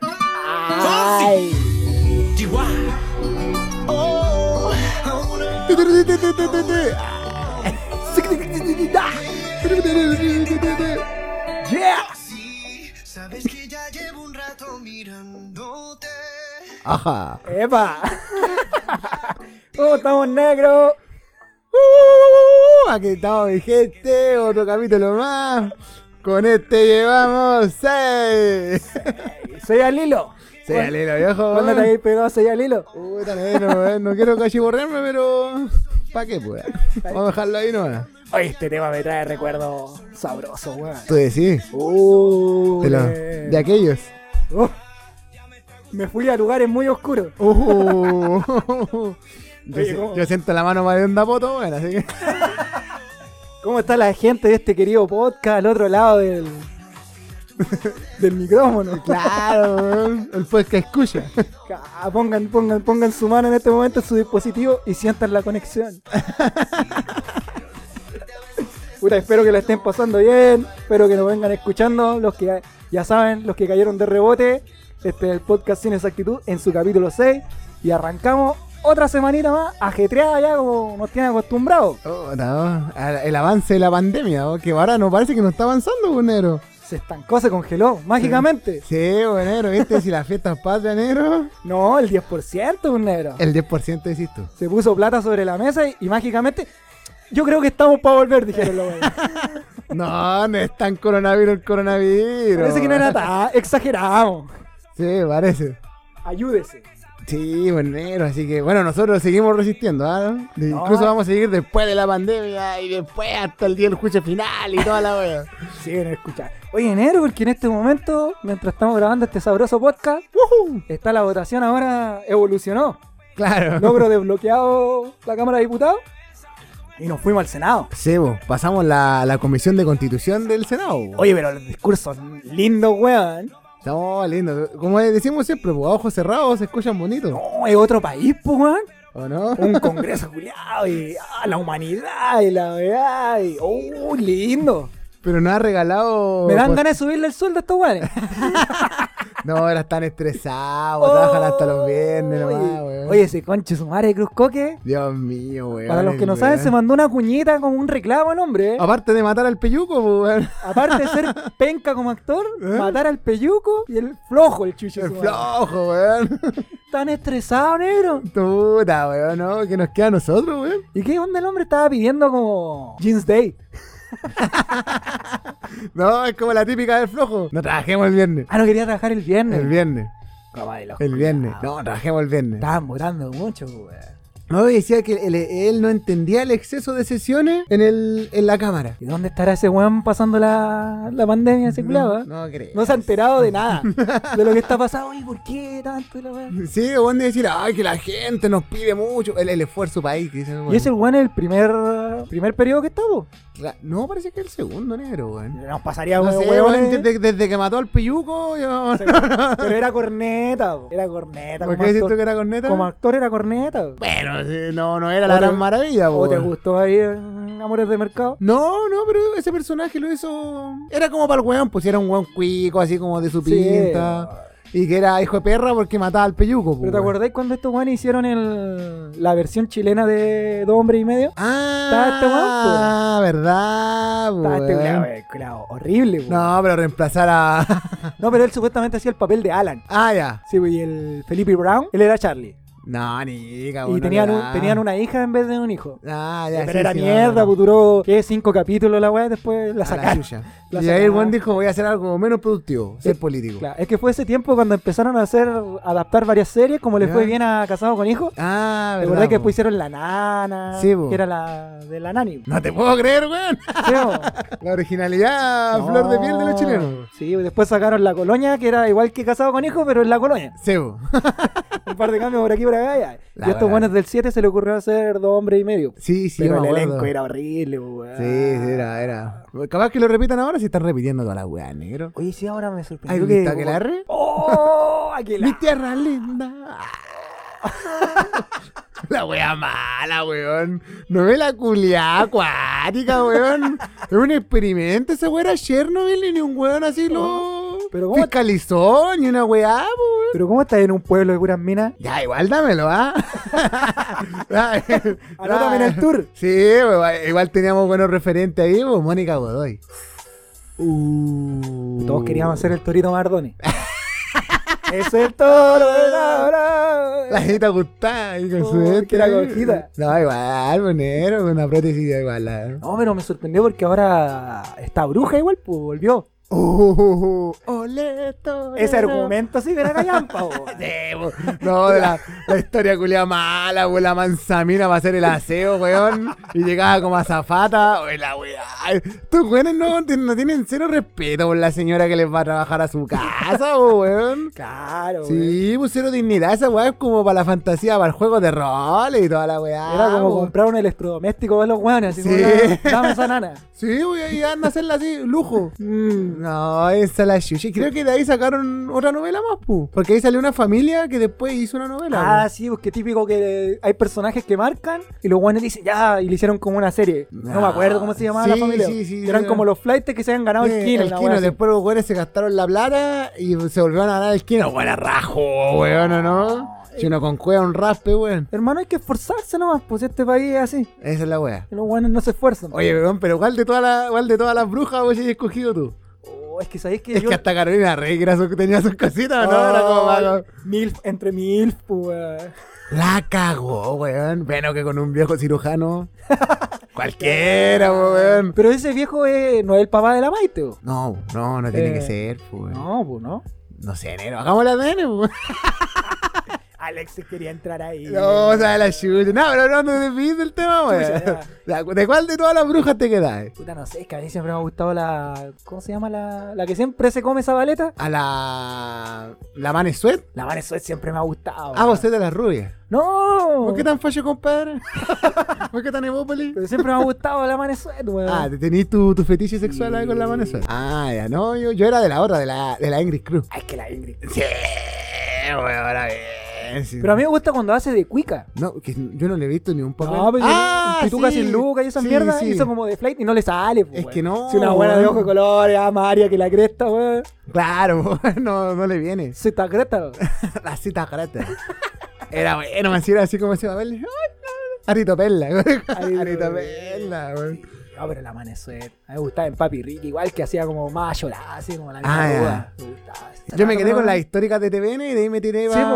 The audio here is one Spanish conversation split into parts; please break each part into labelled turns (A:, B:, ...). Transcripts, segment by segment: A: Oh, Sabes que ya llevo un rato mirándote.
B: Ajá.
C: ¡Epa! ¿Cómo estamos, negro?
B: Uh, aquí estamos, mi gente. Otro capítulo más. Con este llevamos seis.
C: Soy Alilo.
B: Sí, Lilo, viejo.
C: ¿Cuándo te habéis pegado? Soy Alilo.
B: Puta, no, no, eh, no quiero cachiborrearme, pero. ¿Para qué, pues? Vamos a dejarlo ahí nomás.
C: Oye, este tema me trae recuerdos sabrosos, weón.
B: Tú decís.
C: Uh,
B: De, los-
C: eh.
B: de aquellos.
C: Uh. me fui a lugares muy oscuros.
B: Uh. yo,
C: Oye,
B: si-
C: ¿cómo?
B: yo siento la mano más de onda poto, bueno, así que.
C: ¿Cómo está la gente de este querido podcast al otro lado del, del micrófono?
B: Claro, weón, el pues que escucha.
C: Ah, Pongan, pongan, pongan su mano en este momento en su dispositivo y sientan la conexión. Puta, espero que la estén pasando bien, espero que nos vengan escuchando, los que ya- ya saben, los que cayeron de rebote, este es el podcast Sin Exactitud en su capítulo 6 y arrancamos otra semanita más ajetreada ya como nos tienen acostumbrados.
B: Oh, no, al- El avance de la pandemia, oh, que ahora no parece que no está avanzando, pues, negro.
C: Se estancó, se congeló, mágicamente.
B: Sí, pues, negro, viste, si las fiestas patrias, negro,
C: No, el 10%, un negro.
B: el 10% decís tú.
C: pues, Se puso plata sobre la mesa y, y mágicamente. Yo creo que estamos para volver, dijeron los weones.
B: No, no es tan coronavirus el coronavirus.
C: Parece que no era tan exagerado.
B: Sí, parece.
C: Ayúdese.
B: Sí, pues, negro, así que bueno, nosotros seguimos resistiendo, ¿ah? De-
C: No.
B: Incluso vamos a seguir después de la pandemia y después hasta el día del juicio final y toda la wea.
C: Siguen a escuchar. Oye, enero, porque en este momento, mientras estamos grabando este sabroso podcast, está la votación ahora evolucionó.
B: Claro.
C: Logro desbloqueado la Cámara de Diputados y nos fuimos al Senado.
B: Sebo, pasamos la, la comisión de constitución del Senado. po.
C: Oye, pero los discursos lindos, weón.
B: Estamos lindo. Como decimos siempre, po, a ojos cerrados se escuchan bonitos.
C: No, es otro país, pues, weón.
B: ¿O no?
C: un congreso culiado y ah, la humanidad y la verdad y oh, lindo.
B: Pero nos ha regalado.
C: Me dan
B: po-
C: ganas de subirle el sueldo a estos guanes.
B: No, eran tan estresados, Oh, trabajan hasta los viernes nomás,
C: Oye,
B: weón.
C: oye, ese conche su madre Cruz Coque.
B: Dios mío, weón.
C: Para los que no
B: weón.
C: saben, se mandó una cuñita con un reclamo al hombre. eh.
B: Aparte de matar al peyuco, po, weón.
C: Aparte de ser penca como actor, matar al peyuco y el flojo, el chucho.
B: ¿Eh? El
C: su madre.
B: flojo, weón.
C: Tan estresado, negro.
B: Puta, weón, no, que nos queda a nosotros, weón.
C: ¿Y qué onda el hombre estaba pidiendo como Jeans Day?
B: No, es como la típica del flojo. No trabajemos el viernes.
C: Ah, no quería trabajar el viernes.
B: El viernes.
C: Papá de los
B: El viernes.
C: culiados.
B: No, trabajemos el viernes.
C: Estaban votando mucho, weón.
B: No, y decía que él, él no entendía el exceso de sesiones en, el, en la cámara.
C: ¿Y dónde estará ese weón pasando la, la pandemia ese culiao, eh?
B: No creo.
C: No se ha enterado de nada. De lo que está pasando. ¿Y por qué tanto? la weá?
B: Sí, weón, de decir, ay, que la gente nos pide mucho. El, el esfuerzo país. Que dice, weón.
C: Y ese weón es el primer, primer periodo que está, po.
B: Ra- No, parece que es el segundo negro, weón.
C: Nos pasaría
B: No
C: weón,
B: sé,
C: weón,
B: weón,
C: eh.
B: desde, desde que mató al peyuco. Yo...
C: Pero era corneta, po. Era corneta.
B: ¿Por
C: como
B: qué dices tú
C: actor-
B: que era corneta?
C: Como actor era corneta. po.
B: Bueno, sí, no, no era la
C: ¿O te-
B: gran maravilla,
C: ¿O te
B: weón.
C: gustó ahí en Amores de Mercado?
B: No, no, pero ese personaje lo hizo. Era como para el weón, pues era un weón cuico, así como de su
C: Sí.
B: pinta. Y que era hijo de perra porque mataba al peyuco.
C: ¿Pero
B: pues,
C: te
B: weón.
C: acordáis cuando estos weones hicieron el, la versión chilena de Dos Hombres y Medio?
B: Ah,
C: ¿Estaba este weón, pues?
B: Ah, verdad,
C: Estaba este
B: weón.
C: culiao, eh, culiao, horrible, po.
B: No, pero reemplazar a.
C: no, pero él supuestamente hacía el papel de Alan.
B: ah, ya.
C: Sí, y el Felipe Brown, él era Charlie.
B: No, ni
C: y tenían, un- tenían una hija en vez de un hijo.
B: Ah, ya.
C: Pero
B: sí,
C: era
B: sí,
C: mierda,
B: no, no.
C: pues, duró, ¿qué? Cinco capítulos la weá, después la
B: A la
C: sacaron.
B: chucha.
C: La
B: y ahí el
C: sacaron.
B: weón dijo: Voy a hacer algo menos productivo, ser
C: ¿eh? Sí,
B: político.
C: Claro, es que fue ese tiempo cuando empezaron a hacer, a adaptar varias series, como le
B: Ya.
C: fue bien a Casado con Hijos.
B: Ah,
C: ¿Te
B: verdad.
C: acordás que
B: po.
C: después hicieron La Nana?
B: Sí, po.
C: que era la de la Nani.
B: No te puedo creer, weón.
C: ¿sí, po?
B: La originalidad,
C: No.
B: flor de piel de los chilenos.
C: Sí, y después sacaron La Colonia, que era igual que Casado con Hijos, pero en La Colonia.
B: Sebo.
C: Un par de cambios por aquí y por acá. ya. y
B: La
C: a estos
B: verdad.
C: buenos del 7 se le ocurrió hacer Dos Hombres y Medio.
B: Sí, sí,
C: pero
B: yo me
C: el
B: acuerdo.
C: elenco era horrible, po, weá.
B: Sí, sí, era, era. Capaz que lo repitan ahora si están repitiendo toda la weá, negro.
C: Oye, sí, ahora me sorprendió
B: ¿Has
C: que...
B: visto que la R?
C: ¡Oh! Aquelarre.
B: Mi tierra linda. La wea mala, weón. Novela culiada acuática, weón. Es un experimento. Esa wea era Chernobyl y ni un weón así lo
C: Pero
B: Pero
C: ¿cómo-
B: fiscalizó, ni una weá, po,
C: Pero ¿cómo estás en un pueblo de puras minas?
B: Ya, igual dámelo, ¿ah?
C: Anótame en el tour.
B: Sí, pues, igual- igual teníamos buenos referentes ahí, pues, Mónica Godoy.
C: Todos queríamos hacer el torito Mardone. es el toro de la
B: La gente gustaba ahí con
C: Oh,
B: su este.
C: que era cojita.
B: No, igual, monero, con una prótesis igual. ah.
C: No, pero me sorprendió porque ahora está bruja igual, pues volvió.
B: Uh, ole, torero.
C: Ese argumento sí de la callampa, po.
B: Sí, po. No, de la, la historia culia mala, pues la manzamina va a hacer el aseo, weón. Y llegaba como azafata, oye, la weá. Estos weones no, ti- no tienen cero respeto por la señora que les va a trabajar a su casa, po, weón.
C: Claro, güey.
B: Sí, pues cero dignidad, esa weá es como para la fantasía, para el juego de roles y toda la weá. pues.
C: Era como
B: po.
C: comprar un electrodoméstico de los weones, así como,
B: Sí.
C: "Dame- dame esa nana.
B: Sí, weón, y anda a hacerla así, lujo. Mm, no, esa la chucha. Y Creo que de ahí sacaron otra novela más, pu. Porque ahí salió una familia que después hizo una novela.
C: Ah, sí, porque típico que hay personajes que marcan y los buenos dicen ya, y le hicieron como una serie. No, me acuerdo cómo se llamaba la
B: Ah. Sí,
C: familia.
B: sí, sí,
C: Eran
B: sí.
C: como los flights que se habían ganado
B: Eh,
C: el kino.
B: el
C: una
B: Kino,
C: wea así.
B: después los weones se gastaron la plata y se volvieron a ganar el Kino. Buena rajo, weón, ¿o ¿no? Si uno con cueva un raspe, weón.
C: Hermano, hay que esforzarse nomás, pues este país es así.
B: Esa es la wea.
C: que Los buenos no se esfuerzan.
B: Oye, weón, pero ¿cuál de todas las, cuál de todas las brujas vos has escogido tú?
C: Oh, es que sabéis que
B: Es
C: yo.
B: que hasta Ah. Carolina Rey que era su- tenía sus cositas, ¿no? Era como
C: Ay,
B: más-
C: Milf, entre milf, pues. wea.
B: La cagó, weón. Bueno, que con un viejo cirujano. Cualquiera, po, weón.
C: Pero ese viejo es- no es el papá de la Maite, po.
B: No, no, no tiene
C: Eh,
B: que ser, po, weón. No.
C: No, pues no.
B: sé, negro. Hagamos la pues, ADN, po.
C: Alex se quería entrar ahí.
B: No, o sea, la chucha. No, pero no, no te desvíes del tema, weón.
C: Chucha,
B: La- ¿De cuál de todas las brujas te quedas? eh?
C: Puta, no sé, es que a mí siempre me ha gustado la. ¿Cómo se llama la. La que siempre se come esa baleta?
B: A la. La Mane Sweat.
C: La Van Suez siempre me ha gustado.
B: Ah, Oh.
C: weón.
B: vos sos de las rubias.
C: ¡No!
B: ¿Por qué tan fallo, compadre? ¿Por qué tan evópolis?
C: Pero siempre me ha gustado la Van Suez, weón.
B: Ah, ¿te tenés tu, tu fetiche sexual ahí con la
C: Sí.
B: Mane Sweat? Ah, ya, no, yo, yo era de la otra, de la, de la Ingrid Cruz.
C: Ay, Ah, es que la Ingrid.
B: Sí, weón, ahora bien. sí.
C: Pero a mí me gusta cuando hace de cuica.
B: No, que yo no le he visto ni un papel.
C: No, pero
B: ¡Ah,
C: tú casi
B: sí!
C: Luca y esa
B: Sí,
C: mierda
B: sí.
C: hizo como de flight y no le sale, pues,
B: Es
C: weón.
B: que no,
C: Si una buena de
B: Oh, weón.
C: ojos de colores, ah, María, que la cresta, weón.
B: Claro, no, no le viene.
C: Se está cresta, weón.
B: La cita grata. Era bueno, me hacía así como ese papel. Ay, no, no. Arito Perla. weón.
C: Arito
B: Arito Perla, weón.
C: No, Ah, pero el amanecer. A mí me gustaba en Papi Ricky, igual que hacía como más llorada, así como la
B: Ah,
C: misma
B: ya.
C: duda. Me gustaba.
B: Yo me quedé con las históricas de TVN y de ahí me tiré
C: Sí,
B: pa-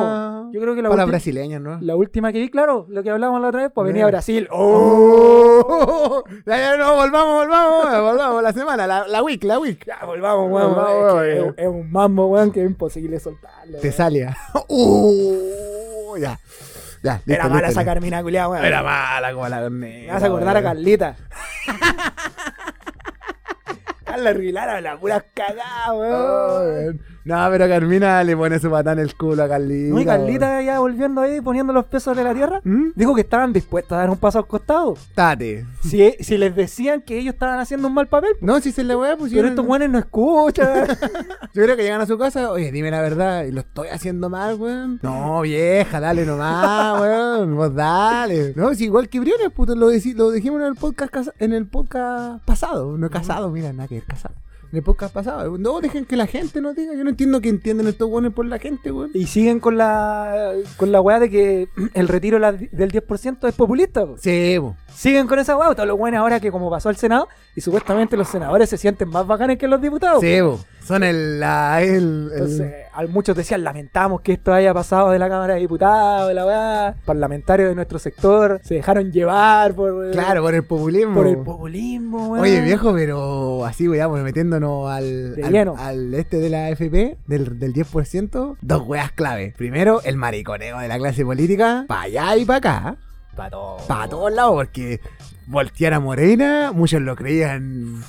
C: po. Yo creo que la
B: pa las
C: ulti-
B: brasileñas, ¿no?
C: La última que vi, claro, lo que hablábamos la otra vez, pues venía a
B: Mira.
C: Brasil. Oh.
B: ¡Oh! Ya, ya, no, volvamos, volvamos, volvamos la semana, la, la week, la week.
C: Ya, volvamos, weón.
B: Volvamos,
C: weón, es, que
B: weón.
C: es- es un mambo, weón, que es imposible soltarlo.
B: Te
C: weón.
B: salía. ¡Oh! Ya. Ya, listo,
C: Era mala
B: listo,
C: esa Carmina culiada, weón.
B: Era mala como la
C: Me
B: Me
C: vas a acordar a Carlita. Carla Rilar habla puras cagadas, weón.
B: No, pero Carmina le pone su patán en el culo a Carlita.
C: No, y Carlita ya volviendo ahí, poniendo los pesos de la tierra,
B: ¿Mm?
C: dijo que estaban dispuestas a dar un paso al costado.
B: Tate.
C: Si, si les decían que ellos estaban haciendo un mal papel,
B: No, si se le voy a pues, si
C: pero
B: yo-
C: estos weones no escuchan.
B: Yo creo que llegan a su casa, oye, dime la verdad, ¿y lo estoy haciendo mal, weón? No, vieja, dale nomás, weón, vos dale. No, es igual que Briones, puto, lo, deci- lo dijimos en el podcast casa- en el podcast pasado, no casado, mira, nada que ver, casado. En el podcast pasado, no dejen que la gente nos diga, yo no entiendo que entienden estos weones por la gente, weón.
C: y siguen con la con la weá de que el retiro de la- del 10% es populista. po.
B: Sí, po.
C: Siguen con esa weá, todos los weones ahora que como pasó al Senado, y supuestamente los senadores se sienten más bacanes que los diputados.
B: sí, po. son el, la, el, el-
C: Entonces, al- muchos decían, lamentamos que esto haya pasado de la Cámara de Diputados, de la weá. Parlamentarios de nuestro sector se dejaron llevar por, eh,
B: claro, por el populismo.
C: por el populismo, weón.
B: Oye, viejo, pero así, weá, pues, metiéndonos al,
C: De
B: al,
C: lleno.
B: al este de la FP, del, del 10%, dos weas clave. Primero, el mariconeo de la clase política, para allá y para acá,
C: Pa' todo.
B: para todos lados, porque voltear a Moreira, muchos lo creían.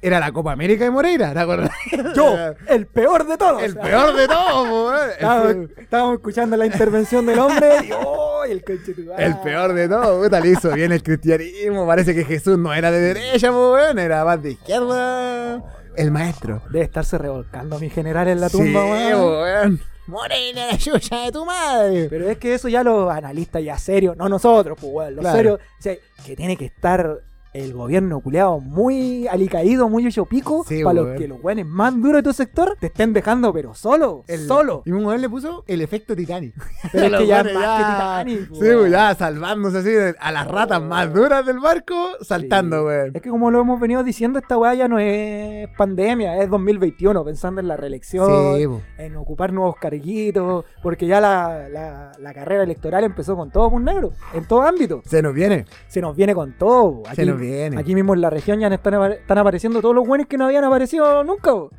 B: Era la Copa América de Moreira, ¿te acordás?
C: Yo, el peor de todos.
B: El peor de todos, po, weón.
C: Estábamos,
B: El-
C: estábamos escuchando la intervención del hombre y ¡oh! el conchetumare.
B: El peor de todo, puta, le hizo bien el cristianismo. Parece que Jesús no era de derecha, po, weón, era más de izquierda. El maestro.
C: Debe estarse revolcando mi general en la
B: Sí,
C: tumba, weón.
B: weón. Morena la chucha de tu madre.
C: Pero es que eso ya los analistas ya serios, no nosotros, pues weón, los
B: Claro.
C: serios, o sea, que tiene que estar el gobierno culeado muy alicaído, muy hecho pico,
B: Sí,
C: para los
B: weón.
C: que los weones más duros de tu sector te estén dejando, pero solo,
B: El-
C: solo.
B: Y un weón le puso el efecto Titanic.
C: Pero es
B: Los
C: que ya
B: weones
C: es más
B: ya-
C: que Titanic,
B: Sí,
C: weón. Oh.
B: weón, ya salvándose así de- a las ratas más duras del barco, saltando,
C: Sí.
B: weón.
C: Es que como lo hemos venido diciendo, esta weá ya no es pandemia, es 2021, pensando en la reelección,
B: Sí, po.
C: en ocupar nuevos carguitos, porque ya la, la- la carrera electoral empezó con todo, un negro, en todo ámbito.
B: se nos viene.
C: Se nos viene con todo. po. Aquí,
B: Se nos viene.
C: Aquí mismo en la región ya están, apa- están apareciendo todos los buenos que no habían aparecido nunca. po.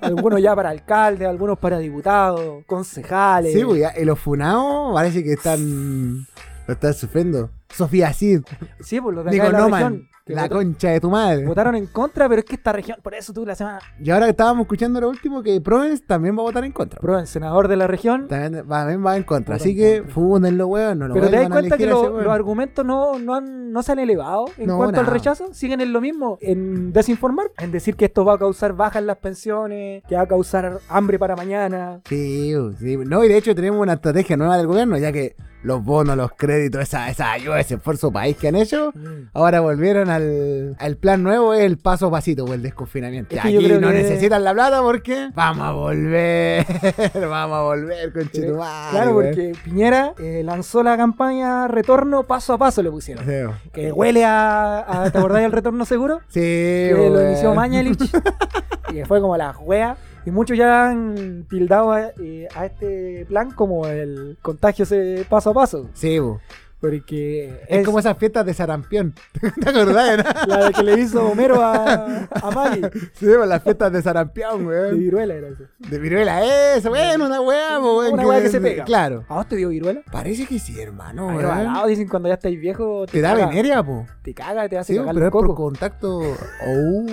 C: algunos ya para alcalde, algunos para diputados, concejales.
B: Sí, pues ya, y los funados parece que están. Lo están sufriendo. Sofía Cid,
C: Sí, pues los de acá
B: Nico
C: de la
B: Noman,
C: región. que
B: la
C: vota-
B: concha eh. de tu madre.
C: votaron en contra, pero es que esta región, por eso tú la semana
B: Y ahora que estábamos escuchando lo último, que Provence también va a votar en contra.
C: Prueben, senador de la región.
B: También va, también va en contra.
C: Vota
B: Así
C: en
B: que
C: contra.
B: fúndenlo, weón. No lo
C: Pero te das
B: vuelvan a
C: cuenta que
B: elegir a ese
C: lo-
B: weón.
C: los argumentos no, no, han- no se han elevado en
B: No,
C: cuanto
B: nada.
C: al rechazo, siguen en lo mismo, en desinformar, en decir que esto va a causar bajas en las pensiones, que va a causar hambre para mañana.
B: Sí, sí. No, y de hecho tenemos una estrategia nueva del gobierno, ya que los bonos, los créditos, esa, esa ayuda, ese esfuerzo país que han hecho, ahora volvieron al, al plan nuevo, es el paso a pasito o el desconfinamiento.
C: Es que yo
B: Aquí
C: creo
B: no
C: que-
B: necesitan la plata porque vamos a volver, vamos a volver con
C: claro, porque Piñera eh, lanzó la campaña Retorno paso a paso, le pusieron. Que huele a, a- ¿Te acordás del retorno seguro?
B: Sí,
C: Que lo
B: weón.
C: inició Mañalich. y que fue como la juega. Y muchos ya han tildado a, eh, a este plan como el contagio se- paso a paso.
B: Sí, bo.
C: Porque
B: Es, como esas fiestas de sarampión. ¿Te acordás? no?
C: la de que le hizo Homero a, a Maggie.
B: Sí, bo, las fiestas de sarampión,
C: De
B: weón.
C: viruela era eso.
B: De viruela, eso, weón, una weá, bo, weón.
C: Una weá que se pega.
B: Claro.
C: ¿A vos te dio viruela?
B: Parece que sí, hermano.
C: Ay,
B: weón.
C: ojalá, dicen cuando ya estáis viejo.
B: Te da
C: caga-
B: veneria, po.
C: Te caga, te hace
B: Sí,
C: cagar
B: pero
C: los
B: es por
C: cocos.
B: contacto. Oh.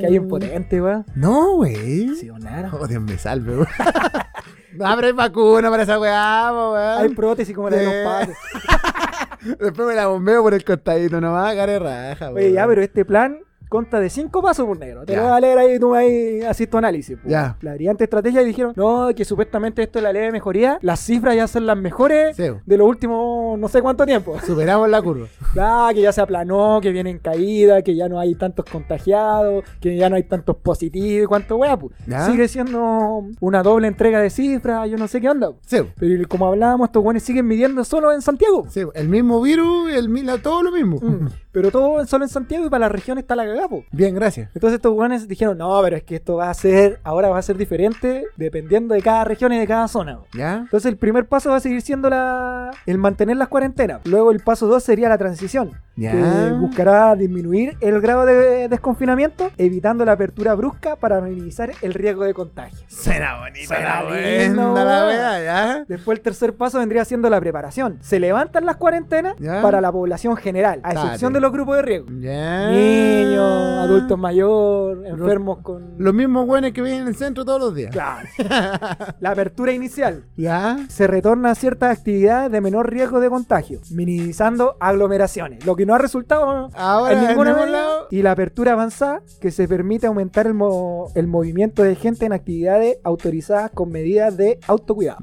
C: Que hay impotente, weón.
B: No, güey.
C: Sí, o nada.
B: Oh, Dios me salve, weón. No, pero hay vacuna para esa weá, po,
C: Hay
B: weón.
C: prótesis como la de
B: Sí.
C: los padres.
B: Después me la bombeo por el costadito nomás, cara de raja, weón.
C: Oye, ya, pero este plan consta de cinco pasos por negro. Te
B: Ya.
C: lo voy a leer ahí, tú ahí haces tu análisis. po.
B: Ya.
C: La brillante estrategia y dijeron, no, que supuestamente esto es la ley de mejoría. Las cifras ya son las mejores
B: Sí, po.
C: de los últimos no sé cuánto tiempo.
B: Superamos la curva.
C: Ah, que ya se aplanó, que viene en caída, que ya no hay tantos contagiados, que ya no hay tantos positivos y cuánto weá, pu.
B: Ya.
C: Sigue siendo una doble entrega de cifras, yo no sé qué onda. pu.
B: Sí, po.
C: Pero como hablábamos, estos weones siguen midiendo solo en Santiago.
B: Sí, po. el mismo virus, el mi- la- todo lo mismo.
C: Mm, Pero todo solo en Santiago y para la región está la cagada, po.
B: Bien, gracias.
C: Entonces estos weones dijeron, no, pero es que esto va a ser, ahora va a ser diferente dependiendo de cada región y de cada zona. po".
B: ¿Ya?
C: Entonces el primer paso va a seguir siendo la, el mantener las cuarentenas. Luego el paso 2 sería la transición,
B: Ya.
C: que buscará disminuir el grado de desconfinamiento, evitando la apertura brusca para minimizar el riesgo de contagio.
B: Será bonito.
C: Suena
B: Será
C: lindo,
B: buena la
C: weón.
B: weá, ¿ya?
C: Después el tercer paso vendría siendo la preparación. Se levantan las cuarentenas
B: Ya.
C: para la población general, a excepción
B: Dale. Ah.
C: de los grupos de riesgo.
B: Ya.
C: Niños, adultos mayores, enfermos con...
B: Los mismos güeyes que vienen en el centro todos los días.
C: Claro. la apertura inicial.
B: ¿Ya?
C: se retorna a ciertas actividades de menor riesgo de contagio, minimizando aglomeraciones, lo que no ha resultado
B: Ahora,
C: en ninguna
B: en ningún
C: medida.
B: lado.
C: Y la apertura avanzada, que se permite aumentar el, mo- el movimiento de gente en actividades autorizadas con medidas de autocuidado.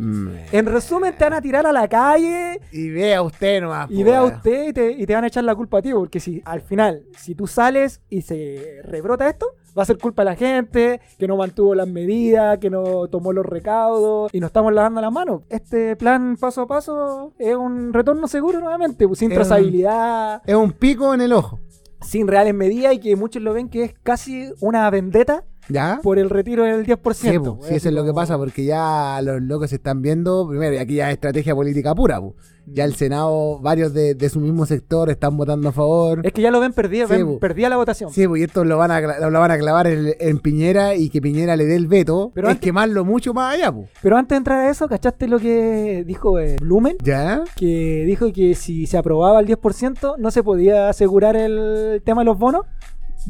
C: En resumen, te van a tirar a la calle
B: Y vea usted nomás.
C: y
B: Ah, po,
C: vea
B: weón.
C: usted y te, y te van a echar la culpa a ti, porque si al final, si tú sales y se rebrota esto, va a ser culpa de la gente, que no mantuvo las medidas, que no tomó los recaudos y no estamos lavando las manos. Este plan paso a paso es un retorno seguro nuevamente, pues, sin
B: Es un-
C: trazabilidad,
B: Es un pico en el ojo.
C: sin reales medidas y que muchos lo ven que es casi una vendetta
B: ¿Ya?
C: por el retiro del 10%.
B: Sí, po, sí, eso es lo que pasa, porque ya los locos se están viendo, primero, y aquí ya es estrategia política pura, po. ya el Senado, varios de, de su mismo sector están votando a favor.
C: Es que ya lo ven perdido,
B: Sí,
C: ven
B: po.
C: perdida la votación.
B: Sí, pues y estos lo van a, cla- lo van a clavar en, en Piñera y que Piñera le dé el veto,
C: Pero
B: es
C: antes-
B: quemarlo mucho más allá, pues.
C: Pero antes de entrar a eso, ¿cachaste lo que dijo eh, Blumen?
B: ¿Ya?
C: que dijo que si se aprobaba el 10% no se podía asegurar el tema de los bonos.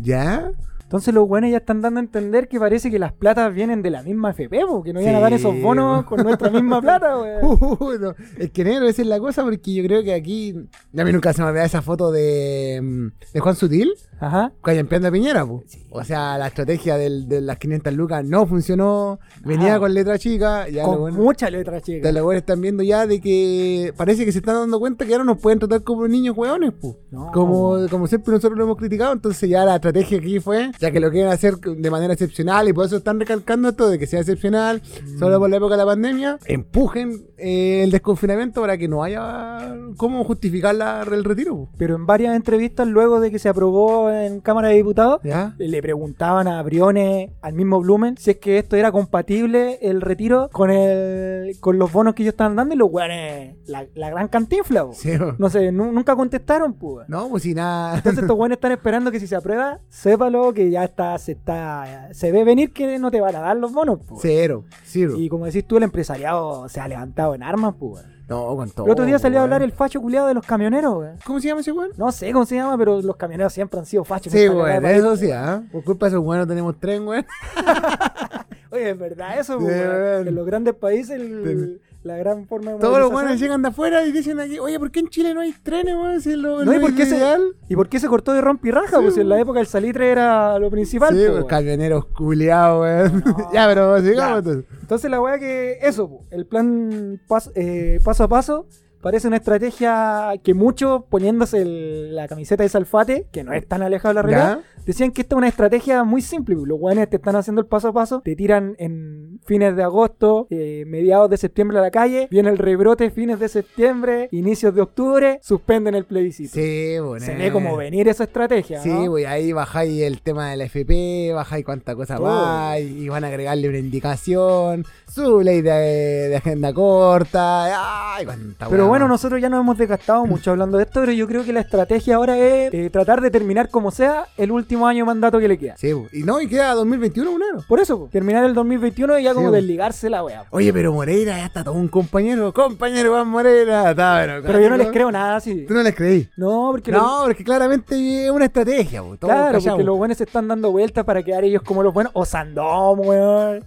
B: ¿Ya?
C: Entonces los buenos ya están dando a entender que parece que las platas vienen de la misma FP, po, que nos iban a
B: Sí,
C: dar esos bonos
B: po.
C: con nuestra misma plata, weón.
B: Uh, no. Es que negro, esa es la cosa, porque yo creo que aquí. A mí nunca se me olvida esa foto de, mm, de Juan Sutil,
C: Ajá.
B: callampeando a Piñera, po. O sea, la estrategia del- de las 500 lucas no funcionó. Venía
C: Ah.
B: con letra chica. Ya
C: con
B: lo bueno-
C: mucha letra, chica.
B: ya los buenos están viendo ya de que parece que se están dando cuenta que ahora nos pueden tratar como niños hueones, po.
C: No.
B: Como, como siempre nosotros lo hemos criticado, entonces ya la estrategia aquí fue, ya que lo quieren hacer de manera excepcional y por eso están recalcando esto de que sea excepcional,
C: Mm.
B: solo por la época de la pandemia, empujen eh, el desconfinamiento para que no haya cómo justificar la- el retiro. po.
C: Pero en varias entrevistas luego de que se aprobó en Cámara de Diputados, eh,
B: ¿Ya?
C: le preguntaban a Briones, al mismo Blumen, si es que esto era compatible el retiro con el con los bonos que ellos estaban dando y los weones, la, la gran cantinfla, po.
B: Sí, po.
C: No sé, nu- nunca contestaron, pues.
B: No, pues si nada.
C: Entonces estos weones están esperando que si se aprueba, sépalo que ya está, se está, se ve venir que no te van a dar los bonos, pues.
B: Cero, cero.
C: Y como decís tú, el empresariado se ha levantado en armas, pues.
B: No, con todo.
C: El otro día salió a
B: weón.
C: hablar el facho culiado de los camioneros, weón.
B: ¿Cómo se llama ese weón?
C: No sé cómo se llama, pero los camioneros siempre han sido fachos.
B: Sí,
C: en esta cagada
B: weón,
C: de
B: eso
C: país.
B: sí, ¿ah? Por culpa de esos weones tenemos tren, weón.
C: Oye, es verdad eso, pues,
B: Sí,
C: weón.
B: weón.
C: En los grandes países, el- la gran forma de
B: Todos los
C: movilización-
B: buenos llegan de afuera y dicen aquí, oye, ¿por qué en Chile no hay trenes, weón? Si es lo,
C: No,
B: lo
C: ¿y por qué se-
B: ideal.
C: ¿Y por qué se cortó de rompirraja? pues en la época el salitre era lo principal.
B: Sí,
C: po,
B: pues,
C: weón.
B: camioneros culiados, weón.
C: No.
B: ya, pero
C: Ya.
B: sigamos entonces.
C: Entonces la weá que eso, po, el plan pas- eh, paso a paso parece una estrategia que muchos poniéndose el- la camiseta de Salfate, que no es tan alejado de la realidad, Decían que esta es una estrategia muy simple. Los guanes te están haciendo el paso a paso, te tiran en fines de agosto, eh, mediados de septiembre a la calle, viene el rebrote fines de septiembre, inicios de octubre, suspenden el plebiscito.
B: Sí, pues, bueno.
C: Se ve como venir esa estrategia.
B: Sí,
C: ¿no?
B: pues ahí bajáis el tema de la FP, bajáis cuánta cosa
C: Todo.
B: más, y van a agregarle una indicación, su ley de, de agenda corta, ay, cuánta
C: Pero
B: weá
C: bueno,
B: más.
C: nosotros ya nos hemos desgastado mucho hablando de esto, pero yo creo que la estrategia ahora es eh, tratar de terminar como sea el último año de mandato que le queda.
B: Sí, pues. y no, y queda 2021, un año.
C: Por eso, po, terminar el 2021 y ya como
B: Sí, po.
C: desligarse la wea. po.
B: Oye, pero Moreira, ya está todo un compañero, compañero Juan Moreira, está bueno.
C: Pero yo no
B: claro.
C: les creo nada así.
B: Tú no les creí.
C: No, porque los-
B: No, porque claramente es una estrategia, pues, po. Todos
C: claro,
B: callamos.
C: porque los buenos se están dando vueltas para quedar ellos como los buenos. O Sandón, weón.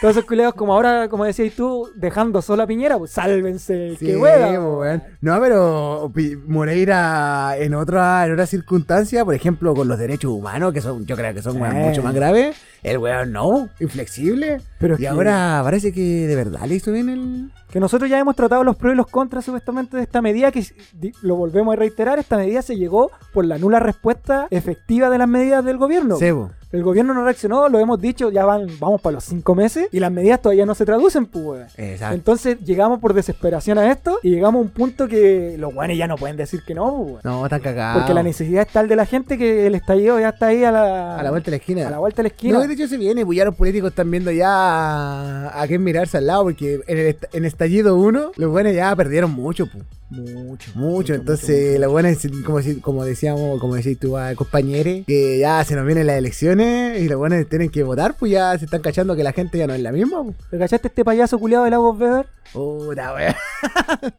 C: Todos esos culeados, como ahora, como decías tú, dejando sola a Piñera, pues sálvense,
B: Sí,
C: que hueva.
B: po, weón. No, pero Pi- Moreira en otra, en otra circunstancia, por ejemplo, con los derechos humanos, que son, yo creo que son
C: Sí.
B: weón, mucho más graves, el weón no, inflexible.
C: Pero es
B: y
C: que-
B: ahora parece que de verdad le hizo bien el.
C: Que nosotros ya hemos tratado los pros y los contras, supuestamente, de esta medida, que di- lo volvemos a reiterar, esta medida se llegó por la nula respuesta efectiva de las medidas del gobierno.
B: Sebo.
C: El gobierno no reaccionó, lo hemos dicho, ya van, vamos para los cinco meses, y las medidas todavía no se traducen, pues, weón.
B: Exacto.
C: Entonces llegamos por desesperación a esto y llegamos a un punto que los buenos ya no pueden decir que no, pues, weón.
B: No, está cagado.
C: Porque la necesidad es tal de la gente que el estallido ya está ahí a la,
B: A la vuelta de la esquina.
C: a la vuelta de la
B: No,
C: esquina.
B: de hecho se viene, pues ya los políticos están viendo ya a, a quién mirarse al lado, porque en, el est- en Estallido 1 los buenos ya perdieron mucho, pues.
C: Mucho,
B: Mucho, entonces la buena es, como, si- como decíamos, como decís tú, ah, compañeros, que ya se nos vienen las elecciones y los buenos tienen que votar, pues ya se están cachando que la gente ya no es la misma. pues.
C: ¿Te cachaste este payaso culiado de Lagos Weber?
B: Puta, weón.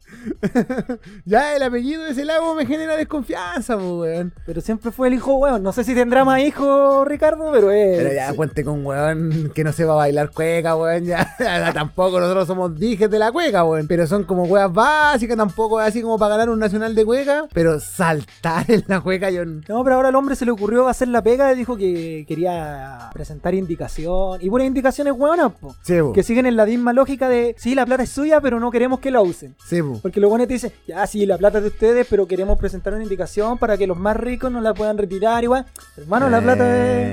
B: ya el apellido de ese lago me genera desconfianza, pues, weón.
C: Pero siempre fue el hijo weón. No sé si tendrá más hijos, Ricardo, pero es.
B: Pero ya cuente con weón que no se va a bailar cueca, weón. Ya, ya tampoco nosotros somos dijes de la cueca, weón. Pero son como weas básicas, tampoco es así como para ganar un nacional de cueca. Pero saltar en la cueca, yo
C: No, pero ahora al hombre se le ocurrió hacer la pega y dijo que quería presentar indicación. Y puras indicaciones weonas, po.
B: Sebo.
C: Que siguen en la misma lógica de, sí, la plata es suya, pero no queremos que la usen.
B: Sebo.
C: Porque los buenos te dicen, ya sí, la plata es de ustedes, pero queremos presentar una indicación para que los más ricos no la puedan retirar igual. Hermano, Ah, la plata es...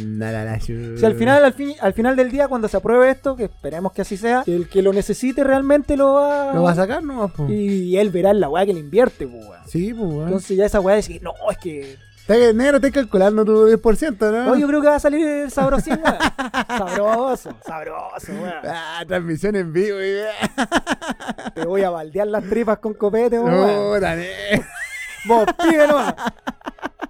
B: Eh, na, la, la, shu.
C: Si al final, al, fin- al final del día, cuando se apruebe esto, que esperemos que así sea, el que lo necesite realmente lo va,
B: Lo va a sacar nomás, po.
C: Y él verá la weá que le invierte, po, weá.
B: Sí, pues, weón.
C: Entonces ya esa weá dice, no, es que.
B: Está que negro, estás calculando tu 10%, ¿no?
C: No, yo creo que va a salir sabrosín, weá. Sabroso, sabroso, weá.
B: Ah, transmisión en vivo, y...
C: Te voy a baldear las tripas con copete, weá.
B: Puta, ne-
C: Vos, pibe nomás.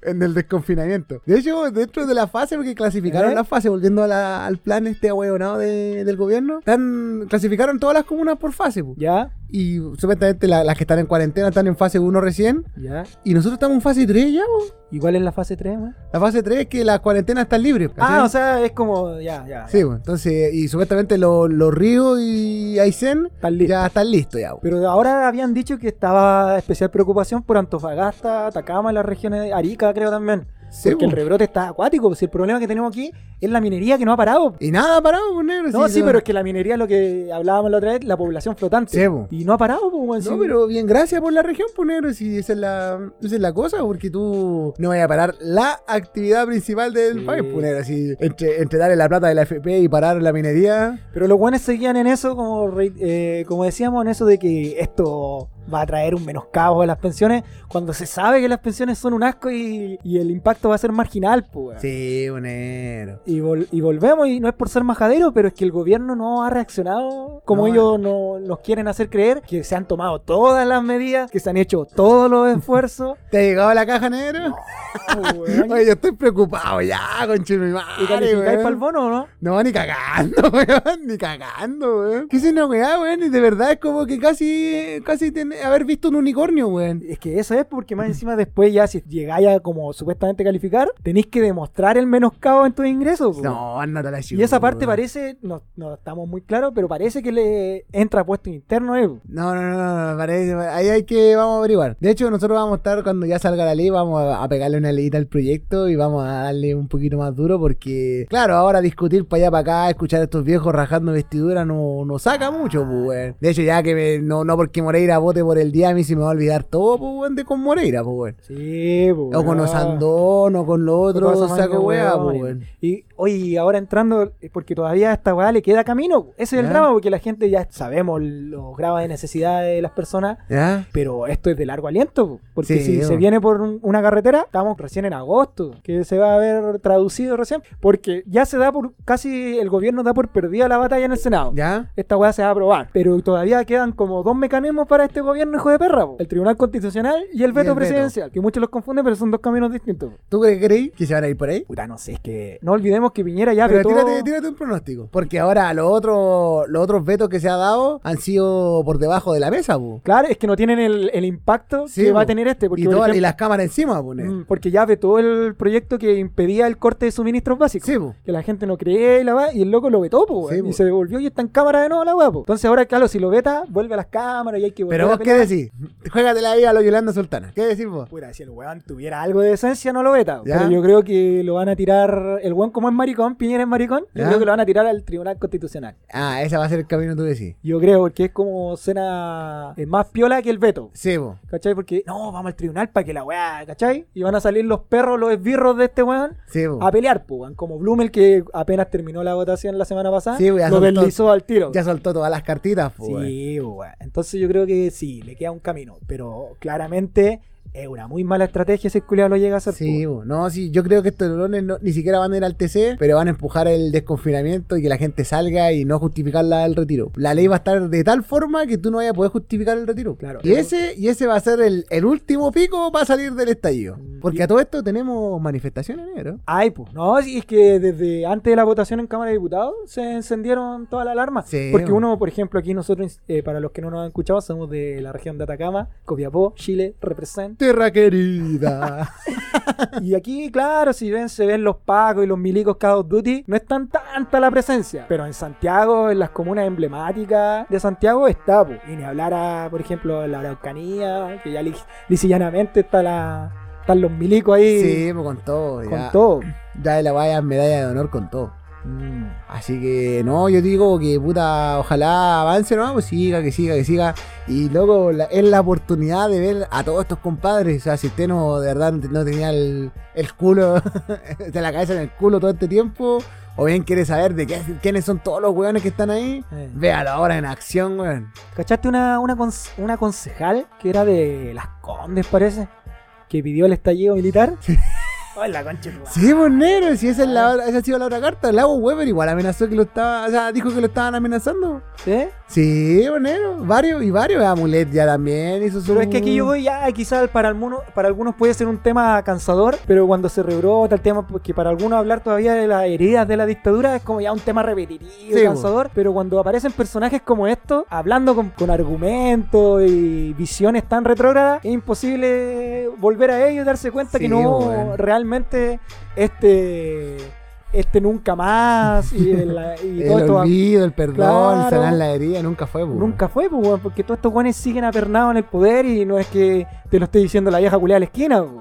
B: En el desconfinamiento. De hecho, dentro de la fase, porque clasificaron
C: ¿Eh?
B: la fase, volviendo a la- al plan este ahueonado de- del gobierno, están- clasificaron todas las comunas por fase, po.
C: Ya,
B: y supuestamente la- las que están en cuarentena están en fase 1 recién.
C: ¿Ya?
B: Y nosotros estamos en fase 3 ya, po.
C: ¿Y cuál es la fase 3, weón?
B: La fase 3 es que las cuarentenas están libres. ¿cachai?
C: Ah, o sea, es como. Ya, ya.
B: Sí, po. entonces, y supuestamente los los Ríos y Aysén
C: Están listos.
B: ya están listos ya, po.
C: Pero ahora habían dicho que estaba especial preocupación por Antofagasta, Atacama, las regiones de Arica, creo también.
B: Sí,
C: porque el
B: po.
C: rebrote está acuático. pues, el problema que tenemos aquí es la minería que no ha parado.
B: Y nada, parado, po, negro.
C: No, sí,
B: no-
C: pero es que la minería es lo que hablábamos la otra vez, la población flotante.
B: Sí, po.
C: y no ha parado, pues, weón,
B: No,
C: sí.
B: pero bien, gracias por la región, pues negro, si esa es la, esa es la cosa, porque tú no vayas a parar la actividad principal del
C: Sí.
B: país, pues negro, si entre, entre darle la plata de la FP y parar la minería,
C: Pero los buenos seguían en eso, como, re- eh, como decíamos, en eso de que esto va a traer un menoscabo a las pensiones, cuando se sabe que las pensiones son un asco y, y el impacto va a ser marginal, pues. weón.
B: sí, pues, negro.
C: Y, vol- y volvemos, y no es por ser majadero, pero es que el gobierno no ha reaccionado como
B: No, eh.
C: ellos no, nos quieren hacer creer, que se han tomado todas las medidas, que se han hecho todos los esfuerzos.
B: ¿Te ha llegado la caja, negro?
C: Oh, weón.
B: Oye, yo estoy preocupado ya, conche mi madre,
C: ¿Y calificáis
B: weón.
C: para el bono o no?
B: No, ni cagando, weón, ni cagando, weón. ¿Qué es una weá, weón? Y de verdad es como que casi, casi ten- haber visto un unicornio, weón.
C: Es que eso es pues, porque más encima después ya si llegáis a como supuestamente calificar, tenéis que demostrar el menoscabo en tus ingresos. po.
B: No, andate a la
C: Y esa parte
B: chucha.
C: parece, no, no estamos muy claros, pero parece que le entra puesto interno. eh, po.
B: No, no, no, no, no, parece, ahí hay que, vamos a averiguar. De hecho, nosotros vamos a estar, cuando ya salga la ley, vamos a, a pegarle una leyita al proyecto y vamos a darle un poquito más duro porque, claro, ahora discutir para allá, para acá, escuchar a estos viejos rajando vestidura no, no saca mucho, pues, weón. De hecho, ya que me- no, no porque Moreira vote por el día, a mí se me va a olvidar todo, pues, weón, de con Moreira, pues, weón.
C: Sí, po,
B: O con
C: weón.
B: los Andón, o con lo
C: Toda esa
B: otro,
C: manga,
B: saco weá, pues,
C: weón.
B: weón.
C: Y oye, y ahora entrando, eh, porque todavía a esta weá le queda camino. po. Ese es el
B: Ya.
C: drama, porque la gente ya sabemos los grados de necesidad de las personas.
B: ¿Ya?
C: Pero esto es de largo aliento, po, porque
B: Sí,
C: si
B: po.
C: se viene por un- una carretera, estamos recién en agosto, que se va a ver traducido recién, porque ya se da por, casi el gobierno da por perdida la batalla en el Senado.
B: ¿Ya?
C: Esta weá se va a aprobar, pero todavía quedan como dos mecanismos para este gobierno, hijo de perra, po. el Tribunal Constitucional y el veto
B: veto.
C: presidencial, que muchos los confunden, pero son dos caminos distintos. po.
B: ¿Tú cre- creí que se van a ir por ahí?
C: Puta, no sé, es que no olvidemos que Piñera ya
B: Pero
C: vetó-
B: tírate, tírate un pronóstico. Porque ahora los otros, los otros vetos que se ha dado han sido por debajo de la mesa, pu.
C: Claro, es que no tienen el, el impacto
B: Sí,
C: que va a
B: po.
C: tener este, porque
B: Y,
C: por
B: todas- y
C: ejemplo-
B: las cámaras encima, pu.
C: Mm, porque ya vetó el proyecto que impedía el corte de suministros básicos.
B: Sí, pu.
C: que la gente no cree y la va, y el loco lo vetó, po,
B: Sí,
C: weón,
B: po.
C: y se devolvió y está en cámara de nuevo la weá, po. Entonces ahora, claro, si lo veta, vuelve a las cámaras y hay que volver
B: Pero
C: a
B: vos qué
C: pelear.
B: decís. Juégate la vida a los Yolanda Sultana. ¿Qué decís vos?
C: Puta, si el weón tuviera algo de esencia, no lo veta.
B: Ya.
C: Pero yo creo que lo van a tirar, el weón como es maricón, Piñera es maricón, yo
B: Ya.
C: creo que lo van a tirar al Tribunal Constitucional.
B: Ah, ese va a ser el camino tú decís.
C: Yo creo, porque es como cena es más piola que el veto.
B: Sí, pu.
C: ¿Cachai? Porque, no, vamos al tribunal para que la weá, ¿cachai? Y van a salir los perros, los esbirros de este weón
B: Sí, pu.
C: a pelear, po, weón. Como Blumel, que apenas terminó la votación la semana pasada,
B: Sí, weón,
C: lo
B: soltó-
C: deslizó al tiro.
B: Ya soltó todas las cartitas, pu. weón.
C: Sí, pues, weón. Entonces yo creo que sí, le queda un camino. Pero claramente es una muy mala estrategia si el culiao lo llega a hacer. pues.
B: Sí,
C: po.
B: pu. no, sí, yo creo que estos lolones no- ni siquiera van a ir al TC, pero van a empujar el desconfinamiento y que la gente salga y no justificar la- el retiro. La ley va a estar de tal forma que tú no vayas a poder justificar el retiro.
C: Claro.
B: Y ese, y ese va a ser el, el último pico para salir del estallido.
C: Mm.
B: Porque a todo esto tenemos manifestaciones, negro.
C: Ay, pues, no, sí, es que desde antes de la votación en Cámara de Diputados se encendieron todas las alarmas.
B: Sí,
C: Porque
B: weón.
C: uno, por ejemplo, aquí nosotros, eh, para los que no nos han escuchado, somos de la región de Atacama, Copiapó, Chile, represent.
B: Tierra querida.
C: Y aquí, claro, si ven, se ven los pacos y los milicos Call of Duty, no es tan tanta la presencia. Pero en Santiago, en las comunas emblemáticas de Santiago, está, po. Y ni hablar a, por ejemplo, la Araucanía, que ya lis- lisillanamente está la, están los milicos ahí
B: sí, pues con todo.
C: con
B: ya.
C: todo.
B: Ya la vaya medalla de honor con todo. Mm. Así que no, yo digo que puta, ojalá avance, ¿no? Pues siga, que siga, que siga. Y luego es la oportunidad de ver a todos estos compadres. O sea, si usted no, de verdad, no te- no tenía el, el culo, de la cabeza en el culo todo este tiempo, o bien quiere saber de qué- quiénes son todos los weones que están ahí,
C: Eh.
B: véalo ahora en acción, weón.
C: ¿Cachaste una, una, cons- una concejal que era de Las Condes, parece? Que pidió el estallido militar. Ay, la concha. de tu madre.
B: Sí, pues negro, si esa, es la, otra- esa ha sido la otra carta. Lago Weber igual amenazó que lo estaba, o sea, dijo que lo estaban amenazando.
C: ¿Sí?
B: Sí, pues negro, varios, y varios. Amulet ya también hizo su...
C: Pero es que aquí yo voy ya, quizás para algunos, para algunos puede ser un tema cansador, pero cuando se rebrota el tema, porque para algunos hablar todavía de las heridas de la dictadura es como ya un tema repetitivo,
B: Sí,
C: cansador, pero cuando aparecen personajes como estos, hablando con, con argumentos y visiones tan retrógradas, es imposible volver a ello y darse cuenta
B: Sí,
C: que no,
B: weón.
C: realmente este, este nunca más y, la- y
B: El
C: todo esto...
B: olvido, el perdón,
C: Claro.
B: sanar la herida, nunca fue, pues.
C: Nunca fue, pues, weón, porque todos estos guanes siguen apernados en el poder y no es que te lo esté diciendo la vieja culiada de la esquina, pues, weón.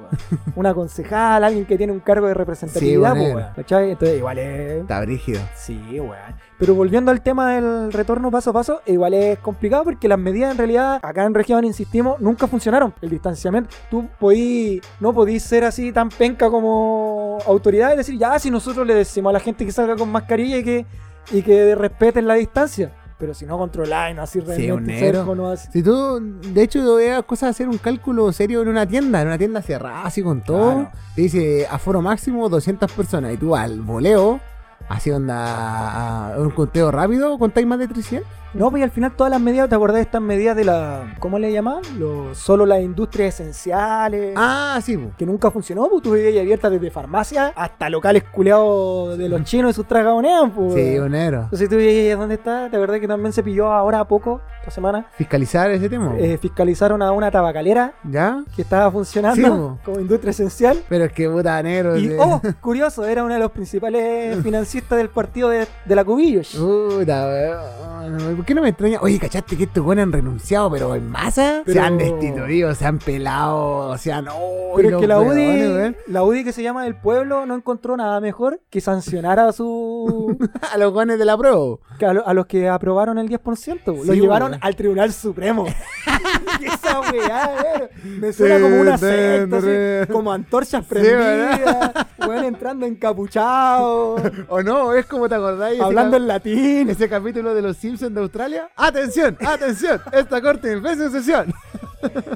C: Una concejal, alguien que tiene un cargo de representatividad,
B: Sí,
C: pues,
B: weón.
C: weón, ¿cachai? Entonces, igual es.
B: Está brígido.
C: Sí, weón. Pero volviendo al tema del retorno paso a paso, igual es complicado porque las medidas en realidad, acá en región, insistimos, nunca funcionaron. El distanciamiento, tú podí, no podís ser así tan penca como autoridad y decir, ya, si nosotros le decimos a la gente que salga con mascarilla y que, y que respeten la distancia. Pero si no controláis, no así
B: un
C: realmente
B: negro.
C: cerco, no así.
B: Si tú, de hecho, yo veía cosas hacer un cálculo serio en una tienda, en una tienda cerrada, así con todo.
C: Claro.
B: Te dice aforo máximo 200 personas. Y tú al voleo, así onda, a un conteo rápido, contáis más de 300.
C: No, pues y al final todas las medidas, ¿te acordás de estas medidas de la. ¿Cómo le llamaban? Los- Solo las industrias esenciales.
B: Ah, sí, po.
C: que nunca funcionó, pues tuve ahí abierta desde farmacia hasta locales culeados de los chinos y sus tragaonean, pues.
B: Sí, un negro.
C: Entonces tú veías dónde está, la verdad que también se pilló ahora a poco, esta semana,
B: Fiscalizar ese tema. po.
C: eh, fiscalizaron a una tabacalera
B: ¿Ya?
C: que estaba
B: Sí,
C: funcionando
B: po.
C: como industria esencial.
B: Pero es que puta negro.
C: Y,
B: sí.
C: oh, curioso, era uno de los principales financistas del partido de, de la Cubillos.
B: Puta, weón. ¿Por qué no me extraña? Oye, ¿cachaste que estos buenos han renunciado, pero en masa? Se
C: Pero-
B: han destituido, se han pelado, o sea, no.
C: Pero es
B: los
C: que la UDI,
B: weones, weón.
C: la UDI que se llama El Pueblo no encontró nada mejor que sancionar a su
B: A los guanes de la pro.
C: Que a, lo- a los que aprobaron el 10%,
B: Sí,
C: lo llevaron
B: weón.
C: al Tribunal Supremo. y esa weá, weón, me suena como una
B: Sí,
C: secta, así,
B: re.
C: como antorchas prendidas,
B: ¿verdad?
C: weón entrando encapuchado,
B: O no, es como te acordáis.
C: hablando
B: ese,
C: en latín.
B: cap- ese capítulo de los Simpsons de Australia. ¡Atención! ¡Atención! Esta corte empieza en sesión.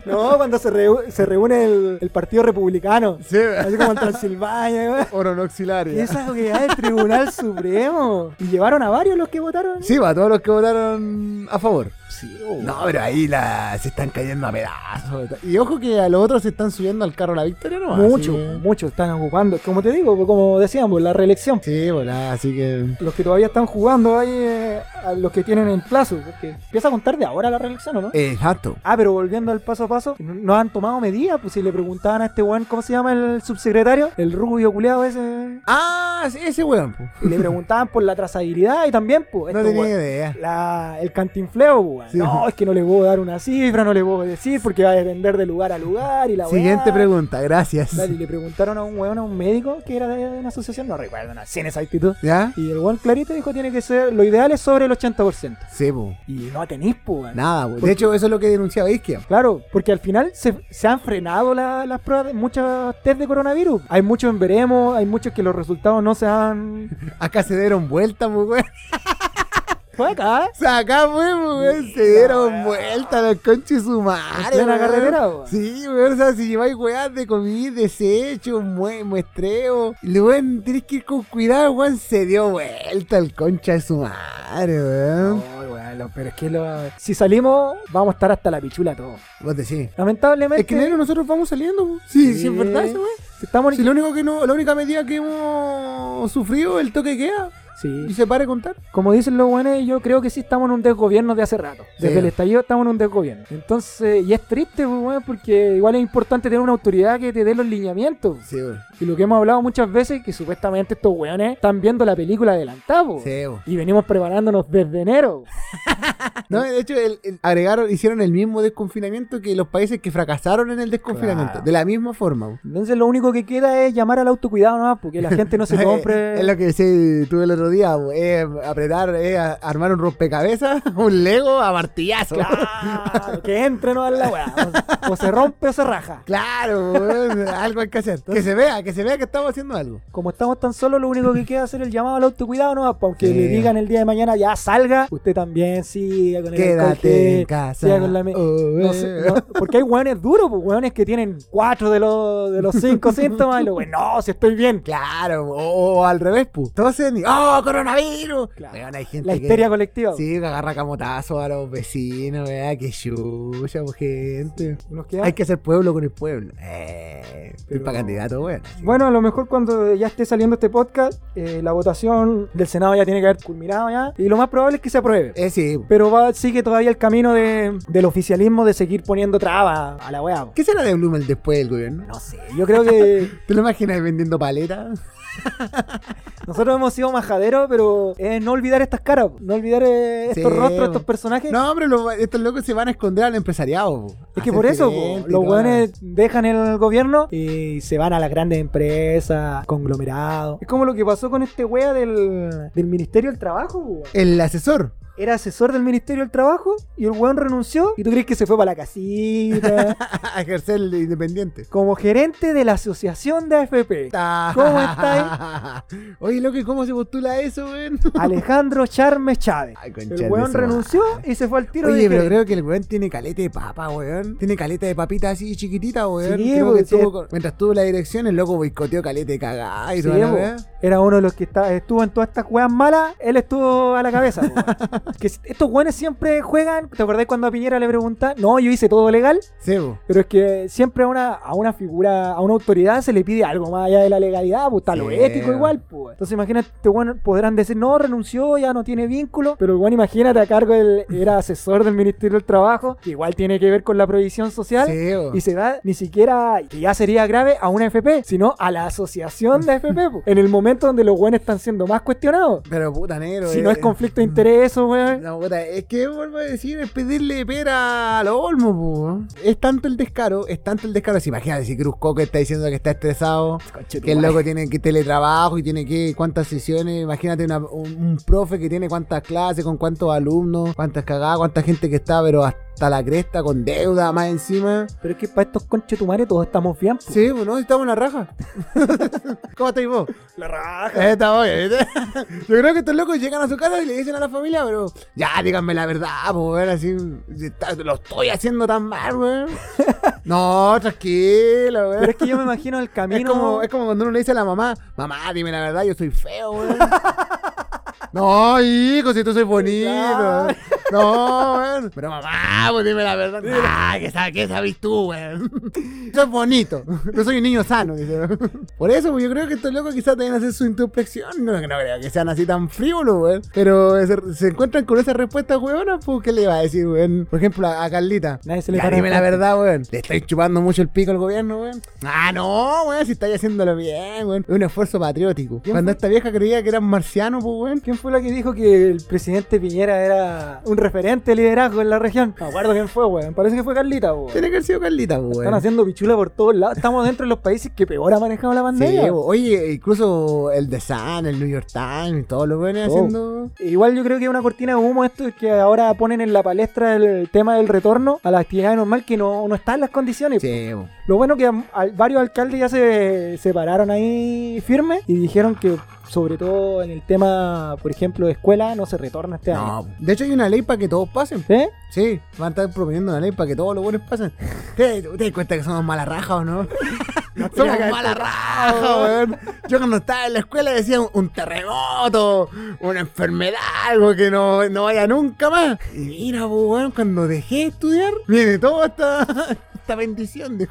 C: No, cuando se, reu- se reúne el, el Partido Republicano,
B: Sí,
C: así como en Transilvania, weón. Y
B: Oronoxilaria.
C: esa weá del Tribunal Supremo. Y llevaron a varios los que votaron.
B: Sí, va, todos los que votaron a favor.
C: Sí,
B: No, pero ahí la, se están cayendo a pedazos. Y ojo que a los otros se están subiendo al carro la victoria, ¿no?
C: Mucho,
B: Así-
C: mucho están ocupando. Como te digo, como decíamos, la reelección.
B: Sí, volá, así que.
C: los que todavía están jugando ahí, eh, a los que tienen en plazo, porque empieza a contar de ahora la reelección, ¿o no?
B: Exacto.
C: Ah, pero volviendo al paso a paso, no, no han tomado medidas, pues si le preguntaban a este weón, ¿cómo se llama el subsecretario? El rubio culeado ese.
B: Ah, sí, ese weón, po.
C: Y le preguntaban por la trazabilidad y también, pues,
B: No
C: estos
B: tenía
C: weón-
B: idea.
C: la- el cantinfleo, pues, weón.
B: Sí.
C: No, es que no le puedo dar una cifra, no le puedo decir porque va a depender de lugar a lugar y la weá.
B: Siguiente pregunta, gracias.
C: Dale, y le preguntaron a un weón, a un médico que era de una asociación, no recuerdo, no, sin exactitud.
B: ¿Ya?
C: Y el weón clarito dijo tiene que ser, lo ideal es sobre el 80%.
B: Sí, po.
C: Y no tenéis, pues. weón.
B: Nada, po. De hecho, eso es lo que denunciaba Isquia.
C: Claro, porque al final se, se han frenado la- las pruebas de muchas test de coronavirus. Hay muchos en veremos, hay muchos que los resultados no se han.
B: Acá se dieron vuelta, po, weón.
C: Fue acá.
B: O sea, acá fuimos, weón, se dieron vuelta los conches su madre.
C: ¿En plena
B: weón.
C: carretera, weón?
B: Sí, weón, o sea, si lleváis weas de comida, desechos, mue- muestreo, le weón, tenés que ir con cuidado, weón, se dio vuelta el concha de su madre, weón.
C: Ay, weón, lo- pero es que lo- si salimos, vamos a estar hasta la pichula todo.
B: Vos decís.
C: Lamentablemente.
B: Es que negro, nosotros vamos saliendo, po. sí, sí, es verdad eso, weón.
C: Si estamos.
B: Si lo único que no, la única medida que hemos sufrido es el toque que queda.
C: Sí.
B: Y se pare de contar.
C: Como dicen los buenos, yo creo que sí estamos en un desgobierno de hace rato. Desde
B: Sí.
C: el estallido estamos en un desgobierno. Entonces, y es triste, pues, weón, porque igual es importante tener una autoridad que te dé los lineamientos.
B: Sí, weón.
C: Y lo que hemos hablado muchas veces que supuestamente estos weones están viendo la película adelantada, po.
B: Sí, weón.
C: Y venimos preparándonos desde enero.
B: No, de hecho, el- el- agregaron, hicieron el mismo desconfinamiento que los países que fracasaron en el desconfinamiento.
C: Claro.
B: De la misma forma. bo.
C: Entonces lo único que queda es llamar al autocuidado nomás, porque la gente no se compre.
B: Es lo que decía tú el otro otro día, po, es apretar, es a- armar un rompecabezas, un Lego a martillazo.
C: Claro, que entre no a la weá. pues. O, o se rompe o se raja.
B: Claro, weón, algo hay que hacer. Que se vea, que se vea que estamos haciendo algo.
C: Como estamos tan solos, lo único que queda es hacer el llamado al autocuidado nomás. pa' Aunque
B: Sí.
C: le digan el día de mañana, ya salga, usted también siga con el alcohol
B: Quédate
C: gel,
B: en casa.
C: siga con la me-
B: oh,
C: No sé,
B: eh.
C: no, porque hay hueones duros, pues, hueones que tienen cuatro de los, de los cinco síntomas. Y los hueones, no, si estoy bien.
B: Claro, o, o al revés, pu. Entonces, ni- ¡oh, coronavirus!
C: Claro.
B: Weón, hay gente
C: La
B: que-
C: histeria colectiva.
B: Sí, que agarra camotazo a los vecinos, ¿verdad? Qué chucha, po, gente.
C: Nos queda-
B: Hay que ser pueblo con el pueblo. Eh,
C: Pero-
B: para candidato, weón. Sí.
C: Bueno, a lo mejor cuando ya esté saliendo este podcast, eh, la votación del Senado ya tiene que haber culminado ya. Y lo más probable es que se apruebe.
B: Eh, sí.
C: Pero va, sigue todavía el camino de- del oficialismo de seguir poniendo trabas a la weá.
B: ¿Qué será de Blumel después del gobierno?
C: No sé, yo creo que
B: ¿Te lo imaginas vendiendo paletas?
C: nosotros hemos sido majaderos, pero es no olvidar estas caras, po. no olvidar eh, estos
B: Sí,
C: rostros,
B: po.
C: estos personajes.
B: No, hombre, los- estos locos se van a esconder al empresariado. po.
C: Es que
B: A
C: por
B: ser
C: eso po,
B: gerente y
C: los
B: toda la-
C: hueones dejan el gobierno y se van a las grandes empresas, conglomerados. Es como lo que pasó con este wea del, del Ministerio del Trabajo. po, weón.
B: El asesor.
C: Era asesor del Ministerio del Trabajo y el weón renunció. ¿Y tú crees que se fue para la casita?
B: a ejercer el independiente.
C: como gerente de la Asociación de AFP. ¿Cómo está
B: Oye, loco, ¿y ¿cómo se postula eso, weón?
C: Alejandro Charmes Chávez.
B: Ay, concha de
C: El weón
B: su
C: renunció y se fue al tiro
B: Oye,
C: de
B: pero
C: gerente.
B: creo que el weón tiene caleta de papa, weón. Tiene caleta de papita así chiquitita, weón.
C: Sí,
B: Creo que
C: porque
B: estuvo
C: sí.
B: con- mientras tuvo la dirección, el loco boicoteó caleta de cagada y
C: Sí, pues.
B: toda la
C: po.
B: weá.
C: era uno de los que está- estuvo en todas estas weas malas, él estuvo a la cabeza. po, weón. que si- estos weones siempre juegan, ¿te acordás cuando a Piñera le preguntan? No, yo hice todo legal,
B: Sí, pues. po.
C: pero es que siempre a una, a una figura, a una autoridad se le pide algo más allá de la legalidad, pues está lo
B: Sí.
C: ético igual. Pues. Entonces imagínate, este weón podrán decir, no, renunció, ya no tiene vínculo, pero el weón imagínate a cargo, del, era asesor del Ministerio del Trabajo, que igual tiene que ver con la provisión social.
B: Sí, pues. po.
C: Y se da ni siquiera, que ya sería grave, a una FP, sino a la asociación de FP, po. en el momento donde los weones están siendo más cuestionados.
B: Pero puta negro.
C: Si
B: eh,
C: no es conflicto de intereses, weón.
B: No, puta, es que vuelvo a decir, es pedirle pera a los olmos, po. Es tanto el descaro, es tanto el descaro. Si imagínate si Cruz Coque está diciendo que está estresado, que el loco tiene que teletrabajo y tiene que cuántas sesiones. Imagínate una- un, un profe que tiene cuántas clases, con cuántos alumnos, cuántas cagadas, cuánta gente que está, pero hasta la cresta, con deuda más encima.
C: Pero es que para estos conchetumares todos estamos bien. po.
B: Sí, bueno, estamos en la raja. ¿Cómo estáis vos?
C: La raja.
B: Eh, Está bien, ¿viste? Yo creo que estos locos llegan a su casa y le dicen a la familia, pero ya díganme la verdad, pues, weón, así si está- lo estoy haciendo tan mal, weón. No, tranquilo,
C: Pero
B: weón.
C: es que yo me imagino el camino.
B: Es como, es como cuando uno le dice a la mamá, mamá, dime la verdad, yo soy feo, weón. No, hijo, si tú soy bonito.
C: Ay.
B: No, weón. Pero mamá, pues dime la verdad. Ah, ¿qué sabes, qué sabes tú, weón? Soy bonito. Yo soy un niño sano, dice. Por eso, pues, yo creo que estos locos quizás deben hacer su introspección. No, no creo que sean así tan frívolos, weón. Pero eh, se, se encuentran con esas respuestas, weón. Pues, ¿qué le va a decir, weón? Por ejemplo, a, a Carlita.
C: Nadie se le
B: Ya,
C: para
B: dime
C: el
B: la
C: frente.
B: verdad, weón. Le estáis chupando mucho el pico al gobierno, weón. Ah, no, weón, si estáis haciéndolo bien, weón. Es un esfuerzo patriótico.
C: ¿Quién
B: Cuando
C: fue?
B: esta vieja creía que eran marcianos, pues, weón.
C: ¿Quién fue la que dijo que el presidente Piñera era un referente de liderazgo en la región? No me acuerdo quién fue, weón. Parece que fue Carlita, weón.
B: Tiene que haber sido Carlita, pues,
C: Están
B: weón.
C: haciendo pichula por todos lados. Estamos dentro de los países que peor ha manejado la
B: Sí,
C: pandemia.
B: bo. oye, incluso el The Sun, el New York Times, todos los weones
C: Todo.
B: haciendo.
C: Igual yo creo que es una cortina de humo esto que ahora ponen en la palestra el tema del retorno a la actividad normal que no, no está en las condiciones.
B: Sí, bo.
C: Lo bueno que al- varios alcaldes ya se separaron ahí firme y dijeron que sobre todo en el tema, por ejemplo, de escuela no se retorna este año.
B: No. De hecho, hay una ley para que todos pasen.
C: ¿Sí?
B: Sí, van a estar proponiendo una ley para que todos los buenos pasen. ¿Te, te das cuenta que somos mala raja o no? somos
C: que
B: mala raja, weón. Yo cuando estaba en la escuela decía un, un terremoto, una enfermedad, algo que no, no vaya nunca más. Y mira, po, weón, cuando dejé de estudiar, viene toda esta, esta bendición de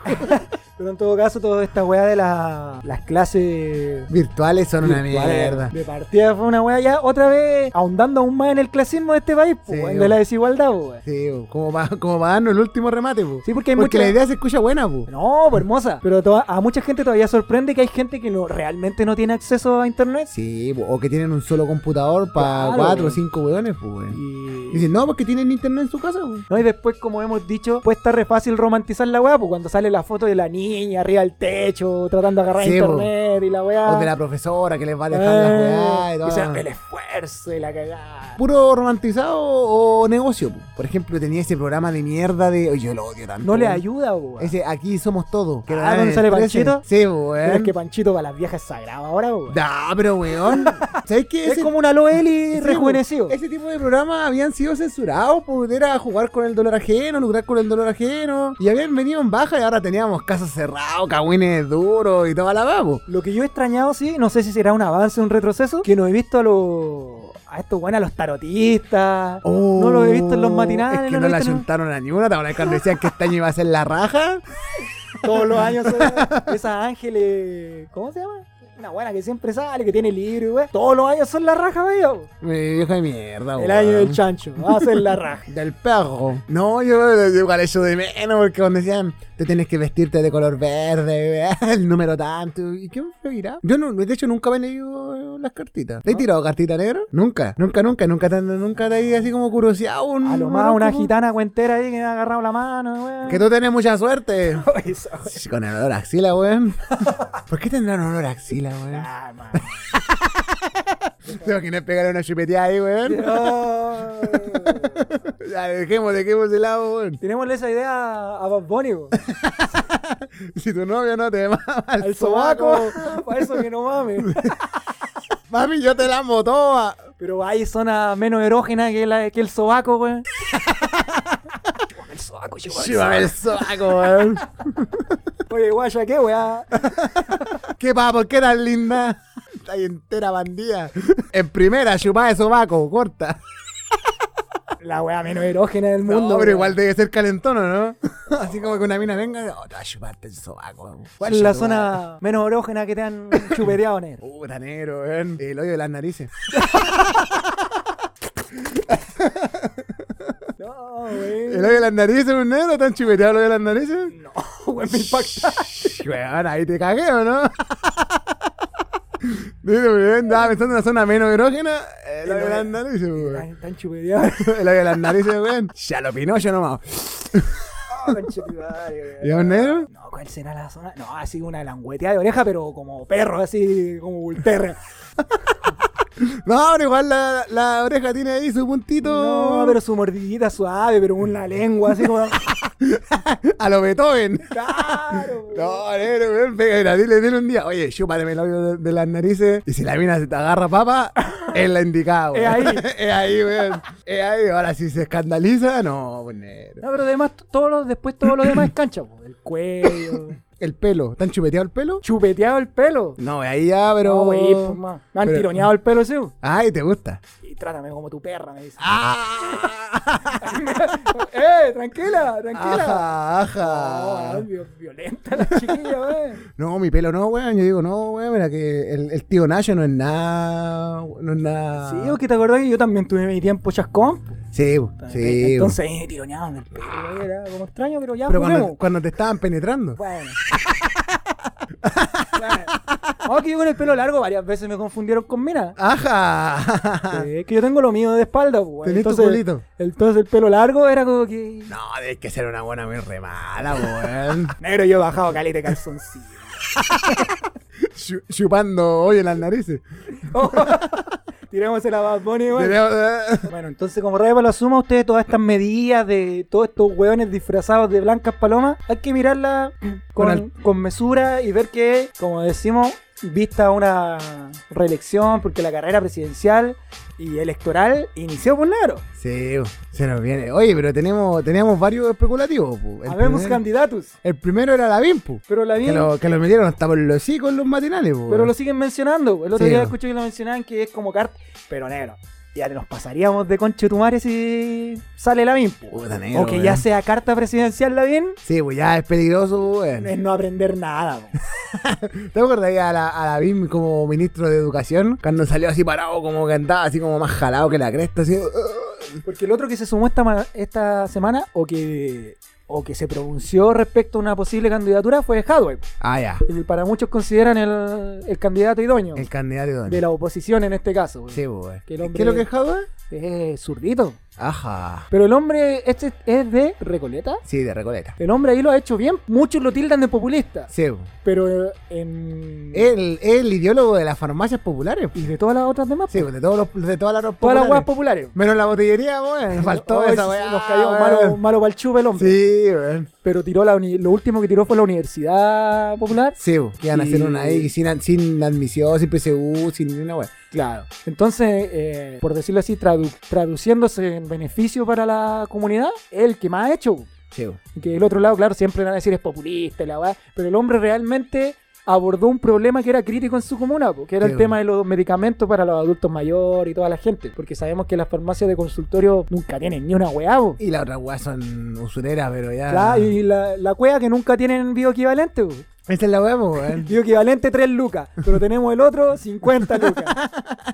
C: Pero en todo caso, toda esta weá de la- las clases
B: Virtuales son una
C: virtuales
B: mierda.
C: de partida fue una weá ya otra vez ahondando aún más en el clasismo de este país, po,
B: Sí,
C: weón, de
B: weón.
C: la desigualdad, po, weón.
B: Sí, po, como para como pa darnos el último remate, po.
C: Sí, porque hay
B: Porque
C: mucha-
B: la idea se escucha buena, po.
C: No, pues hermosa. Pero to- a mucha gente todavía sorprende que hay gente que no realmente no tiene acceso a internet.
B: Sí, po, o que tienen un solo computador para
C: Claro,
B: cuatro o
C: weón.
B: cinco weones, po, weón.
C: Y,
B: Dicen, no, porque tienen internet en su casa. po".
C: no, y después, como hemos dicho, puede estar re fácil romantizar la weá, pues cuando pues, sale la foto de la niña arriba del techo, tratando de agarrar
B: Sí, po.
C: internet y la weá.
B: O de la profesora que les va a dejar las weá y
C: Eh,
B: todo.
C: que sea el esfuerzo y la cagada.
B: Puro romantizado o negocio. po. Por ejemplo, tenía ese programa de mierda de. Oye, yo lo odio tanto.
C: No le
B: weón.
C: ayuda, pues, weón.
B: Ese aquí somos todos. que
C: Ah,
B: lo dan
C: ¿dónde
B: en el
C: sale
B: 13.
C: Panchito?
B: Sí, weón.
C: Pero es que Panchito para las viejas es sagrado ahora, pues, weón.
B: Da, pero weón. ¿Sabes qué?
C: Es
B: Ese-
C: como una Loeli
B: ese- pues.
C: rejuvenecido.
B: Ese tipo de programas habían sido censurados por era jugar con el dolor ajeno, lucrar con el dolor ajeno. Y habían venido en baja y ahora teníamos casos cerrados, cagüines duros y toda la babo.
C: Lo que yo he extrañado, sí, no sé si será un avance o un retroceso, que no he visto a los. a estos buenos, a los tarotistas. no lo he visto en los matinales.
B: Oh, Es que no,
C: lo he
B: la
C: visto en-
B: juntaron a ninguna. ¿Te acuerdas cuando decían que este año iba a ser la raja?
C: Todos los años, son- esas ángeles. ¿Cómo se llama? Una buena que siempre sale, que tiene libro, y weón. Todos los años son la raja, weón.
B: Mi vieja de mierda,
C: El año
B: weón.
C: del chancho, va a ser la raja.
B: Del perro. No, yo, yo igual eso de menos, porque cuando decían, te tienes que vestirte de color verde, el número tanto. ¿Y quién me dirá? Yo, no, de hecho, nunca me he leído eh, las cartitas. ¿Te he tirado cartita negra? Nunca, nunca, nunca, nunca, te- nunca te he así como curiosidad. Un,
C: A lo más una
B: como-
C: gitana cuentera ahí que me ha agarrado la mano, weón.
B: Que tú tenés mucha suerte.
C: Esa weá.
B: Sí, Con el olor a axila, weón. ¿Por qué tendrán olor a axila, weón?
C: Ah, man.
B: Te imaginas pegarle una chupeteada ahí, weón.
C: No.
B: Ya, dejemos, dejemos de lado, weón.
C: Tenemos esa idea a Bob Bunny, weón.
B: Si tu novio no te mama
C: al sobaco, para eso que no mames.
B: Mami, yo te la amo toda.
C: Pero hay zona menos erógena que, la, que el sobaco, weón. el sobaco, yo
B: Llévame el sobaco, weón.
C: Oye, guaya, qué weá.
B: ¿Qué pa, por qué tan linda? Está ahí entera bandida. En primera, chupá de sobaco, corta.
C: La weá menos erógena del
B: No,
C: mundo.
B: pero
C: weón.
B: igual debe ser calentón, ¿o ¿no? Así como que una mina venga, oh, te va a chuparte el sobaco.
C: Es la zona menos erógena que te han chupeteado, negro.
B: Puta negro, weón. El hoyo de las narices.
C: No, weón.
B: El hoyo de las narices, un negro, tan chupeteado el hoyo de las narices.
C: No, weón, me impacta.
B: Weón, ahí te cagué, ¿o no? Dime, weón, estaba pensando en una zona menos erógena. El hoyo de las narices, weón.
C: Están están chupeteados.
B: El hoyo de las narices, weón. Ya lo pinó yo nomás.
C: Oh, conchetumare, weón.
B: ¿Y a un negro?
C: No, ¿cuál será la zona? No, así una langueteada de oreja, pero como perro, así como Volterra.
B: No, pero igual la, la oreja tiene ahí su puntito.
C: No, pero su mordidita suave, pero una lengua así como.
B: A lo Beethoven.
C: ¡Claro!
B: No, negro, weón. Pega, mira, dile, dile un día. Oye, chúpateme el hoyo de, de las narices. Y si la mina se te agarra papa, es la indicada, weón.
C: Es ahí.
B: es ahí, weón. Es ahí. Ahora, si se escandaliza, no, pues, negro.
C: No, pero además, t- todos los, después todo lo demás es cancha. po. El cuello,
B: El pelo. ¿Tan chupeteado el pelo?
C: chupeteado el pelo.
B: No, ahí ya, pero.
C: No, güey, pues, ma. Me han
B: pero-
C: tironeado el pelo, sí. po.
B: Ay, te gusta.
C: Y trátame como tu perra, me dice.
B: ¡Ah!
C: ¡Eh, tranquila, tranquila!
B: Ajá,
C: No,
B: ajá.
C: es vi- violenta la chiquilla, güey.
B: No, mi pelo no, weón. Yo digo, no, weón, mira que el, el tío Nacho no es nada. No es nada.
C: Sí, o que te acordás que yo también tuve mi tiempo chascón. po.
B: Sí, bo, sí. bo.
C: Entonces, eh, tironeaban el pelo, güey, era como extraño, pero ya
B: Pero cuando,
C: juguemos.
B: cuando te estaban penetrando.
C: Bueno. bueno. Aunque yo con el pelo largo varias veces me confundieron con mina.
B: Ajá.
C: Sí, es que yo tengo lo mío de espalda, pues.
B: Ah. Tenés tu
C: entonces,
B: culito.
C: entonces el pelo largo era como que.
B: No, debes que ser una buena muy re mala, weón.
C: Negro, yo he bajado caleta de calzoncillo.
B: Chu- Chupando hoy en las narices.
C: Tiremos Oh. el Bad Bunny, güey.
B: Tenemos- eh,
C: Bueno, entonces, como raya para la suma, ustedes todas estas medidas de todos estos hueones disfrazados de blancas palomas, hay que mirarlas con,
B: Con
C: con, mesura y ver que, como decimos, vista una reelección, porque la carrera presidencial y electoral inició por negro.
B: Sí, bo, se nos viene. Oye, pero tenemos, teníamos varios especulativos. po. El
C: Habemos
B: primer-
C: candidatos.
B: El primero era la Bimpu.
C: Pero la
B: Que
C: bien.
B: lo, que lo metieron hasta por los hocicos en los matinales, po.
C: Pero lo siguen mencionando. El otro
B: Sí,
C: día
B: no.
C: escuché que lo mencionaban que es como cart, pero negro. Ya nos pasaríamos de conchetumare si sale la BIM.
B: Puta negro,
C: O que
B: weón.
C: ya sea carta presidencial la BIM,
B: Sí, pues ya es peligroso, weón.
C: es no aprender nada. po.
B: ¿Te acuerdas ahí a la, a la BIM como ministro de educación? Cuando salió así parado, como que andaba así como más jalado que la cresta, así. uh,
C: Porque el otro que se sumó esta, ma- esta semana o que, o que se pronunció respecto a una posible candidatura fue Hadwe.
B: Ah, ya.
C: El que para muchos consideran el, el candidato idóneo
B: El candidato
C: de
B: idóneo.
C: la oposición en este caso. weón.
B: Sí, pues, weón.
C: Que el hombre-
B: ¿Qué es lo que es Jadwe?
C: Es zurdito.
B: Ajá.
C: Pero el hombre este es de Recoleta.
B: Sí, de Recoleta.
C: El hombre ahí lo ha hecho bien. Muchos lo tildan de populista.
B: Sí. pues.
C: Pero eh, en...
B: El, el ideólogo de las farmacias populares. pues.
C: Y de todas las otras demás. pues,
B: Sí, pues, de, todos los, de todas las ropas
C: todas las weas
B: populares.
C: populares.
B: Menos la botillería, weón. Faltó
C: Ay,
B: esa
C: sí,
B: weá.
C: Nos cayó
B: weón.
C: malo, malo para el chupe el hombre.
B: Sí, weón.
C: Pero tiró la uni- lo último que tiró fue la Universidad Popular.
B: Sí, weón. Que iban a hacer
C: Y-
B: una ahí sin, sin admisión, sin PSU, sin ninguna weá.
C: Claro. Entonces, eh, por decirlo así, tradu- traduciéndose en beneficio para la comunidad, es el que más ha hecho.
B: Sí, pues. weón.
C: Que el otro lado, claro, siempre van a decir es populista, y la weá, pero el hombre realmente abordó un problema que era crítico en su comuna, po, que era
B: Sí,
C: el
B: bueno.
C: tema de los medicamentos para los adultos mayores y toda la gente, porque sabemos que las farmacias de consultorio nunca tienen ni una weá. po.
B: Y las otras weá son usureras, pero ya.
C: Claro, y la, la cueva que nunca tienen bioequivalente. po.
B: Esa es la weá, pues, weón.
C: Bioequivalente 3 lucas, pero tenemos el otro 50 lucas.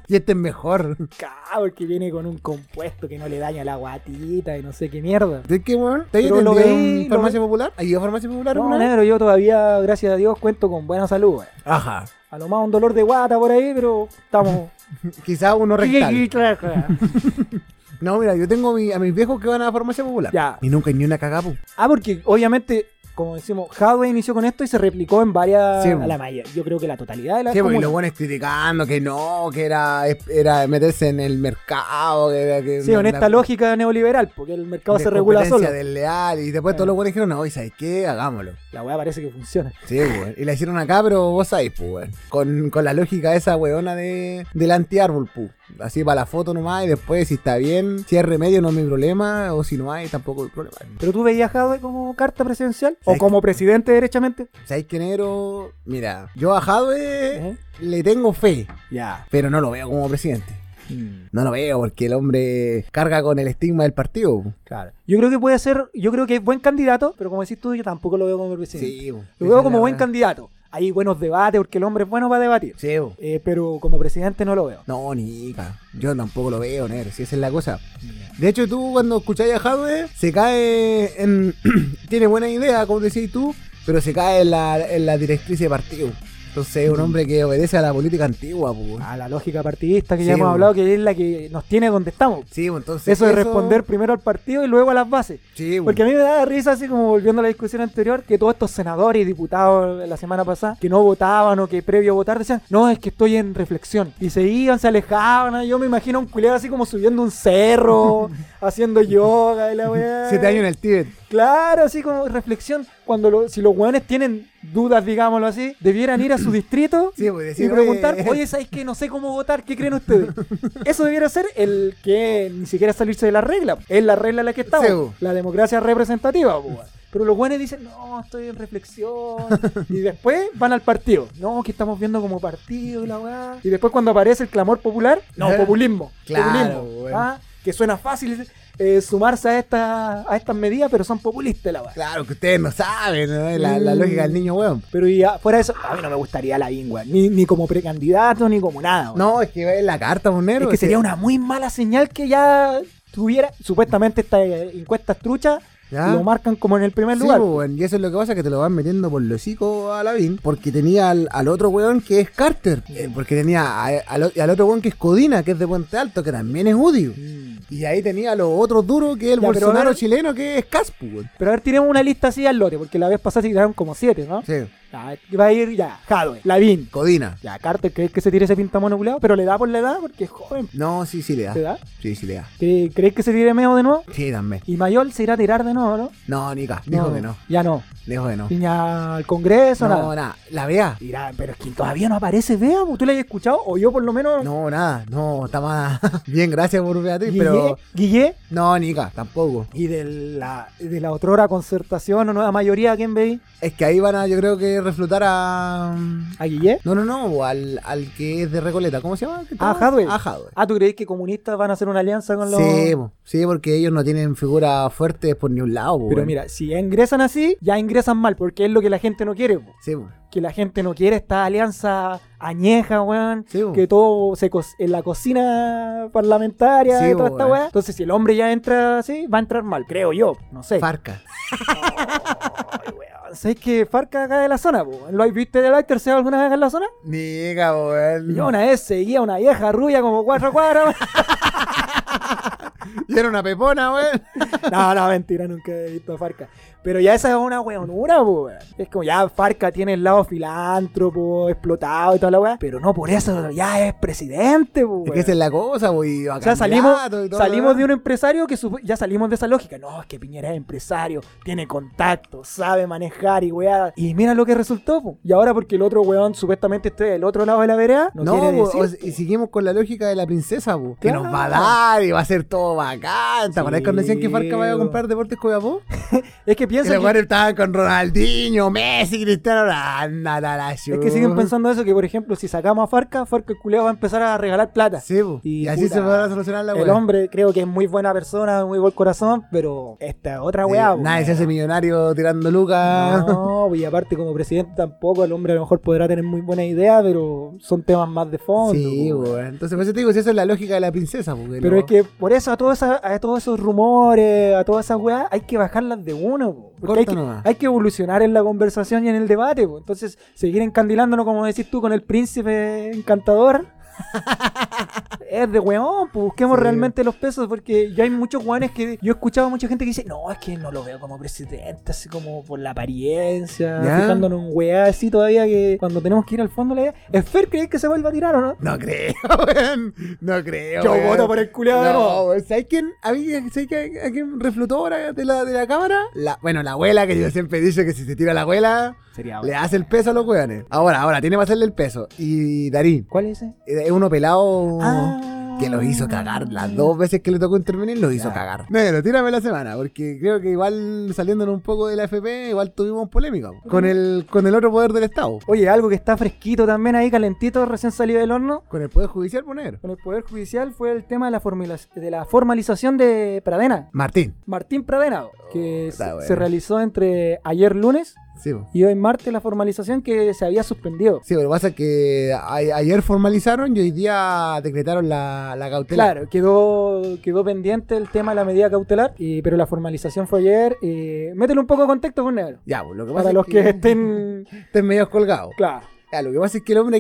B: Y este es mejor.
C: Cabrón, que viene con un compuesto que no le daña la guatita y no sé qué mierda.
B: ¿De qué, weón? ¿Te
C: Pero lo
B: lo
C: veí,
B: en
C: lo
B: farmacia popular? ¿Hay ido a farmacia popular
C: No,
B: alguna vez?
C: negro, yo todavía, gracias a Dios, cuento con buena salud. weón.
B: Ajá.
C: A lo más un dolor de guata por ahí, pero estamos.
B: Quizá uno rectal.
C: ah,
B: No, mira, yo tengo mi- a mis viejos que van a la farmacia popular.
C: Ya.
B: Y nunca ni una pues. cagapu.
C: Ah, porque obviamente, como decimos, Hadway inició con esto y se replicó en varias.
B: Sí,
C: a
B: bueno.
C: la maya. Yo creo que la totalidad de las
B: Sí, pues, y
C: comunas.
B: los buenos criticando que no, que era, era meterse en el mercado, que era que.
C: Sí, con esta lógica neoliberal, porque el mercado
B: de
C: se regula
B: competencia
C: solo.
B: desleal, y después
C: Claro.
B: todos los buenos dijeron, no, ¿y sabes qué? Hagámoslo.
C: La weá parece que funciona.
B: Sí, pues, weón. Y la hicieron acá, pero vos sabés, pues, weón. Con, con la lógica esa weona de, del antiárbol, pues. Así para la foto nomás, y después si está bien, si hay remedio no es mi problema, o si no hay, tampoco es mi problema.
C: ¿Pero tú veías a Jadwe como carta presidencial? ¿O
B: ¿Sabes
C: como presidente derechamente?
B: ¿Sabes qué, negro? Mira, yo a Jadwe
C: ¿Eh?
B: le tengo fe,
C: Ya.
B: pero no lo veo como presidente. No lo veo porque el hombre carga con el estigma del partido. po.
C: Claro. Yo creo que puede ser, yo creo que es buen candidato, pero como decís tú, yo tampoco lo veo como presidente.
B: Sí, po.
C: lo veo
B: Esa
C: como
B: es la
C: buen
B: weá.
C: candidato. Hay buenos debates porque el hombre es bueno para debatir.
B: Sí, po.
C: Eh, pero como presidente no lo veo.
B: No, ni ca. Yo tampoco lo veo, negro. Si esa es la cosa. De hecho, tú cuando escucháis a Hadwe, se cae en. tiene buena idea, como decís tú, pero se cae en la, en la directriz de partido. Entonces
C: Mm.
B: es un hombre que obedece a la política antigua, pues.
C: A la lógica partidista que ya
B: Sí,
C: hemos
B: bueno.
C: hablado, que es la que nos tiene donde estamos.
B: Sí, pues, entonces.
C: eso de responder primero al partido y luego a las bases.
B: Sí,
C: Porque a mí me da risa, así como volviendo a la discusión anterior, que todos estos senadores y diputados la semana pasada que no votaban o que previo a votar decían, no, es que estoy en reflexión. Y se iban, se alejaban. ¿no? Yo me imagino un culero así como subiendo un cerro, haciendo yoga y la weá.
B: Siete años en el Tíbet.
C: Claro, así como reflexión. Cuando lo- si los weones tienen dudas, digámoslo así, debieran ir a su distrito
B: Sí, pues,
C: y
B: decir,
C: preguntar,
B: "Oye,
C: oye, ¿sabéis que no sé cómo votar? ¿Qué creen ustedes? Eso debiera ser el que ni siquiera salirse de la regla. Es la regla en la que estamos.
B: Sí, pues. bu.
C: La democracia representativa, bu, weón. Pero los buenos dicen, no, estoy en reflexión. y después van al partido. No, que estamos viendo como partido y la weá. Y después cuando aparece el clamor popular, no, populismo.
B: Eh. Claro,
C: populismo,
B: weón.
C: ¿ah? Que suena fácil eh, sumarse a, esta, a estas medidas, pero son populistas la weá.
B: Claro que ustedes no saben, ¿no? La, la
C: Mm.
B: lógica del niño weón.
C: Pero y a- fuera de eso, a mí no me gustaría la lengua, ni, ni como precandidato, ni como nada. weón.
B: No, es que es la carta, pues, negro.
C: Ah, es que
B: o sea,
C: sería una muy mala señal que ya tuviera, supuestamente estas eh, encuestas truchas
B: ¿Ya?
C: lo marcan como en el primer
B: Sí,
C: lugar.
B: pues, weón, y eso es lo que pasa, que te lo van metiendo por los hocico a Lavín, porque tenía al, al otro weón que es Carter, eh, porque tenía a- al, o- y al otro weón que es Codina, que es de Puente Alto, que también es Udio.
C: Mm.
B: Y ahí tenía a los otros duros, que es el
C: Ya, pero
B: Bolsonaro
C: ahora-
B: chileno, que es Caspu, weón.
C: Pero a ver, tiremos una lista así al lote, porque la vez pasada se tiraron como siete, ¿no?
B: Sí,
C: Ah, va a ir ya, Jadwe, Lavín,
B: Codina.
C: ya Carter, ¿crees que se tire ese pinta monoculado? Pero le da por la edad, porque es joven.
B: No, sí, sí le da.
C: ¿Se da?
B: Sí, sí le da.
C: ¿Cre- ¿Crees que se tire Meo de nuevo?
B: Sí, también.
C: Y Mayol se irá a tirar de nuevo, ¿no?
B: No, Nica, dijo que no.
C: Ya no.
B: Dijo que no.
C: Ni al Congreso,
B: No,
C: nada.
B: nada. La vea.
C: Dirá, pero es que todavía no aparece Vea, ¿tú la has escuchado? O yo por lo menos.
B: No, nada. No, está más. Bien, gracias por Beatriz,
C: Guille,
B: pero.
C: Guille,
B: No, Nica, tampoco.
C: y de la, de la otrora concertación o nueva mayoría, ¿a quién veí?
B: Es que ahí van a, yo creo que reflotar a.
C: ¿A Guille?
B: No, no, no, al, al que es de Recoleta. ¿Cómo se llama? ¿Qué
C: Ah,
B: tal?
C: Jadwe.
B: Ah, Jadwe.
C: Ah, ¿tú crees que comunistas van a hacer una alianza con los.?
B: Sí, po, sí, porque ellos no tienen figuras fuertes por ni un lado. po,
C: Pero
B: weón.
C: mira, si ya ingresan así, ya ingresan mal, porque es lo que la gente no quiere. po.
B: Sí, po.
C: Que la gente no quiere esta alianza añeja, weón.
B: Sí, po.
C: que todo se co- en la cocina parlamentaria
B: Sí,
C: y toda
B: po,
C: esta
B: weón.
C: weá. Entonces, si el hombre ya entra así, va a entrar mal, creo yo. No sé.
B: Farca.
C: Ay, weón. ¿Sabes que Farca acá de la zona, po? ¿Lo has visto de la tercera alguna vez en la zona?
B: Niga, weón.
C: Yo una vez seguía a una vieja rubia como cuatro cuadras.
B: Y era una pepona, weón.
C: No, no, mentira, nunca he visto a Farca. Pero ya esa es una weonura, po, weón. Es como ya Farca tiene el lado filántropo, explotado y toda la weá. Pero no por eso, ya es presidente, po,
B: Es
C: weón.
B: que esa es la cosa, weón.
C: O sea, salimos, salimos de un empresario que supo- ya salimos de esa lógica. No, es que Piñera es empresario, tiene contacto, sabe manejar y weá. Y mira lo que resultó, po. Y ahora porque el otro weón supuestamente esté del otro lado de la vereda, no,
B: No,
C: quiere
B: po,
C: decir,
B: o sea, y seguimos con la lógica de la princesa, po, que
C: Claro.
B: nos va a dar y va a ser todo bacán. ¿Te acuerdas
C: Sí,
B: cuando decían que Farca vaya a
C: po.
B: comprar deportes Coyapó?
C: Es que
B: Y los
C: piensan que-
B: jugadores estaban con Ronaldinho, Messi, Cristiano. Anda, la, la,
C: es que siguen pensando eso, que por ejemplo, si sacamos a Farca, Farca el culeo va a empezar a regalar plata.
B: Sí, po.
C: Y
B: Y, así
C: puta,
B: se va a solucionar la
C: El
B: weá.
C: hombre creo que es muy buena persona, muy buen corazón, pero esta otra
B: Sí,
C: weá. po.
B: Eh, Nadie se hace millonario tirando lucas.
C: No, y aparte como presidente tampoco, el hombre a lo mejor podrá tener muy buena idea, pero son temas más de fondo.
B: Sí,
C: po,
B: weón. Entonces, por eso te digo, si eso es la lógica de la princesa, porque
C: Pero es que por eso a, todas esas- a todos esos rumores, a todas esas weas, hay que bajarlas de uno. po. Porque hay
B: Corta
C: que,
B: nomás.
C: hay que evolucionar en la conversación y en el debate. po. Entonces, seguir encandilándonos, como decís tú, con el príncipe encantador. es de weón, pues busquemos
B: Sí.
C: realmente los pesos. Porque ya hay muchos weones que yo he escuchado a mucha gente que dice: No, es que no lo veo como presidente, así como por la apariencia,
B: Ya.
C: fijándonos en weá así todavía que cuando tenemos que ir al fondo de la idea. ¿Es Fer crees que se vuelva a tirar o no?
B: No creo, weón. No creo. weón.
C: el
B: No, weón. ¿sabes quién? A mí, ¿sabes quién, a quién reflotó ahora de la, de la cámara? La, bueno, la abuela, que yo siempre he dicho que si se tira la abuela,
C: Sería
B: le hace el peso a los weones. Ahora, ahora, tiene que hacerle el peso. Y Darín,
C: ¿Cuál es ese?
B: eh, es uno pelado
C: Ah.
B: que los hizo cagar. Las dos veces que le tocó intervenir, los hizo
C: Ya.
B: cagar. Negro, tírame la semana, porque creo que igual saliéndonos un poco de la FP, igual tuvimos polémica con el, con el otro poder del Estado.
C: Oye, algo que está fresquito también ahí, calentito, recién salido del horno.
B: Con el poder judicial, poner.
C: Con el Poder Judicial fue el tema de la, formula- de la formalización de Pradena.
B: Martín.
C: Martín Pradena, que
B: Oh, está
C: se,
B: bueno.
C: se realizó entre ayer lunes
B: Sí, po.
C: y hoy martes la formalización que se había suspendido.
B: Sí, pero lo que pasa es que a- ayer formalizaron y hoy día decretaron la, la cautela.
C: Claro, quedó, quedó pendiente el tema de la medida cautelar, y- pero la formalización fue ayer. eh, métele un poco de contexto, pues, negro.
B: Ya, pues, lo que pasa
C: Para
B: es
C: los
B: que,
C: que estén...
B: estén medio colgados.
C: Claro.
B: Ya, lo que pasa es que el hombre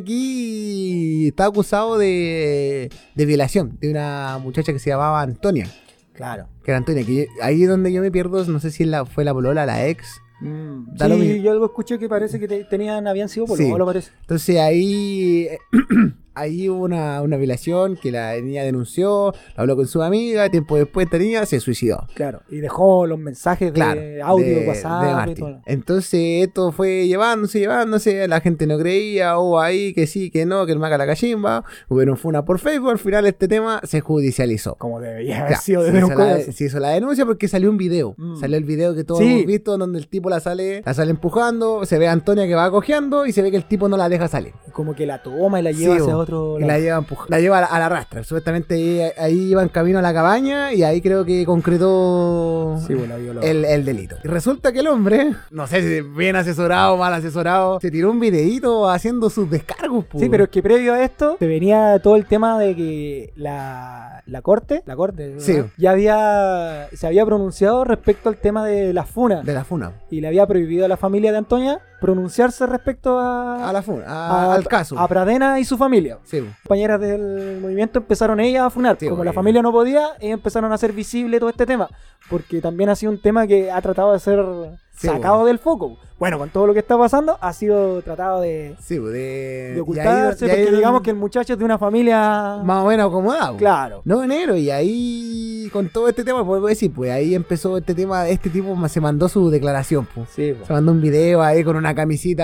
B: aquí está acusado de, de violación de una muchacha que se llamaba Antonia.
C: Claro.
B: Que era Antonia, que yo- ahí es donde yo me pierdo, no sé si es la, fue la polola, la ex. Mm, Da lo
C: sí,
B: mismo.
C: yo algo escuché que parece que te- tenían, habían sido por
B: Sí.
C: lo parece.
B: Entonces ahí, ahí hubo una, una violación que la niña denunció, lo habló con su amiga, tiempo después esta niña se suicidó.
C: Claro, y dejó los mensajes de
B: Claro,
C: audio,
B: de-
C: WhatsApp.
B: de
C: y
B: Martín.
C: todo.
B: Entonces esto fue llevándose, llevándose, la gente no creía, hubo ahí que sí, que no, que el maca la cachimba, hubieron funa por Facebook, al final este tema se judicializó.
C: Como debería haber
B: Ya,
C: sido
B: se,
C: desde un
B: hizo la,
C: comienzo.
B: se hizo la denuncia porque salió un video.
C: Mm.
B: Salió el video que todos
C: Sí.
B: hemos visto donde el tipo la sale, la sale empujando, se ve a Antonia que va cojeando y se ve que el tipo no la deja salir.
C: Como que la toma y la
B: Sí,
C: lleva hacia
B: bo.
C: otro
B: Y la
C: lado.
B: lleva, empuj- la lleva a la, a la rastra. Supuestamente ahí, ahí iban camino a la cabaña y ahí creo que concretó
C: Sí, bo, la violó.
B: el, el delito. Y resulta que el hombre, no sé si bien asesorado o mal asesorado, se tiró un videíto haciendo sus descargos. po.
C: Sí, pero es que previo a esto se venía todo el tema de que la, la corte, la corte
B: Sí.
C: ¿verdad? ya había se había pronunciado respecto al tema de las funas
B: pues, De la funa.
C: y le había prohibido a la familia de Antonia pronunciarse respecto a,
B: A la funa, a-
C: a-
B: al caso.
C: a Pradena y su familia.
B: Sí, pues. po.
C: compañeras del movimiento empezaron ellas a funar.
B: Sí,
C: Como la
B: bueno.
C: familia no podía, ellas empezaron a hacer visible todo este tema. Porque también ha sido un tema que ha tratado de ser
B: Sí,
C: sacado
B: bueno.
C: del foco. Bueno, con todo lo que está pasando, ha sido tratado de,
B: sí, po, de,
C: de
B: Eh, y ahí-
C: ocultarse.
B: y ahí
C: porque
B: es
C: digamos que
B: donde-
C: el muchacho es de una familia.
B: Más o menos acomodado. po.
C: Claro.
B: No, enero, y ahí con todo este tema, puedo decir, pues ahí empezó este tema, este tipo ma- se mandó su declaración, pues.
C: Sí, po.
B: Se mandó un video ahí con una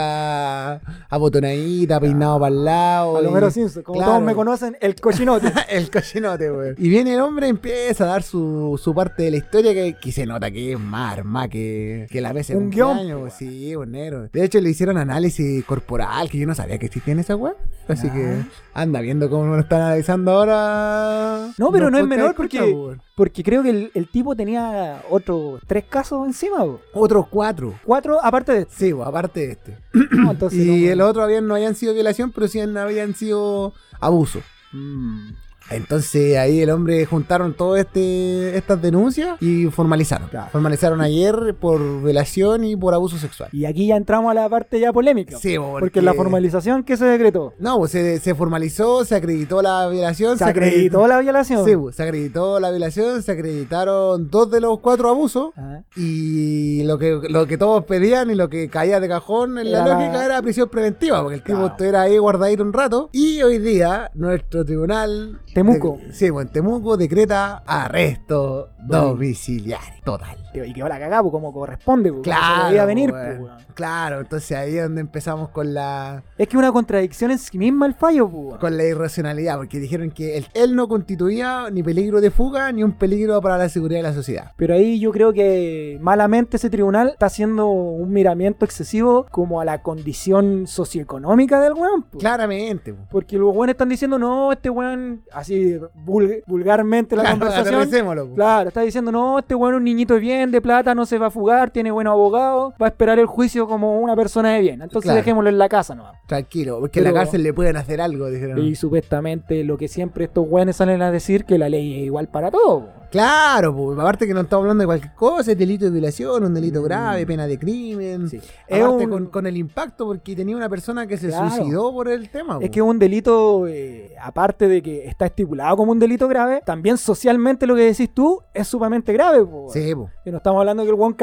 B: camisita abotonadita, peinado para el lado.
C: A
B: y-
C: lo menos Simpson, como
B: claro.
C: todos me conocen, el cochinote.
B: el cochinote, weón. Y viene el hombre, empieza a dar su, su parte de la historia que, que se nota que es más arma que, que la mesa de
C: Un guión, pues,
B: cumpleaños, weón. Sí, un negro. De hecho, le hicieron análisis corporal, que yo no sabía que existía en esa weá. Así
C: Ah.
B: que anda viendo cómo lo están analizando ahora.
C: No, pero
B: los
C: no es
B: podcasts
C: menor
B: de
C: porque-
B: corta, weón.
C: porque creo que el, el tipo tenía otros tres casos encima. po.
B: Otros cuatro.
C: Cuatro aparte de
B: Sí, weón, aparte de este.
C: No, entonces
B: y
C: no-
B: el otro habían, no habían sido violación, pero sí habían sido abuso.
C: Mm.
B: Entonces ahí el hombre juntaron todas este, estas denuncias y formalizaron.
C: Claro.
B: Formalizaron ayer por violación y por abuso sexual.
C: Y aquí ya entramos a la parte ya polémica.
B: Sí,
C: Porque la formalización que se decretó,
B: No, pues se, se formalizó, se acreditó la violación.
C: se acreditó la violación.
B: Sí, pues, se acreditó la violación, se acreditaron dos de los cuatro abusos.
C: Ah,
B: Y lo que, lo que todos pedían y lo que caía de cajón en la
C: Era-
B: lógica era prisión preventiva, porque el tipo
C: Claro.
B: estuviera ahí guardadito un rato. Y hoy día, nuestro tribunal.
C: Temuco.
B: de- sí, bueno, Temuco decreta arresto domiciliario. Total.
C: tío, y quedó la cagada, pues, como corresponde. Pues, como se
B: Claro.
C: debía venir,
B: weón.
C: pues, weón.
B: Claro, entonces ahí es donde empezamos con la,
C: Es que una contradicción en sí misma el fallo, pues, weón.
B: con la irracionalidad, porque dijeron que él, él no constituía ni peligro de fuga ni un peligro para la seguridad de la sociedad.
C: Pero ahí yo creo que malamente ese tribunal está haciendo un miramiento excesivo como a la condición socioeconómica del weón. pues.
B: Claramente. po.
C: Porque los weones están diciendo, no, este weón, así vulg- vulgarmente la
B: Claro,
C: conversación.
B: aterricémoslo, pues. po.
C: Claro, está diciendo, no, este weón es un niñito de bien, de plata, no se va a fugar, tiene buenos abogados, va a esperar el juicio como una persona de bien. Entonces
B: Claro.
C: dejémoslo en la casa nomás.
B: Tranquilo, porque en
C: Pero-
B: la cárcel le pueden hacer algo, dijeron.
C: Y supuestamente lo que siempre estos weones salen a decir, que la ley es igual para todos.
B: Claro, po, aparte que no estamos hablando de cualquier cosa, es delito de violación, un delito
C: Mm.
B: grave, pena de crimen.
C: Sí. Es
B: Mm. Aparte
C: un-
B: con, con el impacto, porque tenía una persona que se
C: Claro.
B: suicidó por el tema.
C: Es
B: po.
C: que es un delito, eh, aparte de que está estipulado como un delito grave, también socialmente lo que decís tú es sumamente grave. po.
B: Sí, po.
C: Que no estamos hablando que el weón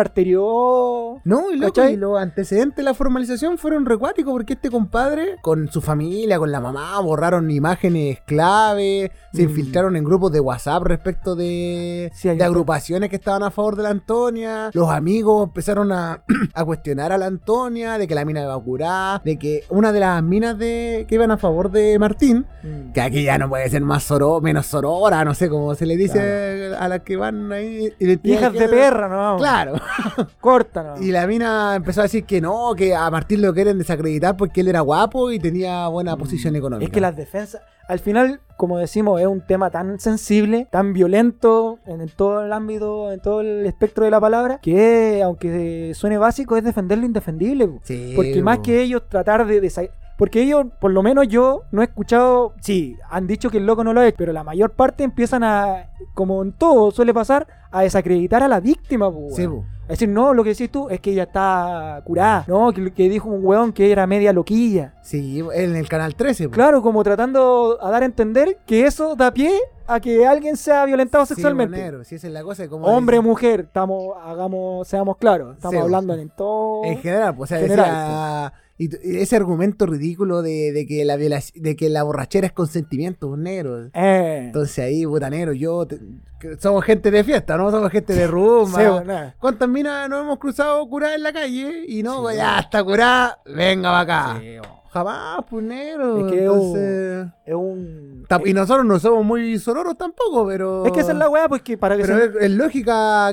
C: carterió.
B: No, y, loco,
C: ¿Cachai?
B: y los antecedentes de la formalización fueron recuáticos porque este compadre con su familia, con la mamá, borraron imágenes clave, se
C: Mm.
B: infiltraron en grupos de WhatsApp respecto de,
C: Sí, hay
B: de
C: un-
B: agrupaciones que estaban a favor de la Antonia. Los amigos empezaron a, a cuestionar a la Antonia de que la mina iba a curar, de que una de las minas de, que iban a favor de Martín,
C: Mm.
B: que aquí ya no puede ser más soro, menos sorora, no sé cómo se le dice a las que van ahí. identidad
C: Hijas de
B: género.
C: perra, no vamos.
B: Claro.
C: Corta, no.
B: Y la mina empezó a decir que no, que a Martín lo quieren desacreditar porque él era guapo y tenía buena posición económica.
C: Mm, Es que las defensas, al final, como decimos, es un tema tan sensible, tan violento en, en todo el ámbito, en todo el espectro de la palabra, que aunque suene básico, es defender lo indefendible. po.
B: Sí,
C: Porque más
B: po.
C: que ellos tratar de... desa- porque ellos, por lo menos yo, no he escuchado... Sí, han dicho que el loco no lo es, pero la mayor parte empiezan a, como en todo suele pasar, a desacreditar a la víctima. po,
B: Sí,
C: weón.
B: po.
C: a decir, no, lo que decís tú es que ella está curada. No, que, que dijo un weón que era media loquilla.
B: Sí, en el canal 13. po.
C: Claro, como tratando a dar a entender que eso da pie a que alguien sea violentado
B: Sí,
C: sexualmente.
B: monero, sí, esa es la cosa. Como
C: Hombre,
B: dice-
C: mujer, estamos, hagamos, seamos claros, estamos
B: Sí, bo.
C: hablando en todo.
B: En general, pues, o sea,
C: general,
B: decía- y t- y ese argumento ridículo de, de que la viola- de que la borrachera es consentimiento, pues, negro.
C: Eh,
B: Entonces ahí, botanero, yo. te- que somos gente de fiesta, ¿no? Somos gente de rumba.
C: sí, bo, nah.
B: ¿Cuántas minas nos hemos cruzado curadas en la calle? Y no,
C: Sí.
B: ya está curada, venga para acá.
C: Sí, bo.
B: Jamás, pues negro.
C: Es que uh,
B: entonces-
C: Es un.
B: Tam- Y nosotros no somos muy sonoros tampoco, pero.
C: Es que esa es la weá, pues que para que
B: Pero
C: se-
B: es, es lógica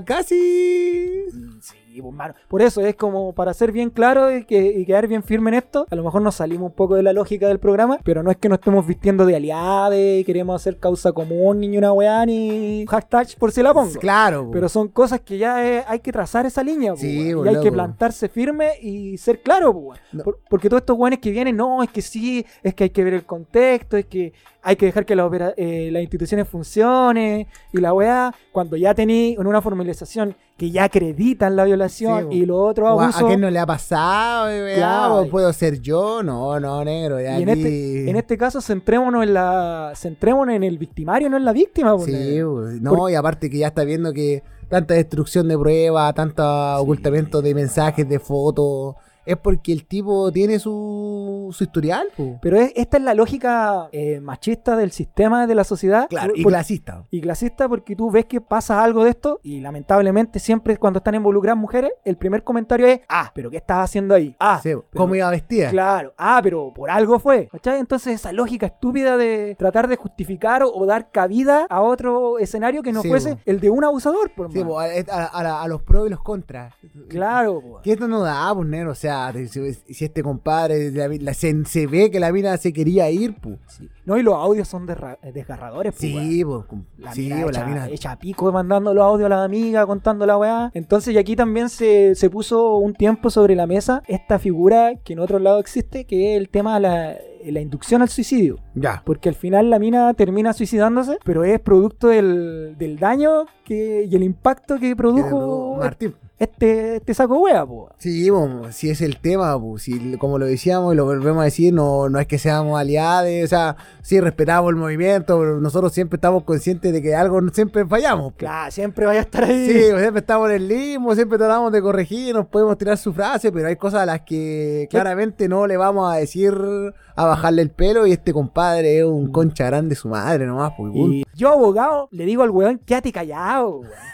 B: casi.
C: Sí, pues, mano. Por eso es como para ser bien claro y, que, y quedar bien firme en esto. A lo mejor nos salimos un poco de la lógica del programa, pero no es que nos estemos vistiendo de aliades y queremos hacer causa común, ni una weá, ni hashtag por si la pongo.
B: Claro.
C: Pero son cosas que ya eh, hay que trazar esa línea, pues,
B: Sí,
C: weón,
B: pues,
C: y hay
B: loco.
C: que plantarse firme y ser claro, pues, weón.
B: No.
C: Por- porque todos estos guanes que vienen, no, es que sí, es que hay que ver el contexto, es que hay que dejar que la opera- eh, las instituciones funcionen y la weá, cuando ya tení en una formalización que ya acreditan la
B: Sí,
C: violación
B: pues.
C: y los otros
B: O a,
C: abusos.
B: a quién no le ha pasado? Y,
C: Claro.
B: veamos, ¿Puedo ser yo? No, no, negro. ya
C: Y en
B: aquí-
C: este, en este caso centrémonos en la centrémonos en el victimario, no en la víctima. pues,
B: Sí,
C: negro.
B: pues, no, y aparte que ya está viendo que tanta destrucción de pruebas, tanto ocultamiento de mensajes, de fotos, es porque el tipo tiene su, su historial, pues.
C: Pero es- esta es la lógica eh, machista del sistema de la sociedad.
B: Claro, y
C: Por-
B: clasista.
C: y clasista porque tú ves que pasa algo de esto y lamentablemente siempre cuando están involucradas mujeres el primer comentario es ah pero qué estás haciendo ahí ah
B: Sí,
C: pero-
B: ¿Cómo iba vestida?
C: Claro, ah, pero por algo fue. ¿Cachai? Entonces esa lógica estúpida de tratar de justificar o, o dar cabida a otro escenario que no
B: Sí,
C: fuese
B: bo.
C: el de un abusador, por
B: Sí,
C: más.
B: po, a, a- a la- a los pros y los contras.
C: Claro, bo.
B: Que esto no da, pues, negro. O sea, te- si, si este compadre la vi- la- se, se ve que la mina se quería ir, pues.
C: Sí. No, y los audios son desra- desgarradores, po, weón.
B: Sí, pues. com-
C: La
B: Sí,
C: mina
B: po, la
C: hecha,
B: mina.
C: hecha pico mandando los audios a la amiga, contando la weá. Entonces, y aquí también se, se puso un tiempo sobre la mesa esta figura que en otro lado existe, que es el tema de la- la inducción al suicidio.
B: Ya.
C: Porque al final la mina termina suicidándose, pero es producto del, del daño que, y el impacto que produjo
B: Martín.
C: este, este saco hueá, po.
B: Sí, bueno, si es el tema, pues, si, como lo decíamos y lo volvemos a decir, no, no es que seamos aliados, o sea, sí respetamos el movimiento, pero nosotros siempre estamos conscientes de que algo siempre fallamos. pues.
C: Claro, siempre vaya a estar ahí.
B: Sí, pues, siempre estamos en el limbo, siempre tratamos de corregir, nos podemos tirar su frase, pero hay cosas a las que claramente no le vamos a decir a bajarle el pelo y este compadre es
C: Mm.
B: un concha grande su madre nomás, pues,
C: Y yo, abogado, le digo al weón, quédate callado,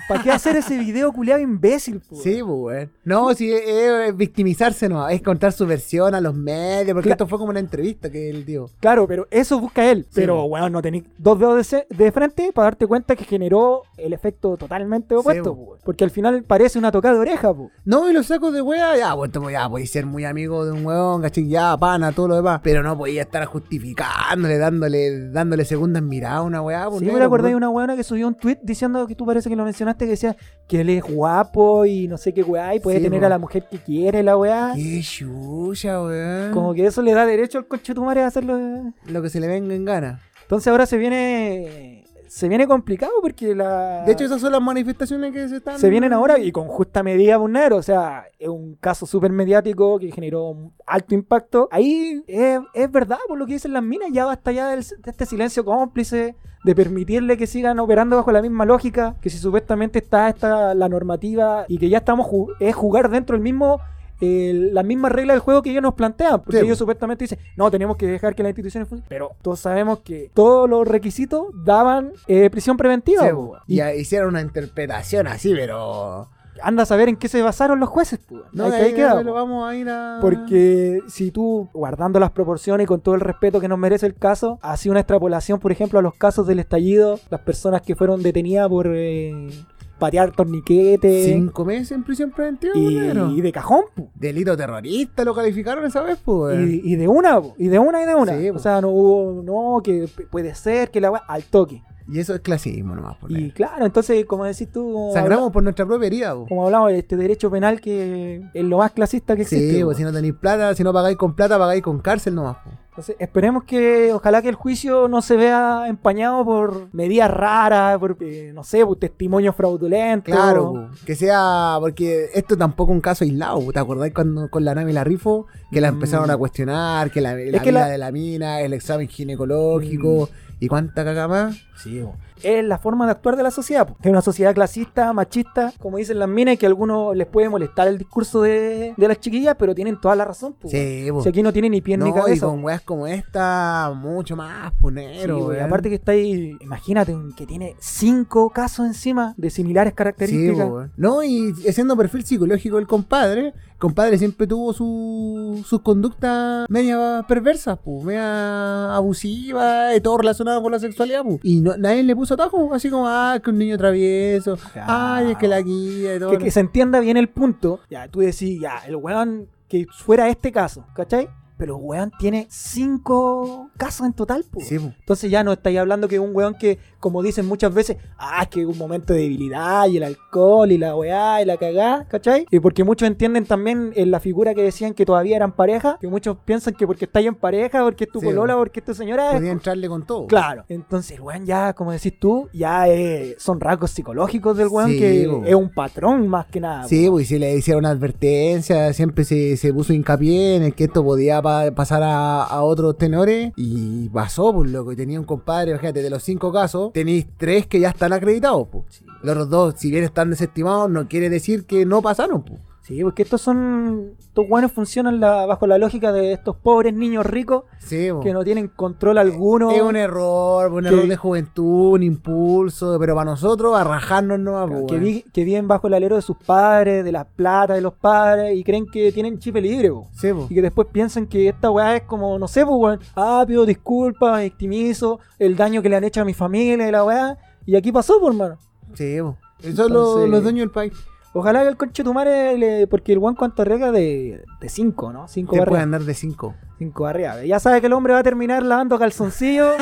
C: ¿Para qué hacer ese video culiado imbécil, po?
B: Sí, pues, weón. No, sí, es, es victimizarse nomás, es contar su versión a los medios, porque
C: Cla-
B: esto fue como una entrevista que él dio.
C: Claro, pero eso busca él.
B: Sí.
C: Pero, weón, no tenéis dos dedos de, ce- de frente para darte cuenta que generó el efecto totalmente opuesto,
B: po.
C: po, weón. Porque al final parece una tocada de oreja, po.
B: No, y los sacos de wea, ya, pues, tú, ya, podéis ser muy amigo de un weón, cachín, ya, pana, todo lo demás, pero no podía estar justificándole, dándole, dándole segundas miradas a una weá, pues,
C: Sí, me
B: negro,
C: acordé de
B: pues.
C: una weona que subió un tweet diciendo que tú parece que lo mencionaste, que decía que él es guapo y no sé qué weá, y puede
B: Sí,
C: tener
B: po.
C: a la mujer que quiere la weá.
B: Qué chucha, weón.
C: Como que eso le da derecho al coche tu madre a hacerlo. eh.
B: Lo que se le venga en gana.
C: Entonces ahora se viene. Se viene complicado porque la.
B: De hecho, esas son las manifestaciones que se están.
C: se vienen ahora y con justa medida Bunero. O sea, es un caso súper mediático que generó un alto impacto. Ahí es, es verdad, por lo que dicen las minas, ya basta ya del- de este silencio cómplice, de permitirle que sigan operando bajo la misma lógica, que si supuestamente está esta, la normativa y que ya estamos ju- es jugar dentro del mismo. eh, las mismas reglas del juego que ellos nos plantean, porque
B: Sí.
C: ellos supuestamente dicen, no, tenemos que dejar que las instituciones funcionen, pero todos sabemos que todos los requisitos daban eh, prisión preventiva.
B: Sí,
C: po.
B: y a- hicieron una interpretación así, pero.
C: anda a saber en qué se basaron los jueces, pues.
B: No,
C: Ahí-
B: de
C: ahí
B: ahí-
C: queda,
B: ahí lo
C: po.
B: vamos a ir a.
C: Porque si tú, guardando las proporciones y con todo el respeto que nos merece el caso, hacía una extrapolación, por ejemplo, a los casos del estallido, las personas que fueron detenidas por eh, patear torniquetes
B: Cinco meses en prisión preventiva,
C: y,
B: negro.
C: y de cajón, po.
B: Delito terrorista lo calificaron esa vez, pues.
C: Y, y de una, po. y de una y de una.
B: Sí, pues. po.
C: o sea, no hubo, no, que p- puede ser, que la wea- al toque.
B: Y eso es clasismo nomás, por
C: Y
B: negro.
C: claro, entonces, como decís tú,
B: Sangramos por nuestra propia herida, po.
C: como hablamos de este derecho penal que es lo más clasista que existe.
B: Sí,
C: po.
B: pues si no tenéis plata, si no pagáis con plata, pagáis con cárcel nomás, po.
C: Entonces, esperemos que, ojalá que el juicio no se vea empañado por medidas raras, por, eh, no sé, por testimonios fraudulentos.
B: Claro, po. que sea, porque esto tampoco es un caso aislado, po. ¿te acordás cuando con la nave la rifo? Que la
C: Mm.
B: empezaron a cuestionar, que la, la
C: que
B: vida
C: la- Mm.
B: de la mina, el examen ginecológico y cuánta caca más.
C: Sí, po. Es la forma de actuar de la sociedad, po. Es una sociedad clasista, machista, como dicen las minas, y que a algunos les puede molestar el discurso de, de las chiquillas, pero tienen toda la razón, po.
B: Sí, po.
C: Si aquí no tiene ni pie ni
B: no, y
C: cabeza.
B: con weas como esta, mucho más
C: Sí,
B: punero,
C: po, y
B: weón.
C: aparte que está ahí, imagínate un- que tiene cinco casos encima de similares
B: Sí,
C: características.
B: po, weón. No, y siendo perfil psicológico el compadre, el compadre siempre tuvo su, sus conductas media perversas, po, media abusivas, y todo relacionado con la sexualidad, po. Y no- nadie le puso atajo, así como, ah, que un niño travieso,
C: Claro.
B: ay, es que la guía y todo.
C: que, que se entienda bien el punto. Ya, tú decís, ya, el weón que fuera este caso, ¿cachai? Pero el weón tiene cinco casos en total, po.
B: Sí, po.
C: Entonces ya no estáis hablando que un weón que, como dicen muchas veces, ah, es que un momento de debilidad y el alcohol y la weá y la cagá, ¿cachai? Y porque muchos entienden también en la figura que decían que todavía eran pareja, que muchos piensan que porque estáis en pareja, porque es tu
B: Sí,
C: colola,
B: po.
C: porque es tu señora, es
B: Podía entrarle con todo.
C: Eh, Claro. Entonces, el weón ya, como decís tú, ya eh, son rasgos psicológicos del weón
B: Sí,
C: que
B: po.
C: es un patrón más que nada.
B: Sí, pues y se le hicieron advertencias, siempre se, se puso hincapié en el que esto podía pa- pasar a, a otros tenores y pasó, pues loco, y tenía un compadre, imagínate, de los cinco casos, tenéis tres que ya están acreditados, pues.
C: Sí.
B: Los otros dos, si bien están desestimados, no quiere decir que no pasaron, pues.
C: Sí, porque estos son. Estos buenos funcionan la- bajo la lógica de estos pobres niños ricos
B: Sí, pues.
C: que no tienen control alguno.
B: Es un error, pues, un
C: que-
B: error de juventud, un impulso, pero para nosotros arrajarnos no va,
C: que, vi- que viven bajo el alero de sus padres, de las plata de los padres, y creen que tienen chip libre, po.
B: Sí, pues.
C: Y que después piensan que esta weá es como, no sé, pues weón, ah, pido disculpas, victimizo el daño que le han hecho a mi familia y la weá. Y aquí pasó, por hermano.
B: Sí, pues. Eso es lo-
C: Entonces-
B: los dueños del país.
C: Ojalá que el conche tu madre le- porque el Juan cuánto rega de 5, ¿no? 5
B: Te puede
C: barras.
B: andar de cinco.
C: 5 Cinco arriba. Ya sabe que el hombre va a terminar lavando calzoncillos.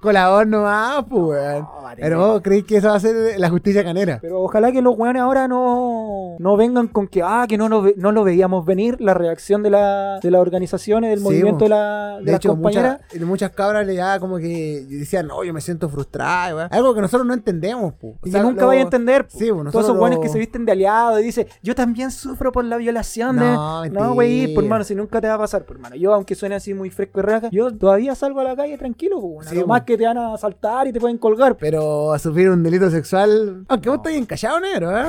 B: Colador nomás, pues, weón.
C: No, vale,
B: Pero vos creéis que eso va a ser la justicia canera.
C: Pero ojalá que los weones ahora no, no vengan con que, ah, que no, lo ve- no lo veíamos venir, la reacción de, la, de las organizaciones, del
B: Sí,
C: movimiento
B: bo.
C: de, la, de
B: De
C: las
B: hecho,
C: compañeras.
B: muchas, muchas cabras le da como que decían, no, yo me siento frustrada, weón. Algo que nosotros no entendemos, pues.
C: Y que nunca vaya a entender. po.
B: Sí, bueno,
C: Todos esos
B: nosotros
C: weones
B: lo-
C: que se visten de aliado y dicen, yo también sufro por la violación de.
B: No,
C: No, güey,
B: mentira.
C: por hermano, si nunca te va a pasar, por hermano. Yo, aunque suene así muy fresco y raja, yo todavía salgo a la calle tranquilo, po, weón.
B: Sí, pues.
C: Lo más
B: po.
C: que te van a asaltar y te pueden colgar. pues. po.
B: Pero a sufrir un delito sexual. Aunque vos estáis encallado, negro, ¿eh?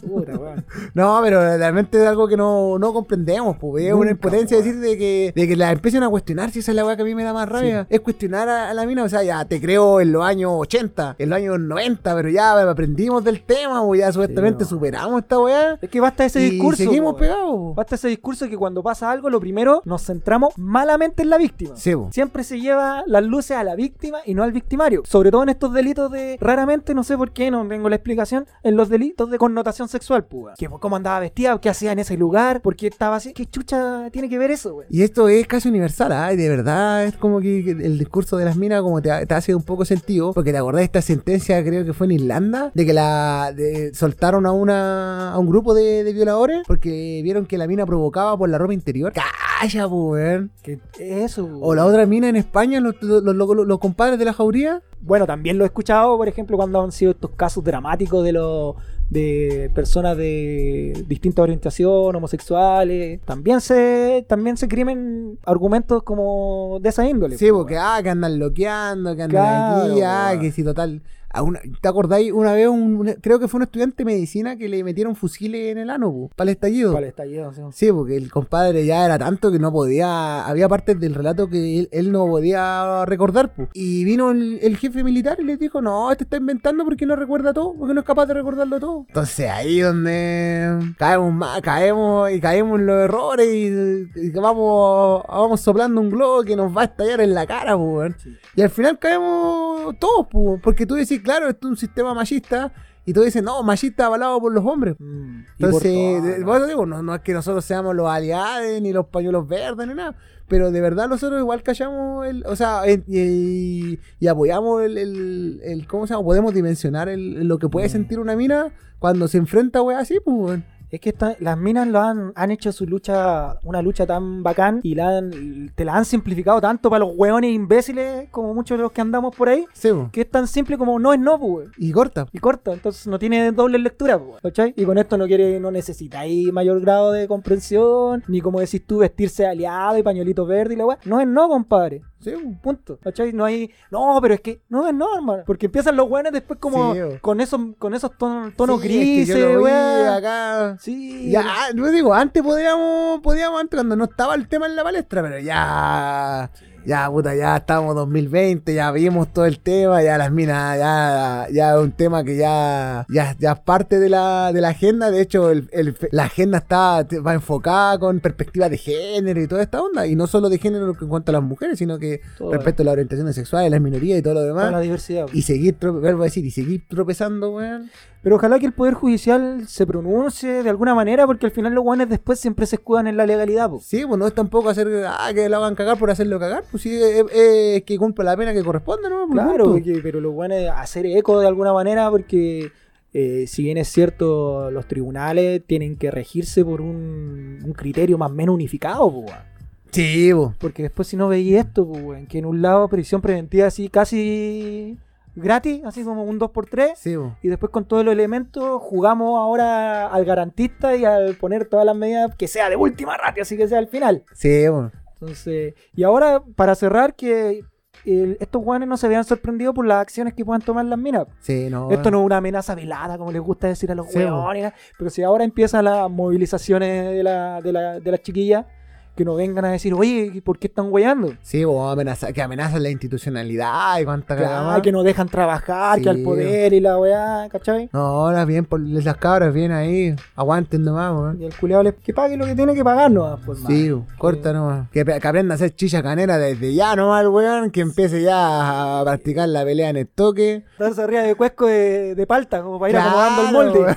C: Puta, weón.
B: No, pero realmente es algo que no, no comprendemos, pues. Es una
C: Nunca,
B: impotencia
C: weón.
B: decir de que, de que la empiecen a cuestionar, si esa es la weá que a mí me da más rabia. Es cuestionar a, a la mina, o sea, ya te creo en los años 80, en los años 90, pero ya aprendimos del tema, pues ya supuestamente
C: no.
B: superamos esta weá.
C: Es que basta ese
B: y
C: discurso.
B: seguimos
C: po, weón.
B: pegados. po.
C: Basta ese discurso que cuando pasa algo, lo primero nos centramos malamente en la víctima.
B: Sí, po.
C: Siempre se lleva las luces a la víctima y no al victimario. Sobre todo en estos delitos de. Raramente, no sé por qué, no tengo la explicación. En los delitos de connotación sexual, pues. Que cómo andaba vestida, qué hacía en ese lugar, por qué estaba así. ¿Qué chucha tiene que ver eso, güey?
B: Y esto es casi universal, ¿ah? Y de verdad es como que el discurso de las minas como te, te hace un poco sentido, porque te acordás de esta sentencia, creo que fue en Irlanda, de que la de- soltaron a una a un grupo de, de violadores porque vieron que la mina provocaba por la ropa interior. ¡Calla, po, weón!
C: ¿Qué eso, güey?
B: O la otra mina en España, los, los, los- los- los compadres de la jauría.
C: Bueno, también lo he escuchado, por ejemplo, cuando han sido estos casos dramáticos de los de personas de distinta orientación, homosexuales, también se también se crimen argumentos como de esa índole. pues,
B: Sí,
C: po,
B: porque,
C: weón.
B: ah, que andan loqueando, que andan
C: Claro,
B: aquí, ah,
C: weón.
B: que si total... a una- ¿Te acordáis una vez? un- un- creo que fue un estudiante de medicina que le metieron fusiles en el ano, para el estallido.
C: Vale, está lleno, sí.
B: Sí, porque el compadre ya era tanto que no podía. Había partes del relato que él, él no podía recordar. pu. Y vino el, el jefe militar y les dijo: No, este está inventando porque no recuerda todo, porque no es capaz de recordarlo todo. Entonces ahí donde caemos más, caemos y caemos en los errores y, y vamos, vamos soplando un globo que nos va a estallar en la cara, pu, weón.
C: Sí.
B: Y al final caemos todos, pu, porque tú decís, claro, esto es un sistema machista. Y tú dices, no, machista avalado por los hombres.
C: Mm, y por
B: Entonces,
C: todo,
B: de-
C: ¿no?
B: bueno, digo, no, no es que nosotros seamos los aliados, ni los pañuelos verdes, ni nada. Pero de verdad nosotros igual callamos el, o sea, en- y, y apoyamos el, el, el- ¿cómo se llama? Podemos dimensionar el- lo que puede
C: Mm.
B: sentir una mina cuando se enfrenta a weas así, pues, weón.
C: Es que esta- las minas lo han, han hecho su lucha, una lucha tan bacán y la han- te la han simplificado tanto para los hueones imbéciles como muchos de los que andamos por ahí,
B: Sí, po.
C: que es tan simple como no es no, pues. weón.
B: Y corta.
C: y corto, entonces no tiene doble lectura, po, ¿cachai? Y con esto no quiere, no necesita ahí mayor grado de comprensión, ni como decís tú, vestirse de aliado y pañuelito verde y la weá. No es no, compadre.
B: Sí, po.
C: Punto. ¿Cachai? No hay. No, pero es que no es no, hermano. Porque empiezan los weones después como
B: Sí, oh.
C: con esos, con esos tonos, tonos
B: Sí, es
C: grises,
B: que yo lo vi
C: weá.
B: acá.
C: Sí.
B: Ya, yo digo, antes podíamos, podíamos antes cuando no estaba el tema en la palestra, pero ya, ya puta, ya estamos 2020, ya vimos todo el tema, ya las minas, ya, ya es un tema que ya, ya, ya es parte de la, de la agenda, de hecho el- el- la agenda está, va enfocada con perspectiva de género y toda esta onda, y no solo de género en cuanto a las mujeres, sino que
C: Todo,
B: respecto a las orientaciones sexuales, las minorías y todo lo
C: toda la
B: demás,
C: diversidad. po.
B: y seguir, trope- vuelvo a decir, y seguir tropezando, weón.
C: Pero ojalá que el Poder Judicial se pronuncie de alguna manera, porque al final los weones después siempre se escudan en la legalidad, po.
B: Sí, pues no es tampoco hacer ah, que la hagan cagar por hacerlo cagar, pues sí, es, es que cumpla la pena que corresponde, ¿no? Pues,
C: Claro,
B: punto.
C: porque- pero lo bueno es hacer eco de alguna manera porque eh, si bien es cierto, los tribunales tienen que regirse por un, un criterio más o menos unificado, po, weón.
B: Sí, pues.
C: porque después si no veía esto, po, weón, que en un lado prisión preventiva así casi gratis, así como un 2x3,
B: Sí, pues.
C: y después con todos los elementos jugamos ahora al garantista y al poner todas las medidas que sea de última ratio, así que sea al final.
B: Sí, pues.
C: Entonces, y ahora para cerrar, que el- estos guanes no se vean sorprendidos por las acciones que puedan tomar las minas.
B: Sí, no.
C: Esto no es una amenaza velada, como les gusta decir a los
B: Sí, bo.
C: hueones, ¿eh? pero si ahora empiezan las movilizaciones de, la, de, la- de las chiquillas, que nos vengan a decir, oye, ¿y ¿por qué están hueando?
B: Sí, pues amenaza, que amenazan la institucionalidad y cuánta cagada más.
C: Claro, que no dejan trabajar, que al
B: Sí,
C: poder y la weá, ¿cachai?
B: No, ahora bien, por las cabras, bien ahí. Aguanten nomás, weón.
C: Y el culiado les que pague lo que tiene que pagarnos. Pues,
B: Sí, po, corta nomás. Que, que aprenda a hacer chicha canera desde ya nomás, weón. Que empiece ya a practicar la pelea en el toque.
C: Darse arriba de cuesco de, de palta, como para ir acomodando el
B: Claro,
C: molde.
B: weón.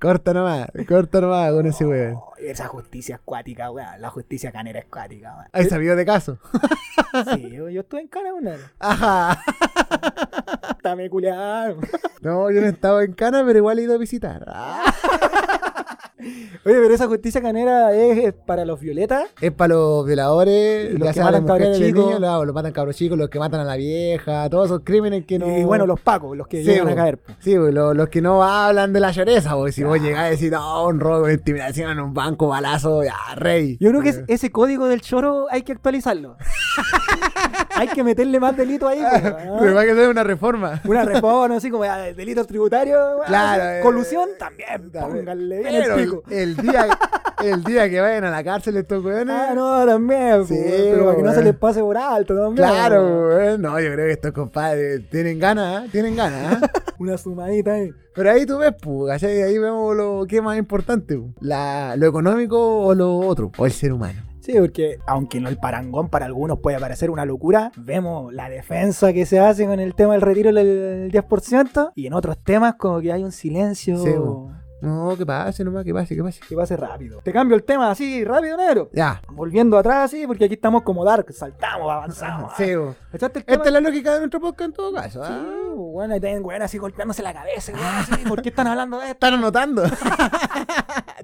B: corta nomás, corta nomás con ese weón.
C: Ay,
D: Esa justicia acuática, weón. La justicia canera es acuática, weón.
B: Hay sabido de caso.
D: Sí, yo, yo estuve en Cana, weón.
B: Ajá.
D: Hasta me culearon.
B: No, yo no estaba en Cana, pero igual he ido a visitar. Ah.
C: Oye, pero esa justicia canera es, es para los violetas.
B: Es para los violadores,
C: Los
B: ya
C: que
B: sea las
C: matan cabros
B: mujeres, los
C: chicos.
B: niños, los, los matan cabros chicos, los que matan a la vieja, todos esos crímenes que no.
C: Y bueno, los pacos, los que
B: Sí,
C: llegan a
B: bo.
C: caer. po.
B: Sí, bo, lo- los que no hablan de la lloreza, bo. si vos llegás y decís, no, un robo, intimidación en un banco, balazo, ya, rey.
C: Yo creo que es- ese código del choro hay que actualizarlo. hay que meterle más delito ahí. po,
B: Me
C: ¿no?
B: va a quedar una reforma.
C: Una reforma, así como ah, delitos tributarios. weón.
B: Claro, eh,
C: Colusión también.
B: También.
C: Pónganle bien
B: Pero
C: el
B: el,
C: pico.
B: el día, el día que vayan a la cárcel estos weones.
C: Ah, no, también.
B: Sí,
C: po, pero para que no
B: weón.
C: se les pase por alto también.
B: Claro, weón. No, yo creo que estos compadres tienen ganas, ¿eh? tienen ganas. ¿eh?
C: Una sumadita ahí.
B: Pero ahí tú ves, pues, ¿cachai? Ahí vemos lo que es más importante, pu. La, lo económico o lo otro, o el ser humano.
C: Sí, porque
D: Aunque no el parangón para algunos puede parecer una locura, vemos la defensa.
C: piensa que se hace con el tema del retiro del 10% y en otros temas como que hay un silencio
B: Sí, bo. No, que pase nomás, que pase, que pase.
C: que pase rápido. Te cambio el tema así rápido, negro.
B: Ya.
C: Volviendo atrás, sí, porque aquí estamos como Dark, saltamos, avanzamos.
B: Sí, Este pu.
C: ¿Cachaste el tema?
B: Esta es la lógica de nuestro podcast en todo caso. ¿ah?
C: Sí, bo, bueno, ahí tienen weón así golpeándose la cabeza, weón, así, ¿por qué están hablando de esto?
B: Están anotando.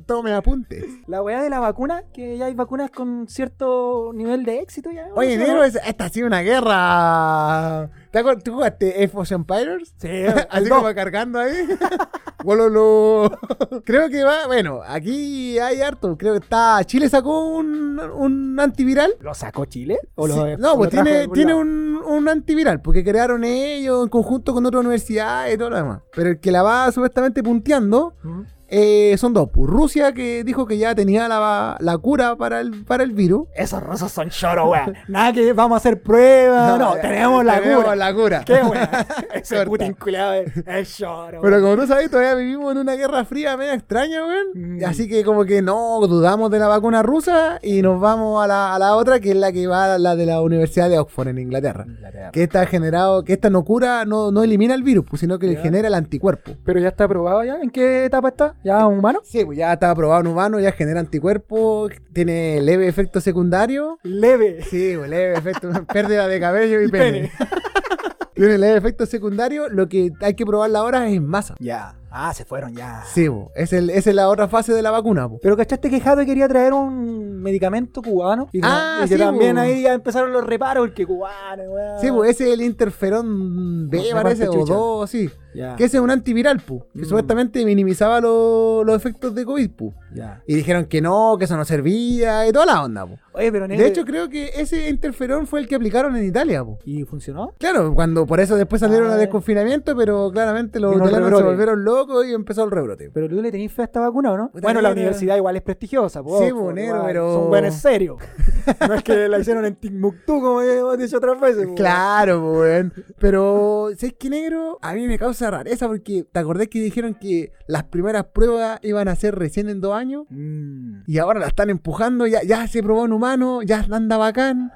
B: Tome apuntes.
C: La weá de la vacuna, que ya hay vacunas con cierto nivel de éxito ya.
B: Oye,
C: ¿no?
B: negro, es- esta ha sido una guerra. ¿Te acuerdas? ¿Tú jugaste F-Ocean Pirates?
C: Sí, el
B: Así
C: dos.
B: como cargando ahí. Gololo. Creo que va, bueno, aquí hay harto. Creo que está. Chile sacó un, un antiviral.
D: ¿Lo sacó Chile?
C: O lo-
B: Sí,
C: o
B: no,
C: lo
B: pues
C: trajo de
B: tiene,
C: algún
B: tiene
C: lado.
B: un, un antiviral, porque crearon ellos en conjunto con otra universidad y todo lo demás. Pero el que la va supuestamente punteando
C: Ujú.
B: eh, son dos. pues. Rusia, que dijo que ya tenía la, la cura para el, para el virus.
D: Esos rusos son choros, weón.
C: Nada que vamos a hacer pruebas, no, eh,
B: ya,
C: tenemos la
B: tenemos
C: cura.
B: la cura.
C: Qué weá. Ese
B: Corta.
C: Putin culiado es, es lloro.
B: Pero como tú sabes, todavía vivimos en una guerra fría media extraña, weón.
C: Mm.
B: Así que como que no dudamos de la vacuna rusa y nos vamos a la, a la otra, que es la que va a la de la Universidad de Oxford en Inglaterra. Que esta ha generado, que esta no cura, no, no elimina el virus, pues, sino que le
C: Ya.
B: genera el anticuerpo.
C: Pero ya está aprobado ya. ¿En qué etapa está? ¿Ya humano?
B: Sí, pues ya está aprobado en humanos, ya genera anticuerpos, tiene leve efecto secundario.
C: Leve.
B: Sí, pues, leve efecto, pérdida de cabello y,
C: Y
B: pene.
C: pene.
B: tiene leve efecto secundario, lo que hay que probarla ahora es en masa.
D: Ya. Ah, se fueron ya.
B: Sí, po. Es el, esa es la otra fase de la vacuna, po.
C: Pero cachaste que Jado quería traer un medicamento cubano. Y,
B: Ah,
C: y que
B: sí,
C: también
B: bo.
C: ahí ya empezaron los reparos, porque cubano, weón.
B: Sí, pues ese es el interferón B,
C: No sé
B: parece,
C: cuánto
B: o
C: chucha.
B: 2, sí.
C: Ya.
B: Que ese es un antiviral, pu, que
C: Mm.
B: supuestamente minimizaba lo- los efectos de COVID, pu.
C: ya.
B: Y dijeron que no, que eso no servía y toda la onda, pu.
C: Oye, pero negro.
B: De hecho, creo que ese interferón fue el que aplicaron en Italia, pu.
C: ¿Y funcionó?
B: Claro, cuando por eso después salieron
C: Ah.
B: al desconfinamiento, pero claramente los
C: Y no
B: italianos se
C: rebrote.
B: volvieron locos y empezó el rebrote.
C: Pero tú le tenías fe a esta vacuna, ¿o no?
B: Puta
C: Bueno, la
B: negra.
C: universidad igual es prestigiosa, po,
B: Sí,
C: Oxford,
B: bo, negro,
C: igual.
B: pero-
C: Son buenos serios. pues, no es que la hicieron en Timbuktu, como hemos dicho otras veces. po.
B: Claro, po, weón. Pero, ¿sabes qué negro? A mí me causa rareza porque te acordás que dijeron que las primeras pruebas iban a ser recién en dos años
C: Mm.
B: y ahora la están empujando, ya, ya se probó en humano, ya anda bacán.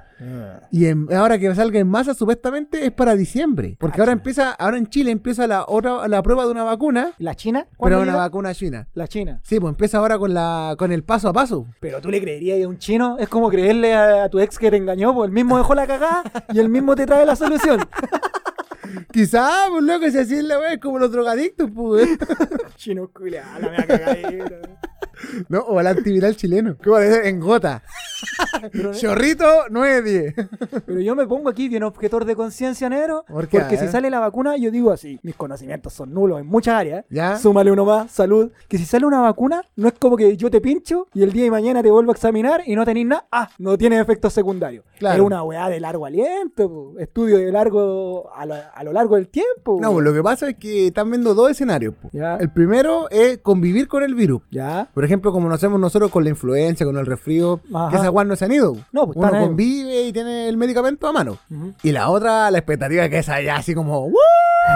B: Y en- ahora que salga en masa, supuestamente es para diciembre. Porque ahora empieza, ahora en Chile empieza la otra la prueba de una vacuna,
C: ¿La China? ¿Cuándo
B: pero una
C: llega?
B: vacuna china.
C: La China.
B: Sí, pues empieza ahora con la con el paso a paso.
C: Pero tú le creerías a un chino, es como creerle a, a tu ex que te engañó, pues el mismo dejó la cagada y el mismo te trae la solución.
B: Quizá, pues loco, si así es la wea, es como los drogadictos, pues. weón.
C: chino culiao, la mea cagadera.
B: No, o el antiviral chileno. ¿Cómo dice? En gota.
C: Pero,
B: Chorrito 910.
C: pero yo me pongo aquí bien objetor de conciencia negro,
B: ¿Por qué? eh?
C: porque si sale la vacuna, yo digo así, mis conocimientos son nulos en muchas áreas.
B: ¿Ya?
C: Súmale uno más, salud. Que si sale una vacuna, no es como que yo te pincho y el día de mañana te vuelvo a examinar y no tenés nada. Ah, no tiene efectos secundarios.
B: Claro.
C: Es una weá de largo aliento, po, estudio de largo a lo, a lo largo del tiempo.
B: No, lo que pasa es que están viendo dos escenarios. po.
C: Ya.
B: El primero es convivir con el virus.
C: ya.
B: Por ejemplo, como nos hacemos nosotros con la influenza, con el resfrío,
C: Ajá.
B: que esas guas no se han ido.
C: No, pues,
B: Uno
C: están ahí.
B: convive y tiene el medicamento a mano.
C: Ujú.
B: Y la otra, la expectativa que es allá, así como ¡Woo!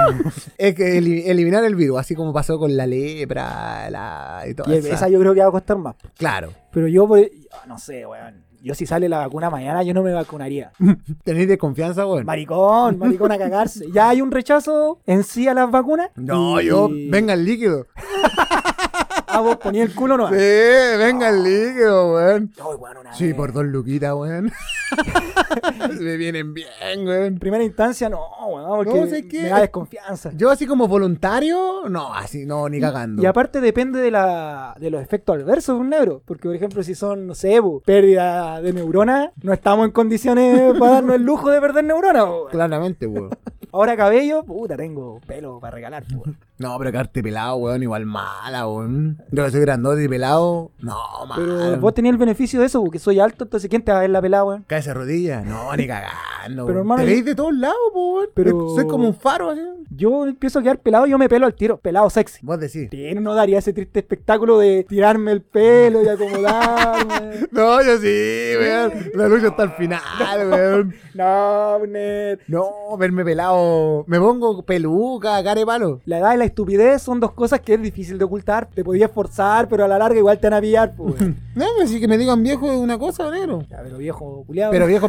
B: es que eli- eliminar el virus, así como pasó con la lepra la... y todo
C: Y
B: eso.
C: esa yo creo que va a costar más. po.
B: Claro.
C: Pero yo, por- e- yo no sé, weón. Yo si sale la vacuna mañana, yo no me vacunaría.
B: ¿Tenéis desconfianza, weón?
C: Maricón, maricón a cagarse. ¿Ya hay un rechazo en sí a las vacunas?
B: No,
C: Y-
B: yo, venga el líquido.
C: Ah, vos ponía el culo nomás.
B: Sí, venga el líquido, weón.
D: Ay, weón, una
B: Sí,
D: vez.
B: por dos luquitas, weón. Me vienen bien, weón.
C: En primera instancia, no, weón, porque
B: No, sé qué.
C: me da desconfianza.
B: Yo así como voluntario, no, así, no, ni cagando.
C: Y aparte depende de, la, de los efectos adversos de un negro. Porque, por ejemplo, si son, no sé, po, pérdida de neuronas, no estamos en condiciones para darnos el lujo de perder neuronas. po, weón.
B: Claramente, weón.
C: Ahora cabello, puta, tengo pelo para regalar. po, weón.
B: No, pero quedarte pelado, weón, igual mala, weón. Yo que soy grandote y pelado, no, mal.
C: Pero vos tenías el beneficio de eso, porque soy alto, entonces ¿quién te va a ver la pelada, weón?
B: Caes de rodillas, no, ni cagando.
C: Pero,
B: weón.
C: hermano,
B: Te
C: yo-
B: veis de todos lados, po, weón.
C: Pero-
B: Soy como un faro, así.
C: Yo empiezo a quedar pelado, yo me pelo al tiro, pelado sexy.
B: Vos decís.
C: Sí, no daría ese triste espectáculo de tirarme el pelo y acomodarme.
B: No, yo sí, weón. La lucha hasta el final, weón.
C: no, Ned.
B: No, verme pelado. Me pongo peluca, cara de palo.
C: La edad y la estupidez son dos cosas que es difícil de ocultar. Te podías forzar, pero a la larga igual te van a pillar, po, weón.
B: No, pero si que me digan viejo es una cosa, negro.
C: Ya, pero viejo, culiado.
B: Pero viejo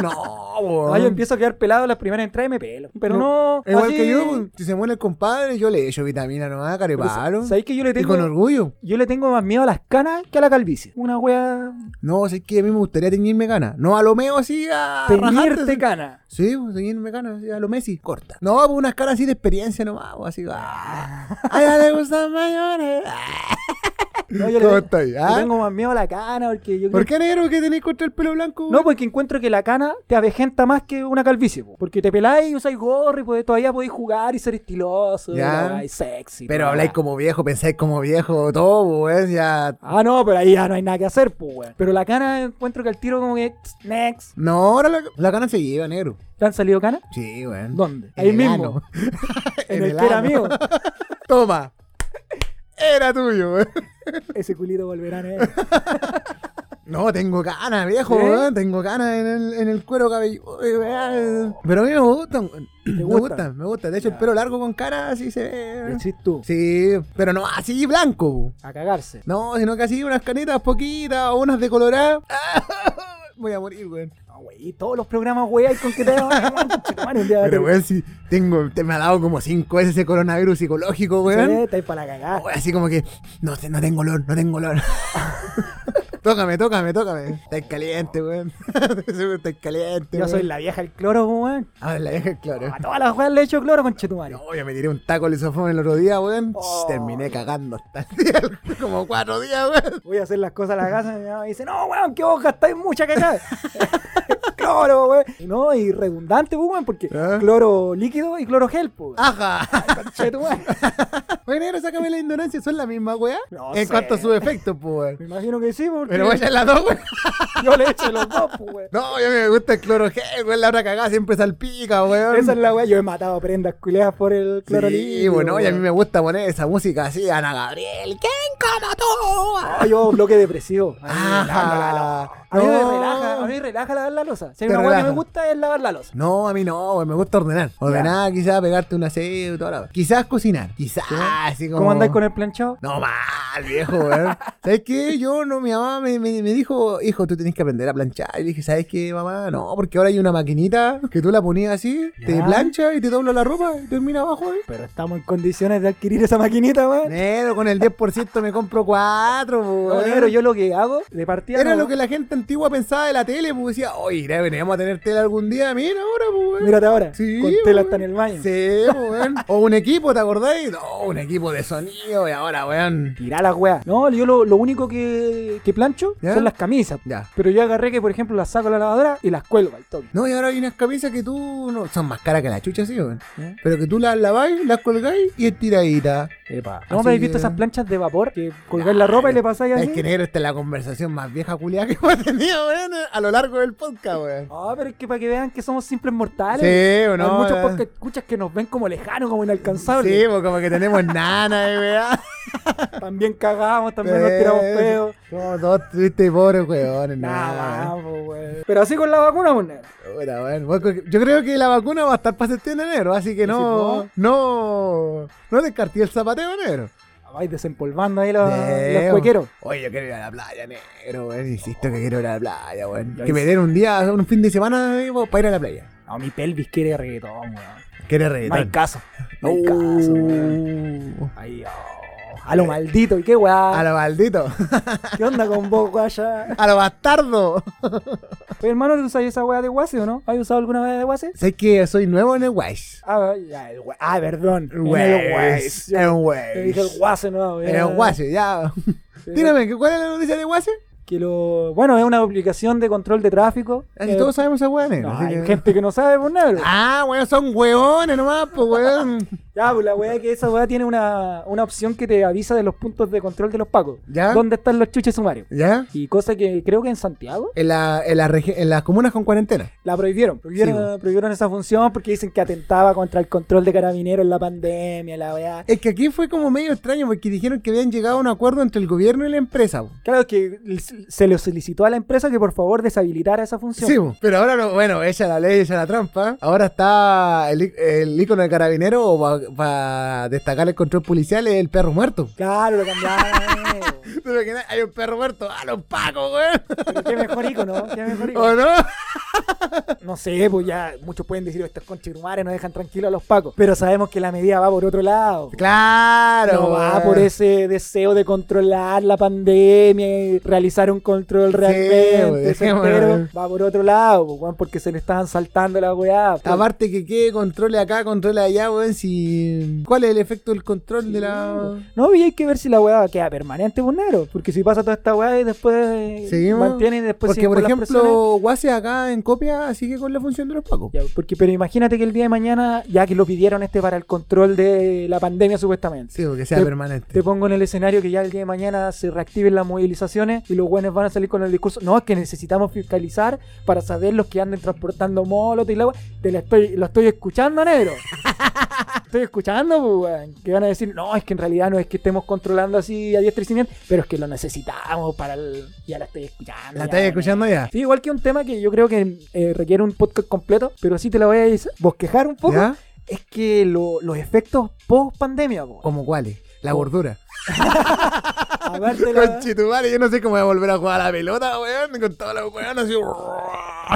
B: no,
C: No,
B: weón.
C: yo empiezo a quedar pelado las primeras entradas y me pelo. Pero no,
B: Igual
C: así-
B: que yo, pues, si se muere el compadre, yo le echo vitamina nomás, cara de
C: Pero
B: palo.
C: ¿Sabéis que yo le
B: Y
C: tengo
B: con orgullo.
C: yo le tengo más miedo a las canas que a la calvicie? Una wea
B: No, sé que a mí me gustaría teñirme cana. No a lo meo así a rajarte,
C: teñirte
B: así.
C: cana.
B: Sí, pues, teñirme cana, así, a lo Messi, corta. No, pues unas caras así de experiencia nomás, pues, así. ah. Ay, ya le gustan mayores. ah.
C: No, yo le
B: ¿Cómo
C: tengo-
B: estáis,
C: le
B: ah?
C: tengo más miedo a la cana porque yo creo
B: ¿Por qué negro que tenéis contra el pelo blanco?
C: No, porque encuentro que la cana te avejenta más que una calvicie, po. porque te peláis, usáis gorro y podés- todavía podéis jugar y ser estiloso,
B: Ya.
C: la weá, y sexy.
B: Pero
C: toda
B: habláis
C: la
B: como viejo, pensáis como viejo, todo, pues, ya.
C: weá. Ah, no, pero ahí ya no hay nada que hacer, pues, weón. Pero la cana encuentro que al tiro como que, tss, next,
B: No, ahora la, la cana se lleva, negro.
C: ¿te han salido canas?
B: Sí, weón.
C: ¿Dónde?
B: En
C: Ahí
B: el
C: mismo.
B: ano.
C: En,
B: En
C: el,
B: el
C: que era
B: ano.
C: mío.
B: Toma. Era tuyo, weón.
C: Ese culito volverá en él.
B: No, tengo ganas, viejo,
C: ¿Sí?
B: weón. Tengo ganas en el, en el cuero cabelludo. weón. Pero a mí me gustan. weón. Me
C: gustan?
B: gustan, me gustan. De hecho, el pelo largo con cara así se ve.
C: Decís tú,
B: Sí, pero no así blanco. bu.
C: a cagarse.
B: No, sino que así unas canitas poquitas o unas decoloradas. Voy a morir, weón.
C: No, güey, y todos los programas, güey, hay con que te Conchetumare, un día
B: Pero,
C: te-
B: weón, si tengo, te me ha dado como cinco veces ese coronavirus psicológico,
C: Sí,
B: weón.
C: está ahí para la cagada.
B: Weón, Así como que, no, sé, no tengo olor, no tengo olor. tócame, tócame, tócame. Estás caliente, weón. Seguro Estás caliente.
C: Yo
B: weón.
C: soy la vieja del cloro, güey.
B: Ah, la vieja, claro.
C: A todas las weas le he hecho cloro, conchetumare.
B: No, yo me tiré un taco al isofón el otro día, weón.
C: Oh.
B: Terminé cagando hasta el día, como cuatro días, weón.
C: Voy a hacer las cosas a la casa y mi mamá me dice, no, weón, que vos gastáis mucha cagada. cloro, weón. Y No, y redundante, pues, weón, porque
B: ¿Ah?
C: cloro líquido y cloro gel, pues.
B: ¡Ajá!
C: Conchetumare.
B: Oye, negro, sácame la ignorancia, son la misma, weá.
C: No
B: en
C: sé.
B: cuanto a sus efectos, pues,
C: Me
B: weón.
C: imagino que sí, porque
B: Pero voy a las dos, weón.
C: yo le echo los dos, pues, weón.
B: No, yo me gusta el clorogel, weón. La hora cagada siempre salpica, weón.
C: Esa es la wea, yo he matado prendas culeadas por el cloro
B: Sí,
C: líquido.
B: bueno, y a mí
C: weón.
B: me gusta poner esa música así, Ana Gabriel. ¿Quién como tú?
C: Ah, yo bloque depresivo.
B: Ajá.
C: A mí
B: No.
C: me relaja, a mí me relaja lavar la losa. Si hay
B: Te
C: una hueá que
B: relaja.
C: me gusta es lavar la losa.
B: No, a mí no, weón. Me gusta ordenar. Ordenar, quizás pegarte una sed, toda la... Quizás cocinar. Quizás, así como...
C: ¿Cómo andáis con el planchado?
B: No mal, viejo, weón. ¿Sabes qué? Yo no, mi mamá me, me- me dijo, hijo, tú tenés que aprender a planchar. Y dije, ¿sabes qué, mamá? No, porque ahora hay una maquinita que tú la ponías así, te
C: Ya.
B: plancha y te dobla la ropa y termina abajo ahí.
C: Pero estamos en condiciones de adquirir esa maquinita, weón.
B: Negro, con el 10% me compro cuatro,
C: No,
B: weón.
C: negro, yo lo que hago de partida.
B: Era
C: no-
B: lo que la gente antigua pensaba de la tele, pues decía, oye, vamos a tener tele algún día, mira ahora, pues, weón.
C: Mírate ahora.
B: Sí,
C: con tela
B: weón.
C: hasta en el baño.
B: Sí, pues, weón. O un equipo, ¿te acordáis? No, un equipo de sonido y ahora, weón.
C: Tirá las weas. No, yo lo, lo único que, que plancho
B: ¿Ya?
C: son las camisas.
B: Ya.
C: Pero yo agarré que, por ejemplo, las saco a la lavadora y las cuelgo al toque.
B: No, y ahora hay unas camisas que tú no, son más caras que la chucha, sí, weón.
C: ¿Eh?
B: Pero que tú las laváis, las colgáis y estiradita.
C: Epa.
B: Ah, Así
C: ¿No me habéis visto
B: que-
C: esas planchas de vapor que colgáis la ropa y le pasáis así?
B: Es que negro, esta es la conversación más vieja culiada que hemos tenido, weón, a lo largo del podcast, weón.
C: Ah, pero es que para que vean que somos simples mortales.
B: Sí, o
C: Hay
B: no.
C: muchos
B: weón.
C: podcast escuchas que nos ven como lejanos, como inalcanzables.
B: Sí, pues como que tenemos nana, eh, weón.
C: También cagamos, también nos tiramos
B: Sí.
C: pedos.
B: Somos dos tristes y pobres, weón.
C: Nada,
B: Nada,
C: po, weón. Pero así con la vacuna, pues, negro.
B: Puta, weón. Vos- Yo creo que la vacuna va a estar para septiembre negro, así que no,
C: si
B: no, no descarté el zapateo negro.
C: Vais desempolvando ahí Ah, los,
B: Sí,
C: los cuequeros.
B: Oye, yo quiero ir a la playa, negro, weón. Insisto que quiero ir a la playa, weón. Que me den un día, un fin de semana eh, para ir a la playa.
C: No, mi pelvis quiere reggaetón, weón.
B: Quiere
C: No hay
B: reggaetón.
C: caso. No hay
B: Uh,
C: caso, weón. Ahí, oh. A lo maldito, y qué weá.
B: A lo maldito.
C: ¿Qué onda con vos, guaya?
B: A lo bastardo.
C: Oye, hermano, ¿tú usas esa weá de guase o no? ¿Has usado alguna vez de guase?
B: Sé que soy nuevo en el Waze.
C: Ah, ya, el guase. Ah, perdón. En el guase.
B: En el
C: Yo dije el
B: Waze.
C: guase no.
B: En el Waze, ya. Dígame, ¿cuál es la noticia de Waze?
C: Que lo... Bueno, es una aplicación de control de tráfico.
B: Así
C: Eh,
B: todos sabemos esa weá,
C: no,
B: negro, así
C: hay
B: que-
C: gente que no sabe por negro.
B: Ah, weón, son weones nomás, pues weón.
C: Ya, pues la weá que esa weá tiene una, una opción que te avisa de los puntos de control de los pacos.
B: ¿Ya?
C: ¿Dónde están los chuches sumarios?
B: ¿Ya?
C: Y cosa que creo que en Santiago
B: En, la, en, la regi- en las comunas con cuarentena.
C: la prohibieron. Prohibieron, prohibieron esa función porque dicen que atentaba contra el control de carabineros en la pandemia, la weá.
B: Es que aquí fue como medio extraño porque dijeron que habían llegado a un acuerdo entre el gobierno y la empresa. po.
C: Claro que se le solicitó a la empresa que por favor deshabilitara esa función.
B: Sí, po. pero ahora no, bueno, ella la ley, ella la trampa. Ahora está el, í- el ícono del carabinero para destacar el control policial es el perro muerto.
C: Claro, lo cambiaron. eh.
B: Pero que Hay un perro muerto, a los pacos, weón.
C: Pero qué mejor icono, qué mejor
B: ¿O
C: icono.
B: no?
C: No sé, pues ya muchos pueden decir estos conchirumares no dejan tranquilos a los pacos. Pero sabemos que la medida va por otro lado.
B: Claro.
C: No va
B: weón.
C: por ese deseo de controlar la pandemia y realizar un control
B: güey,
C: realmente.
B: dejémoslo.
C: certero. va por otro lado, pues, weón, porque se le estaban saltando la weá. pues.
B: Aparte que quede controle acá, controle allá, weón, si... ¿Cuál es el efecto del control de la...?
C: No, y hay que ver si la weá queda permanente, pues negro. Porque si pasa toda esta weá y después
B: Seguimos.
C: mantienen y después
B: Porque,
C: siguen con
B: por
C: pues las personas.
B: ejemplo, Guase acá en copia sigue con la función de los pacos.
C: Ya, porque, pero imagínate que el día de mañana, ya que lo pidieron este para el control de la pandemia supuestamente.
B: Sí, porque sea
C: Te-
B: permanente.
C: Te pongo en el escenario que ya el día de mañana se reactiven las movilizaciones y los buenos van a salir con el discurso. No, es que necesitamos fiscalizar para saber los que anden transportando molotov y la wea". Te la estoy, lo estoy escuchando, negro. estoy escuchando, pues, weón. Que van a decir, no, es que en realidad no es que estemos controlando así a diestra y siniestra, pero es que lo necesitamos para el. Ya la estoy escuchando.
B: ¿La
C: ya,
B: estáis
C: weón".
B: escuchando ya?
C: Sí, igual que un tema que yo creo que eh, requiere un podcast completo, pero sí te lo voy a bosquejar un poco.
B: ¿Ya?
C: Es que lo- los efectos post pandemia,
B: ¿Cómo cuáles? La gordura.
C: Aparte de la-
B: Conchetumare, yo no sé cómo voy a volver a jugar a la pelota, weón. Con toda la weón así.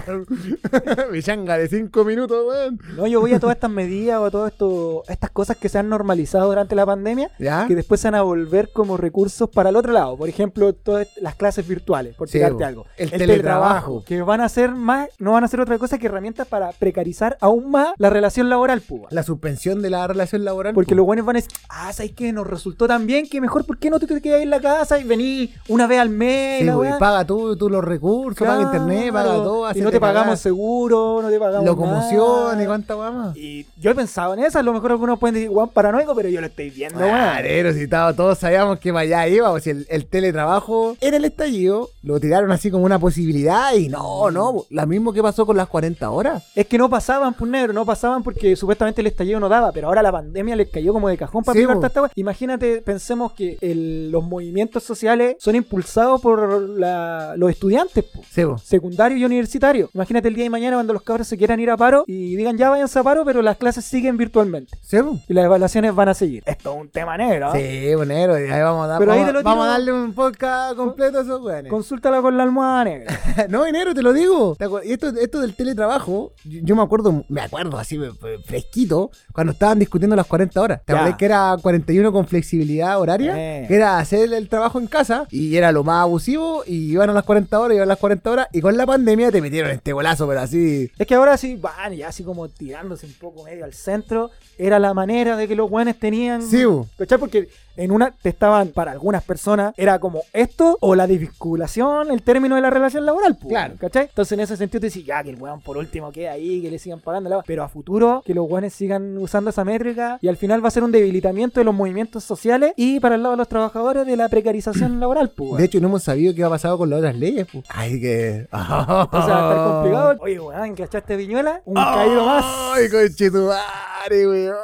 B: Mi changa de 5 minutos, weón.
C: No, yo voy a todas estas medidas o a todas esto- estas cosas que se han normalizado durante la pandemia,
B: ¿Ya?
C: que después se van a volver como recursos para el otro lado. Por ejemplo, todas las clases virtuales, por
B: Sí,
C: tirarte
B: bo.
C: algo.
B: El teletrabajo.
C: Que van a ser más, no van a ser otra cosa que herramientas para precarizar aún más la relación laboral, púa.
B: La suspensión de la relación laboral.
C: Porque
B: po.
C: los buenos van a decir, ah, ¿sabes qué? Nos resultó tan bien que mejor, ¿por qué no te te quedas en la casa y venís una vez al mes?
B: Sí,
C: la
B: po, y
C: weá?"
B: paga tú, tú los recursos, paga internet, paga
C: Claro.
B: todo.
C: Y
B: hacete
C: no te pagamos
B: cagar,
C: seguro, no te pagamos
B: locomoción
C: nada.
B: y cuánta weá más.
C: Y yo he pensado en eso, a lo mejor algunos pueden decir, Juan paranoico, pero yo lo estoy viendo, weón.
B: Claro, si estaba- todos sabíamos que para allá iba, o sea, el, el teletrabajo en el estallido, lo tiraron así como una posibilidad y
C: Mm.
B: no, no, lo mismo que pasó con las 40 horas.
C: Es que no pasaban, pues negro, no pasaban porque supuestamente el estallido no daba, pero ahora la pandemia les cayó como de cajón para
B: Sí,
C: privar
B: po.
C: toda esta weá. Imagínate, pensemos que el- los movimientos sociales son impulsados por la- los estudiantes, po,
B: Sebo.
C: secundarios y universitarios. Imagínate el día de mañana cuando los cabros se quieran ir a paro y digan ya váyanse a paro, pero las clases siguen virtualmente
B: Sebo.
C: y las evaluaciones van a seguir. Esto es un tema negro. ¿eh?
B: Sí, bonero, ahí vamos a, dar,
C: Pero ahí
B: vamos,
C: te lo
B: vamos a
C: tiro-
B: darle un podcast completo a esos weones.
C: Consúltalo con la almohada negra.
B: No, enero, te lo digo. ¿Te acuer- Y esto, esto del teletrabajo, yo, yo me acuerdo, me acuerdo así me- me- fresquito, cuando estaban discutiendo las 40 horas. ¿Te
C: Ya.
B: acordás que era 41 con flexibilidad horaria?
C: Eh.
B: Que era hacer el trabajo en casa y era lo más abusivo y iban a las 40 horas, iban a las 40 horas y con la pandemia te metieron este golazo, pero así...
C: Es que ahora sí van ya así como tirándose un poco medio al centro. Era la manera de que los guanes tenían.
B: Sí, bu.
C: ¿Cachai? Porque en una te estaban, para algunas personas, era como esto o la desvinculación, el término de la relación laboral. pues,
B: Claro.
C: ¿Cachai? Entonces en ese sentido te decís, ya que el weón por último queda ahí, que le sigan pagando la weá. Pero a futuro, que los guanes sigan usando esa métrica y al final va a ser un debilitamiento de los movimientos sociales y para el lado de los trabajadores de la precarización laboral. pues, weón.
B: De hecho, no hemos sabido qué ha pasado con las otras leyes. pu. Ay, que... O sea,
C: o sea, va a
B: Ah.
C: estar complicado. Oye, weón, ¿cachaste viñuela? Un caído más.
B: Oh. Ay, conchetumare, weón.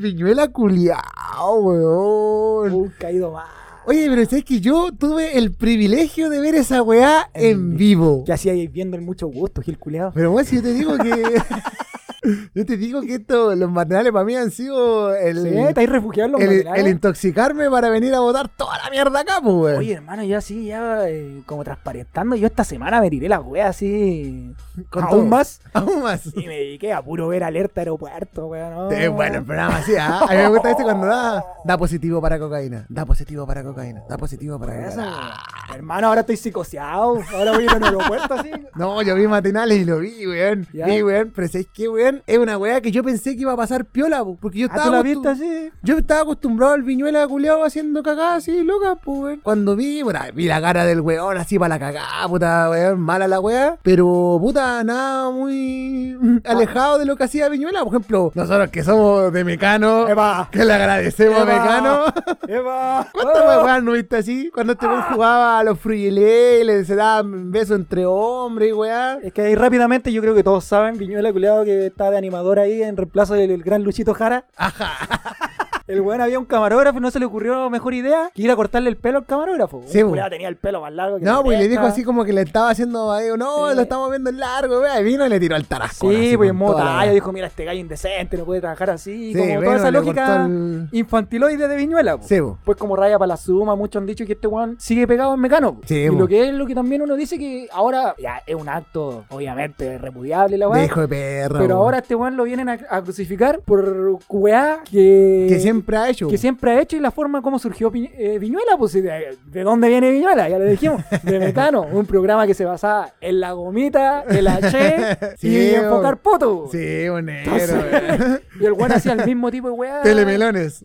B: Viñuela culiao, weón.
C: Un caído más.
B: Oye, pero sabes que yo tuve el privilegio de ver esa weá en vivo.
C: que hacía ahí viendo el mucho gusto, Gil Culeado.
B: Pero bueno, si yo te digo que. Yo te digo que esto, los matinales para mí han sido el,
C: Sí,
D: Eh,
C: estáis refugiados los
B: el-
C: matinales.
B: el intoxicarme para venir a votar toda la mierda acá, pues, weón.
D: Oye, hermano, yo así ya eh, como transparentando, yo esta semana me tiré la wea así.
B: Con
D: aún
B: todo.
D: más.
B: Aún más.
D: Y me dediqué a puro ver alerta aeropuerto, weón. no.
B: Es bueno el programa, sí. ¿ah? A mí me gusta este cuando da, da positivo para cocaína, da positivo para cocaína, da positivo para
D: Eso,
B: cocaína.
D: weón. hermano, ahora estoy psicoseado. Ahora voy a ir al aeropuerto así. Ah,
B: No, yo vi matinales y lo vi, weón.
D: Ya.
B: Vi, weón. Pero ¿sabes qué, weón? Es una weá que yo pensé que iba a pasar piola, po, porque yo
C: Ah,
B: estaba.
C: tú la
B: acostum-
C: viste así.
B: Yo estaba acostumbrado al viñuela culeado haciendo cagada así, loca, pues, weón. Cuando vi, bueno, vi la cara del weón así para la cagada, puta, weón, mala la weá. Pero, puta, nada muy alejado de lo que hacía Viñuela. Por ejemplo, nosotros que somos de Mecano,
C: Eva.
B: que le agradecemos a
C: Eva.
B: Mecano.
C: Eva.
B: ¿Cuántas weas no viste así? Cuando este weón jugaba a los fruyelé, le se daban besos entre hombres y weá.
C: Es que ahí rápidamente yo creo que todos saben, Viñuela Culeado que está de animador ahí en reemplazo del del gran Luchito Jara. El weón había un camarógrafo y no se le ocurrió mejor idea que ir a cortarle el pelo al camarógrafo.
B: Sí,
D: El
B: po.
D: culiao tenía el pelo más largo que la
B: No, pues le
D: cresta.
B: dijo así como que le estaba haciendo ahí, no,
D: Sí.
B: lo estamos viendo en largo, weá. Y vino y le tiró al tarasco.
C: Sí, pues en modo talla,
D: dijo, mira, este gallo indecente, no puede trabajar así.
B: Sí,
C: como
B: bueno,
C: toda esa
B: le cortó
C: lógica
B: el-
C: infantiloide de Viñuela. po.
B: Sí, po.
C: Pues como raya para la suma, muchos han dicho que este weón sigue pegado en Mecano. po.
B: Sí, pues.
C: y
B: po.
C: lo que es lo que también uno dice que ahora ya es un acto, obviamente, repudiable la
B: De
C: weá.
B: hijo de perra.
C: Pero
B: weón.
C: ahora este weón lo vienen a, a crucificar por weá que,
B: Que siempre ha hecho.
C: que siempre ha hecho y la forma como surgió Pi- eh, Viñuela. Pues, si de, de dónde viene Viñuela? Ya lo dijimos. De Mecano, un programa que se basaba en la gomita, el H
B: Sí,
C: y
B: weón.
C: enfocar poto.
B: Sí, bonero.
C: Entonces-
B: weón.
C: Y el weón hacía el mismo tipo de weá.
B: Telemelones.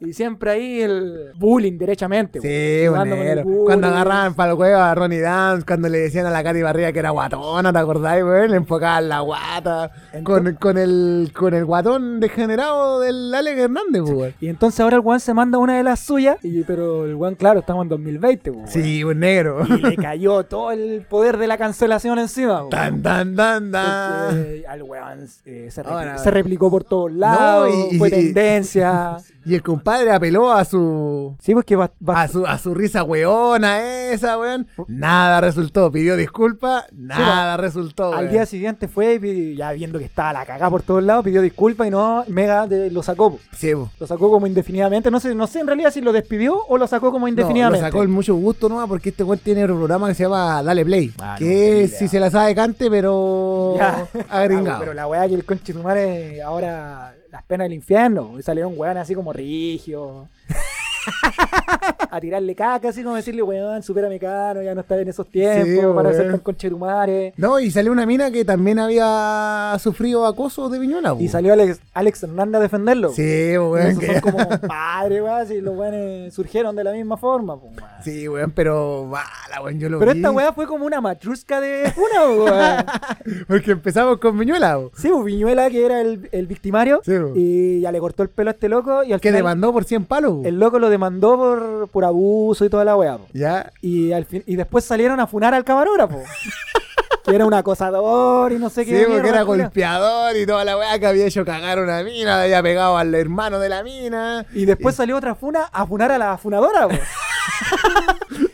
C: Y siempre ahí el bullying, derechamente.
B: Sí,
C: weón. Jugando con el
B: bonero.
C: bullying.
B: Cuando agarraban para el huevo a Ronnie Dance, cuando le decían a la Katy Barriga que era guatona, ¿te acordáis, weón? Le enfocaban la guata. Con, con, el, con el guatón degenerado del Alex Hernández, weón.
C: Y entonces ahora el weón se manda una de las suyas. Y, pero el weón, claro, estamos en 2020, pues, weón.
B: Sí, un negro.
C: Y le cayó todo el poder de la cancelación encima, weón.
B: Tan, tan, tan, tan.
C: Porque al weón eh, se, repli-
B: Ahora-
C: se replicó por todos lados,
B: No, y-
C: fue
B: y-
C: tendencia.
B: Y el compadre apeló a su.
C: Sí, pues que va, va-
B: A su, a su risa weona esa, weón.
C: Oh.
B: Nada resultó. Pidió disculpas. Nada resultó.
C: al
B: weón.
C: día siguiente fue, y pi- ya viendo que estaba la cagada por todos lados, pidió disculpas y no, Mega de- lo sacó. po.
B: Sí, po.
C: Lo sacó como indefinidamente. No sé, no sé en realidad si lo despidió o lo sacó como
B: No, lo
C: indefinidamente.
B: sacó el mucho gusto nomás porque este weón tiene un programa que se llama Dale Play. que si se la sabe cante, pero
C: Ah, Ya. Ah,
B: agringado.
C: Pero la weá que el conchetumare ahora las penas del infierno. y Salieron weón así como rigio. a tirarle caca, así como decirle, weón, supera mi caro, ya no está en esos tiempos, para ser
B: weón.
C: tan conchetumare.
B: No, y salió una mina que también había sufrido acoso de Viñuela. po.
C: Y salió Alex, Alex Hernández a defenderlo.
B: Oh. Sí, po, weón.
C: Esos son
B: que-
C: como padres, weón, si los weones surgieron de la misma forma, po, weón.
B: Sí, weón, pero mala, weón, yo lo
C: Pero
B: vi.
C: esta weá fue como una matrusca de una, weón.
B: Porque empezamos con Viñuela, po.
C: Sí, pues, Viñuela, que era el, el victimario,
B: Sí, po.
C: y ya le cortó el pelo a este loco, y al
B: que
C: final
B: demandó por 100 palos. po.
C: El loco lo demandó por, por abuso y toda la weá. po.
B: Ya.
C: Y, al fin, y después salieron a funar al camarógrafo. que era un acosador y no sé
B: Sí,
C: qué. mierda,
B: porque era
C: culiao.
B: golpeador y toda la weá que había hecho cagar a una mina, le había pegado al hermano de la mina.
C: Y después salió otra funa a funar a la funadora. po.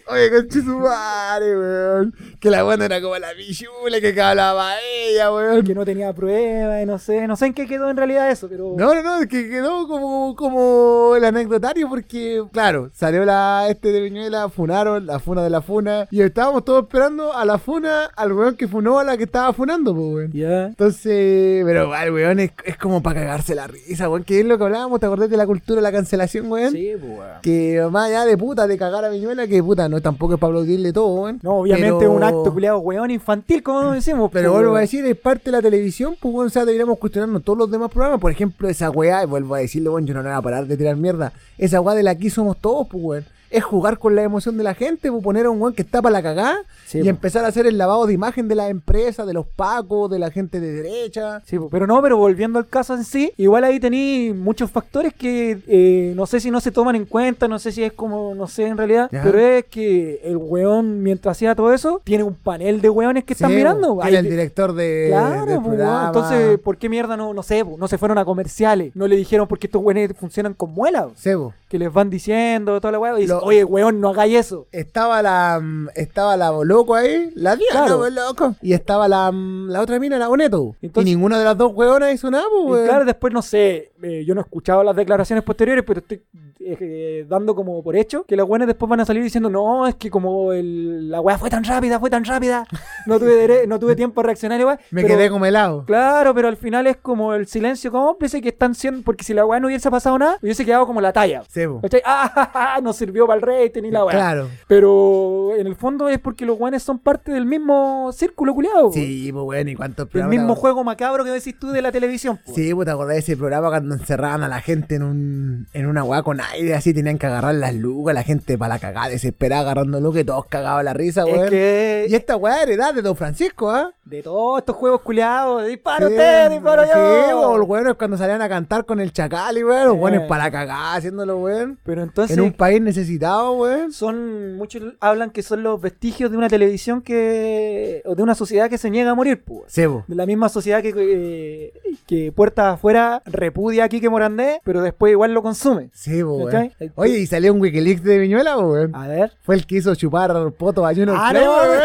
B: Oye, conche su madre, weón. Que la buena era como la pichula que hablaba ella,
C: que
B: weón.
C: no tenía pruebas y no sé. No sé en qué quedó en realidad eso, pero.
B: No, no, no, es que quedó como, como el anecdotario porque, claro, salió la este de Viñuela, funaron la funa de la funa y estábamos todos esperando a la funa, al weón que funó a la que estaba funando, pues, weón.
C: Ya.
B: Entonces, pero al weón es, es como para cagarse la risa, weón, que es lo que hablábamos, ¿te acordás de la cultura de la cancelación, weón?
C: Sí, pues, weón.
B: Que más allá de puta, de cagar a Viñuela, que puta, no tampoco es para aplaudirle todo, weón.
C: No, obviamente
B: Pero-
C: un acto culiado weón infantil, como decimos.
B: Pero
C: po,
B: vuelvo a
C: weón.
B: decir, es parte de la televisión, pues bueno, o sea, deberíamos cuestionarnos todos los demás programas. Por ejemplo, esa weá, y vuelvo a decirlo, bueno, yo no le voy a parar de tirar mierda. Esa weá de la que somos todos, pues weón. Es jugar con la emoción de la gente, pues poner a un weón que está para la cagada
C: Sí, pues.
B: y
C: po.
B: empezar a hacer el lavado de imagen de las empresas, de los pacos, de la gente de derecha.
C: Sí, po, pero no, pero volviendo al caso en sí, igual ahí tení muchos factores que eh, no sé si no se toman en cuenta, no sé si es como, no sé en realidad,
B: Ya.
C: pero es que el weón, mientras hacía todo eso, tiene un panel de weones que están
B: Sí,
C: mirando. pues,
B: po,
C: Ahí
B: Era el
C: de-
B: director de.
C: Claro,
B: del
C: po, weón.
B: programa.
C: entonces, ¿por qué mierda no, no sé? po, no se fueron a comerciales, no le dijeron porque estos weones funcionan con muela, po,
B: Sebo.
C: que les van diciendo toda la weá, y
B: Pero-
C: Oye, weón, no hagáis eso.
B: Estaba la mm, estaba la Boloco ahí, la Diana
C: Claro.
B: Boloco, y estaba la, mm, la otra mina, la Boneto.
C: Entonces-
B: y ninguna de las dos hueonas hizo nada, pues,
C: Y
B: weón.
C: claro, después no sé, eh, yo no he escuchado las declaraciones posteriores, pero estoy eh, eh, dando como por hecho que los buenos después van a salir diciendo, no, es que como el- la weá fue tan rápida, fue tan rápida, no tuve, dere- no tuve tiempo a reaccionar, weá.
B: Me
C: Pero-
B: quedé como helado.
C: Claro, pero al final es como el silencio cómplice que están siendo, porque si la weá no hubiese pasado nada, hubiese quedado como la talla.
B: Sebo.
C: ¿Cachai? Ah, ja, ja, ja, no sirvió para el rating ni la weá.
B: Claro.
C: Pero en el fondo es porque los guanes son parte del mismo círculo culiado.
B: Sí, pues bueno, ¿y cuántos
C: El
B: programas?
C: mismo
B: te acordás?
C: juego macabro que decís tú de la televisión. po.
B: Sí, pues te acordás de ese programa cuando encerraban a la gente en un en una hueá con aire así, tenían que agarrar las luces, la gente para la cagada, desesperada agarrando luces, todos cagaban la risa,
C: es
B: weón.
C: que
B: Y esta weá heredad de Don Francisco, ¿ah?
C: de todos estos juegos culiados, de disparo
B: Sí,
C: usted, disparo
B: Sí,
C: yo.
B: o los weones cuando salían a cantar con el chacal y weón, los
C: Sí. Ah,
B: weones para la cagada haciéndolo, weón.
C: Pero entonces
B: En un país necesitado, weón.
C: son muchos hablan que son los vestigios de una televisión que o de una sociedad que se niega a morir, pues.
B: Sebo.
C: De la misma sociedad que, eh, que puertas afuera repudia a Quique Morandé, pero después igual lo consume.
B: Sebo, weón.
C: ¿Cachai?
B: Oye, ¿y salió un Wikileaks de Viñuela, weón?
C: A ver.
B: Fue el que hizo chupar poto a Juno
C: Ah,
B: Flame,
C: no,
B: weón.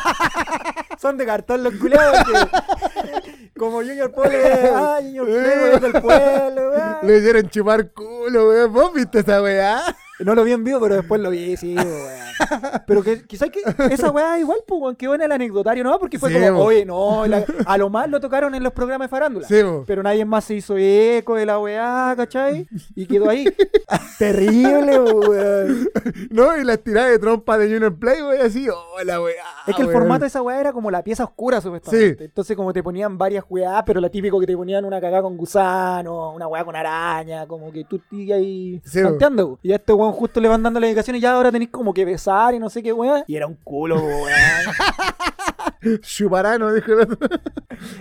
C: Son de cartón los culiados. que- como Junior Pole, ah, Junior Pole es del pueblo. ah.
B: Le hicieron chupar culo, weón. ¿Vos viste esa ah? weá?
C: No lo vi en vivo, pero después lo vi, sí, weón. Pero que, quizás que esa weá igual, pues, weón, quedó en el anecdotario, ¿no? Porque fue
B: Sí,
C: como,
B: bo.
C: oye, no, la- a lo más lo tocaron en los programas de farándula.
B: Sí, bo.
C: pero nadie más se hizo eco de la weá, ¿cachai? Y quedó ahí. Terrible, weón.
B: No, y las tiradas de trompa de Juno Play, weón, así, hola, ah, weá.
C: Es que el
B: weón.
C: formato de esa weá era como la pieza oscura, supuestamente.
B: Sí.
C: Entonces, como te ponían varias weá, pero lo típico que te ponían una cagada con gusano, una weá con araña, como que tú y ahí
B: Sí, bo.
C: tanteando. bo. Y a este weón justo le van dando la dedicación y ya ahora tenés como que besar y no sé qué weá. Y era un culo, weón.
B: Chuparano, dijo el otro.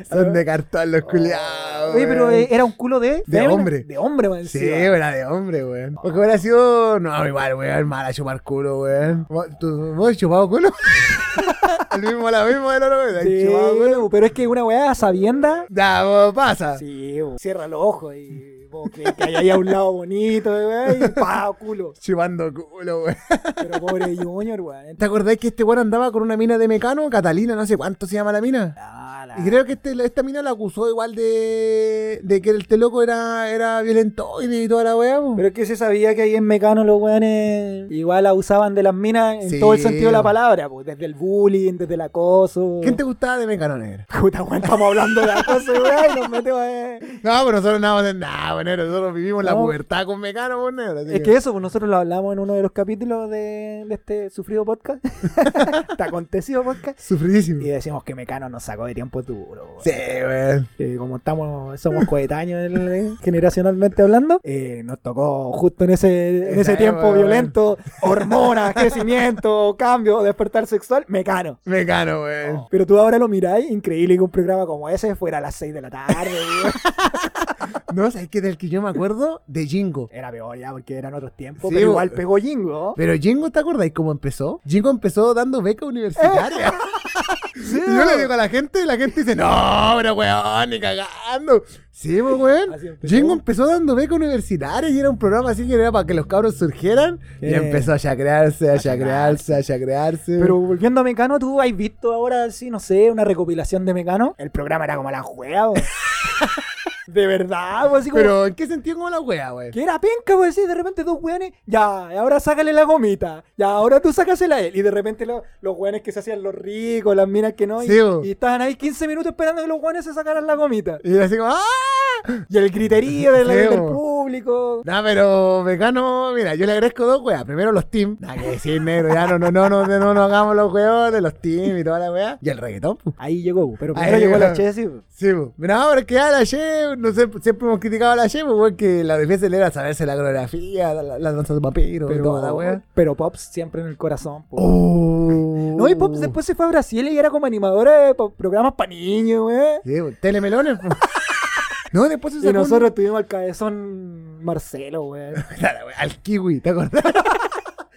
B: Son de cartón los culiados.
C: Oye, pero
B: weón.
C: eh, era un culo de.
B: De
C: fémina,
B: hombre.
C: De hombre, weón.
B: Sí, era de hombre, weón. Porque hubiera sido. No, igual, weón, mal a chupar culo, weón. ¿Vos, tú- vos has chupado culo? el mismo, la misma del oro, weón. ¿Has chupado culo?
C: pero es que una weá a sabienda.
B: Ya, vos, pasa.
C: Sí, bo. cierra los ojos y vos crees que hay ahí a un lado bonito, weón, y pa, culo.
B: Chupando culo, weón.
C: Pero pobre Junior, weón.
B: ¿Te acordás que este weón andaba con una mina de mecano? Catalina, no sé cuánto se llama la mina.
C: Ah, la-
B: Y creo que este, esta mina la acusó igual de, de que este loco era, era violento y toda la weá. po.
C: Pero es que se sabía que ahí en Mecano los weones igual abusaban de las minas en
B: Sí,
C: todo el sentido de la
B: bo.
C: palabra, pues, desde el bullying, desde el acoso.
B: ¿Quién te gustaba de mecano, negro?
C: Puta, weón, estamos hablando de acoso, weón, y nos metemos eh.
B: No, pero nosotros no vamos a hacer nada, weón, negro. Nosotros vivimos la
C: No.
B: pubertad con mecano, weón, negro. así
C: Es que eso, pues nosotros lo hablamos en uno de los capítulos de, de este sufrido podcast, este acontecido podcast,
B: Sufridísimo.
C: y decimos que Mecano nos sacó de tiempo duro. weón.
B: Sí, weón.
C: Que como estamos, somos coetáneos en- en- generacionalmente hablando, eh, nos tocó justo en ese, en
B: Esa
C: ese
B: es,
C: tiempo
B: weón.
C: violento, hormonas, crecimiento, cambio, despertar sexual, Mecano.
B: Mecano, weón.
C: Pero tú ahora lo miráis, increíble que un programa como ese fuera a las 6 de la tarde, weón.
B: No, sabes que del que yo me acuerdo, de Jingo.
C: Era peor ya porque eran otros tiempos,
B: Sí,
C: pero
B: weón.
C: igual pegó Jingo.
B: Pero Jingo, ¿te acordáis cómo empezó? Jingo empezó dando beca universitaria. Y yo le digo a la gente y la gente dice, no, pero weón, ni cagando. Sí, pues,
C: Así
B: weón.
C: empezó.
B: Jingo empezó dando beca universitaria y era un programa así que era para que los cabros surgieran. Y
C: Eh.
B: empezó a chacrearse, a chacrearse, a chacrearse.
C: Pero volviendo a Mecano, ¿tú has visto ahora, sí, no sé, una recopilación de Mecano? El programa era como la juega, weón. De verdad, weón, así como...
B: Pero, ¿en qué sentido como la wea, weón?
C: Que era penca, pues sí, de repente dos weones, ya, ahora sácale la gomita, ya, ahora tú sácasela a él. Y de repente lo- los weones que se hacían los ricos, las minas que no, y,
B: Sí, bo.
C: y estaban ahí 15 minutos esperando que los weones se sacaran la gomita.
B: Y era así como, ¡ah!
C: Y el griterío de la-
B: Sí,
C: del
B: bo.
C: público.
B: No, pero vegano, mira, yo le agradezco dos weas. Primero los team. Nada que decir, negro, ya no, no, no, no, no, no hagamos los weones, de los team y toda la wea. Y el reggaetón, pues.
C: Ahí llegó, pero
B: Ahí
C: primero llegó
B: llegó.
C: la Chessy. bo.
B: Sí, pues. No, pero que a la Che, no sé, siempre hemos criticado a la Che, pues, weón, que la defensa le era saberse la coreografía, la, la- la danza de papiro y toda la
C: Pero,
B: wea.
C: pero Pops siempre en el corazón. po.
B: Oh.
C: No, y Pops después se fue a Brasil y era como animadora de po- programas para niños, wey.
B: Sí, pues, telemelones, pues. No, después se
C: Y
B: sacó un-
C: nosotros tuvimos al cabezón Marcelo, wey.
B: Claro, weón, al kiwi, ¿te acordás?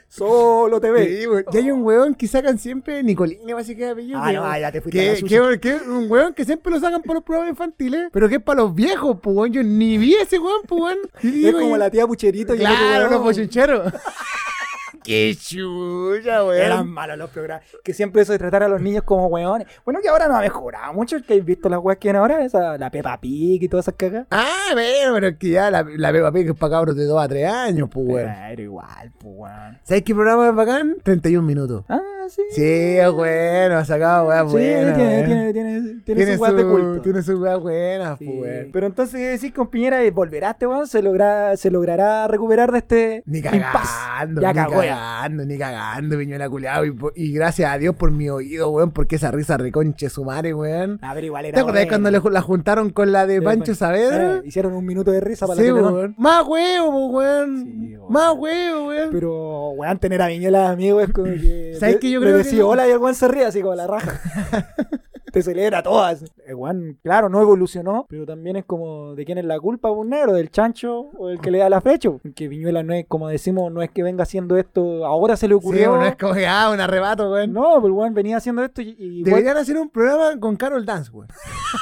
C: Solo te ve.
B: Sí, weón. Y hay un weón que sacan siempre Nicolini, así que es apellido.
C: Ah,
B: que-
C: no, ah, ya te fuiste a la
B: Que,
C: sucia.
B: que, que un weón que siempre lo sacan por los programas infantiles, pero que es para los viejos, pues weón. Yo ni vi ese weón, pues weón. Y
C: Es
B: digo,
C: como
B: y-
C: la tía Pucherito y el otro
B: Claro, pues,
C: weón.
B: los bochincheros. Qué chucha,
C: Eran
B: weón.
C: malos los programas. Que siempre eso de tratar a los niños como weones. Bueno, que ahora no ha mejorado mucho. El que he visto las weas que vienen ahora, esa, la Peppa Pig y todas esas cagas.
B: Ah, bueno, pero es que ya la, la Peppa Pig es para cabros de 2 a 3 años, pues, weón.
C: Pero igual, pues weón.
B: ¿Sabes qué programa es bacán? 31 minutos.
C: Ah, sí.
B: Sí, es bueno, ha sacado weón,
C: Sí,
B: buena.
C: tiene,
B: weón.
C: tiene, tiene, tiene, su weas
B: su-
C: de culto.
B: Tiene su weá buena,
C: Sí.
B: pues, weón.
C: Pero entonces decís con Piñera, eh, ¿volverá este weón? ¿Se, logra, ¿Se logrará recuperar de este
B: Ni
C: impas?
B: cagando,
C: Ya
B: ni
C: cagó, ya.
B: cagando, ni cagando, piñuela culiao. Y, po- y gracias a Dios por mi oído, weón, porque esa risa reconche su madre, weón.
C: A ver, Ah, igual era
B: ¿Te acordás
C: bueno.
B: cuando le ju- la juntaron con la de
C: Sí,
B: Pancho
C: bueno.
B: Saavedra?
C: Eh, hicieron un minuto de risa para
B: Sí,
C: la tele, ¿no?
B: weón. Más huevo, po, weón.
C: Sí, weón.
B: Más huevo, weón.
C: Pero, weón, tener a Viñola amigo es como que.
B: ¿Sabes
C: le-
B: qué? Yo
C: le
B: creo que
C: decís
B: no.
C: hola y el weón se ríe así como la raja. Te celebra todas. El weón, claro, no evolucionó, pero también es como de quién es la culpa, un negro, del chancho o el que le da la flecha. Que Viñuela no es, como decimos, no es que venga haciendo esto, ahora se le
B: Sí,
C: ocurrió.
B: bueno, es como que, ah, un arrebato, weón.
C: No, pero el weón venía haciendo esto y, y
B: Deberían hacer un programa con Carol Dance, weón.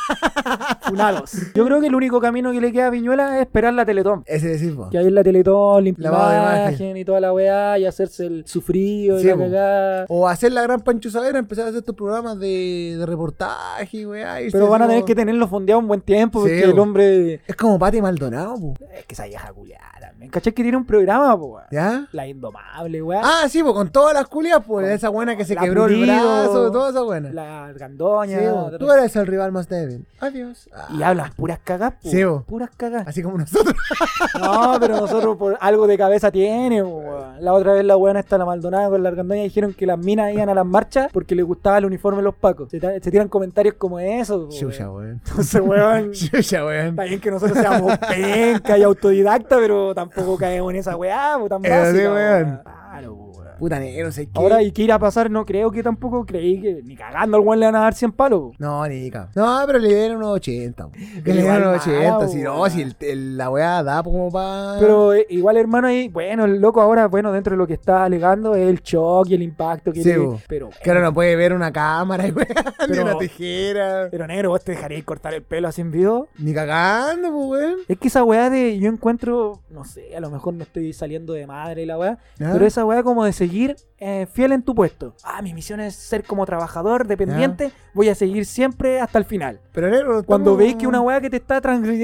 C: weón, funados. Yo creo que el único camino que le queda a Viñuela es esperar la Teletón.
B: Ese decís vos.
C: Que ahí en la Teletón, limpiar
B: Lavado de imagen.
C: imagen y toda la weá, y hacerse el sufrido y
B: Sí, pues.
C: la
B: po.
C: cagada.
B: O hacer la gran Pancho Saavedra, empezar a hacer estos programas de, de reportaje, weón. irse
C: Pero van a
B: así
C: tener
B: como-
C: que tenerlo fondeado un buen tiempo,
B: Sí,
C: porque
B: bo.
C: el hombre.
B: Es como Pati Maldonado, po,
C: Es que esa vieja culiada también. ¿Cachai que tiene un programa, po, weón?
B: ¿ya?
C: La indomable, weá.
B: Ah, sí, pues con todas las culias, pues
C: Con
B: esa buena que se
C: la
B: quebró el
C: Pulido,
B: brazo, toda esa buena.
C: La
B: Sí,
C: gandoña.
B: bo,
C: otra-
B: tú eres el rival más débil. Adiós. Ah,
C: Y hablan puras cagas, po,
B: Sí, bo.
C: Puras cagas.
B: Así como nosotros.
C: No, pero nosotros por algo de cabeza tiene, po, weón. La otra vez la weona está la Maldonada con la gandoña dijeron que las minas iban a las marchas porque les gustaba el uniforme de los pacos. Se, ta- se tiran comentarios como esos, po,
B: Chucha,
C: weón.
B: weón.
C: Entonces, weón.
B: Chucha, weón.
C: Está bien que nosotros seamos penca y autodidacta, pero tampoco caemos en esa weá, po, tan
B: Eh,
C: básica,
B: sí,
C: po,
B: weón.
C: weón. Claro, po, weón.
B: Puta negro, sé que.
C: Ahora, ¿y qué irá a pasar? No creo que tampoco creí que ni cagando al weón le van a dar 100 palos. po.
B: No, ni cabrón. No, pero le dieron unos 80. po. Que le
C: igual
B: dieron unos
C: mala,
B: 80. Si
C: bo,
B: no,
C: weón.
B: si el- el- la weá da pues, como pa.
C: Pero eh, igual, hermano, ahí, bueno, el loco ahora, bueno, dentro de lo que está alegando es el shock y el impacto que
B: Sí,
C: le-
B: bo.
C: Pero,
B: Que ahora no puede ver una cámara, y weón. Ni
C: Pero-
B: una tijera.
C: pero negro, ¿vos te dejarías cortar el pelo así en vivo?
B: Ni cagando, pues, weón.
C: Es que esa weá de yo encuentro, no sé, a lo mejor no estoy saliendo de madre y la weá,
B: Ah.
C: pero esa weá como de seguir eh, fiel en tu puesto. Ah, mi misión es ser como trabajador, dependiente, voy a seguir siempre hasta el final.
B: Pero negro, no
C: Cuando
B: Ah. estamos-
C: veis que una weá que te está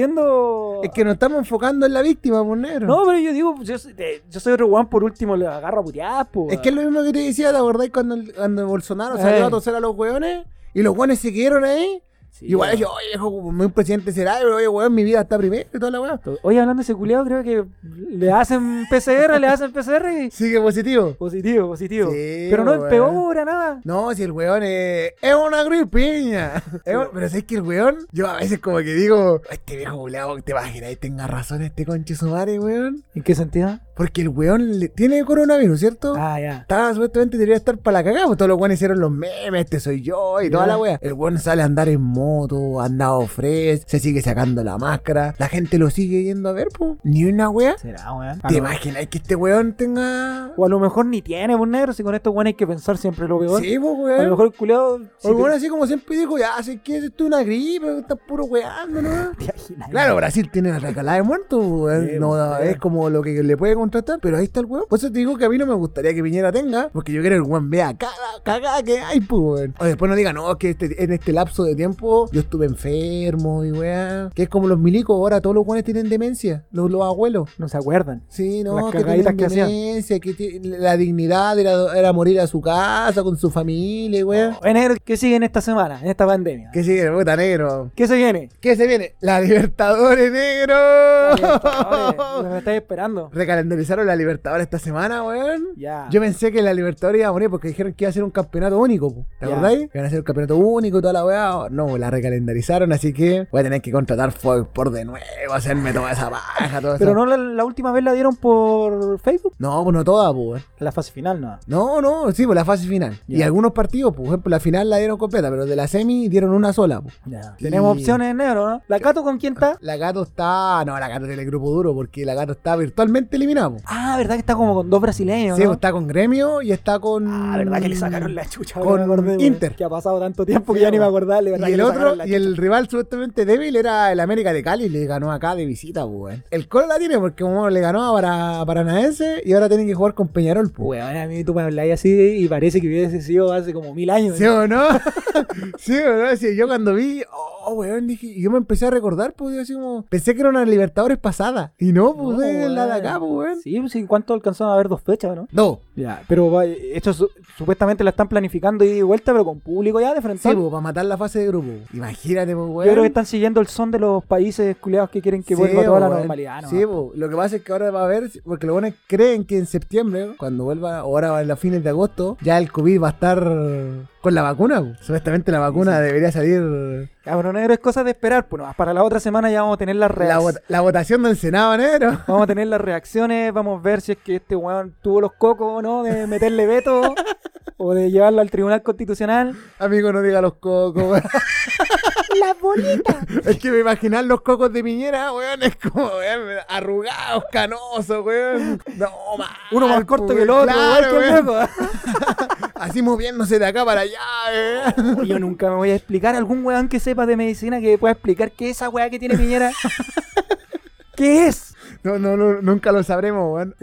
C: transgrediendo...
B: Es que nos estamos enfocando en la víctima, pues, negro.
C: No, pero yo digo, yo, soy- eh, yo soy otro weón, por último le agarro a puteadas, po.
B: Es que es lo mismo que te decía, ¿te acordás cuando, el- cuando Bolsonaro salió
C: Eh.
B: a toser a los hueones? Y los hueones se quedaron ahí.
C: Sí,
B: Igual
C: weón.
B: yo, oye, viejo, como un presidente será, pero oye, weón, mi vida está primero y toda la weón.
C: Oye, hablando de ese culiado, creo que le hacen PCR, le hacen PCR y...
B: Sigue positivo.
C: Positivo, positivo.
B: Sí,
C: pero no
B: weón.
C: empeora nada.
B: No, si el weón es, es una gripiña. Es un- pero ¿sabes que el weón? Yo a veces como que digo, este viejo culeado, te vas a ir ahí, tenga razón este conche su madre, weón.
C: ¿En qué sentido?
B: Porque el weón le- tiene coronavirus, ¿cierto?
C: Ah, ya.
B: Estaba supuestamente debería estar para la cagada, pues todos los weones hicieron los memes, este soy yo y toda
C: Ya.
B: la wea. El weón sale a andar en moto, ha andado fresh, se sigue sacando la máscara, la gente lo sigue yendo a ver, pues. Ni una wea.
C: Será, weón.
B: ¿Te imaginas que este weón tenga.
C: O a lo mejor ni tiene, pues negro, si con estos weones hay que pensar siempre lo peor.
B: Sí,
C: A
B: pues
C: lo
B: weón.
C: mejor el culiado.
B: O el weón así como siempre dijo, ya, sé que es esto es una gripe, estás puro weando, ¿no? Claro, Brasil tiene la recalada de muertos, weón.
C: Sí,
B: no,
C: pues,
B: es
C: sí.
B: como lo que le puede contratar, pero ahí está el weón. Por eso te digo que a mí no me gustaría que Piñera tenga, porque yo quiero que el weón vea cada cagada que hay, pues, weón. O después no diga, no, es que este- en este lapso de tiempo yo estuve enfermo y weón. Que es como los milicos, ahora todos los weones tienen demencia, los, los abuelos.
C: No se acuerdan.
B: Sí, no,
C: Las
B: que
C: cagaditas
B: tienen
C: que hacían.
B: demencia, que ti- la dignidad era, era morir a su casa, con su familia, weón.
C: Oye, negro, ¿qué sigue en esta semana, en esta pandemia? ¿Qué,
B: ¿Qué sigue, puta negro?
C: se viene?
B: ¿Qué se viene? La Libertadores, negro.
C: Oye, Me estáis esperando.
B: Recalendarizaron la Libertadores esta semana, weón.
C: Ya.
B: Yo pensé que la Libertadores iba a morir porque dijeron que iba a ser un campeonato único. po. ¿Te
C: Ya.
B: acordáis? Que iban a ser un campeonato único y toda la weá. No, la recalendarizaron, así que voy a tener que contratar Fox por de nuevo, hacerme toda esa baja, todo
C: Pero
B: eso.
C: no la, la última vez la dieron por Facebook.
B: No, pues no toda, po, weón.
C: La fase final, no.
B: No, no, sí, por la fase final. Y
C: Ya.
B: algunos partidos, por ejemplo, la final la dieron completa, pero de la semi dieron una sola. po.
C: Ya. Tenemos
B: Y-
C: opciones en negro, ¿no? ¿La Cato con quién está?
B: La gato está. No, la gato tiene el grupo duro porque la gato está virtualmente eliminada. po.
C: Ah, ¿verdad que está como con dos brasileños?
B: Sí, pues
C: ¿no?
B: está con Gremio y está con.
C: Ah, ¿verdad que le sacaron la chucha?
B: Con
C: Ahora me acordé, weón.
B: Inter.
C: Que ha pasado tanto tiempo que
B: Sí,
C: ya ni me
B: weón.
C: acordaba. de ¿verdad
B: Y
C: que
B: el
C: le
B: otro,
D: sacaron la
B: y el rival supuestamente débil era el América de Cali, le ganó acá de visita, pues, weón. El Colo la tiene porque como le ganó a Para- Paranaense y ahora tienen que jugar con Peñarol, pues.
D: Weón, a mí tú me habláis así y parece que hubiese sido hace como mil años.
B: ¿Sí o no? ¿Sí o no? Sí, yo cuando vi, oh, weón, dije, y yo me empecé a recordar, pues, yo así como, pensé que era una Libertadores pasada. Y no, pues,
D: No,
B: es la de
D: weón.
B: acá, pues, weón.
D: Sí, pues sí, ¿cuánto alcanzaron a haber dos fechas, no?
B: No,
D: Ya.
C: Pero va, esto su- supuestamente la están planificando ida y de vuelta, pero con público ya de frente.
B: sí, pues, para matar la fase de grupo. Imagínate, pues, weón.
C: Yo creo que están siguiendo el son de los países culiados que quieren que
B: Sí,
C: vuelva toda la
B: weón.
C: normalidad. ¿no?
B: Sí, po. lo que pasa es que ahora va a haber, porque los buenos creen que en septiembre, cuando vuelva, ahora en los fines de agosto, ya el COVID va a estar con la vacuna. po. Supuestamente la vacuna debería salir
C: Cabrón, negro, es cosa de esperar. Pues nomás para la otra semana ya vamos a tener las
B: la,
C: reacciones.
B: vota- la votación del Senado enero.
C: Vamos a tener las reacciones, vamos a ver si es que este weón tuvo los cocos o no de meterle veto o de llevarlo al Tribunal Constitucional.
B: Amigo, no diga los cocos. weón.
C: ¡Las bolitas!
B: es que me imaginar los cocos de Piñera, weón, es como, weón, arrugados, canosos, weón. No, más.
C: Uno más
B: pues,
C: corto que el otro, igual que el loco.
B: Así moviéndose de acá para allá, weón.
C: Yo nunca me voy a explicar. Algún weón que sepa de medicina que pueda explicar qué es esa weá que tiene Piñera. ¿Qué es?
B: No, no, no, nunca lo sabremos, weón.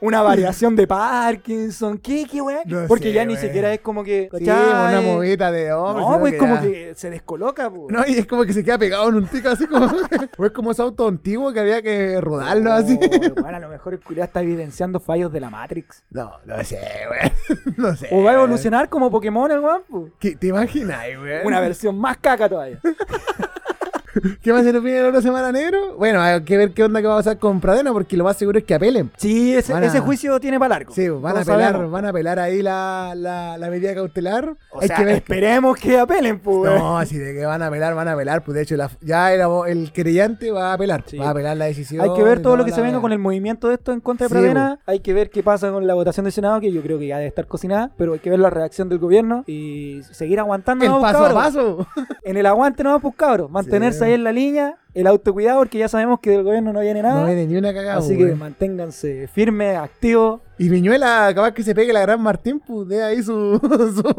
C: Una variación de Parkinson. ¿Qué, qué weá?
B: No
C: Porque
B: sé,
C: ya ni
B: weón.
C: siquiera es como que.
B: Sí,
C: ¿cachai?
B: una movida de hombre.
C: No,
B: sino
C: pues como
B: era-
C: que se descoloca, pues.
B: No, y es como que se queda pegado en un tico así como. o es como ese auto antiguo que había que rodarlo así.
C: Bueno, Oh, a lo mejor el culiao está evidenciando fallos de la Matrix.
B: No, no sé, weón. No sé.
C: O va a
B: weón.
C: evolucionar como Pokémon el weón, pues.
B: ¿Qué- ¿Te imaginas, weón?
C: Una versión más caca todavía.
B: ¿Qué más se nos viene la otra semana, negro? Bueno, hay que ver qué onda que va a pasar con Pradena, porque lo más seguro es que apelen.
C: Sí, ese,
B: Van a-
C: ese juicio tiene para largo.
B: Sí, van
C: No
B: a apelar,
C: sabemos.
B: van a apelar ahí la, la, la medida cautelar.
C: O
B: hay
C: sea,
B: que ver.
C: esperemos que apelen, pues. weón.
B: No, si de que van a apelar, van a apelar. Pues de hecho, la- ya el, abo- el querellante va a apelar.
C: Sí.
B: Va a apelar la decisión.
C: Hay que ver
B: y
C: todo lo
B: toda
C: que
B: la
C: se venga
B: weá.
C: con el movimiento de esto en contra de
B: Sí,
C: Pradena. Hay que ver qué pasa con la votación del Senado, que yo creo que ya debe estar cocinada. Pero hay que ver la reacción del gobierno y seguir aguantando.
B: El
C: ¿no,
B: paso a
C: cabros?
B: paso.
C: En el aguante no pues cabros. Mantenerse
B: Sí.
C: ahí en la línea, el autocuidado, porque ya sabemos que del gobierno no viene nada.
B: No viene ni una cagada.
C: Así que
B: weón.
C: manténganse firmes, activos,
B: Y Viñuela, capaz que se pegue la gran Martín, pues de ahí su.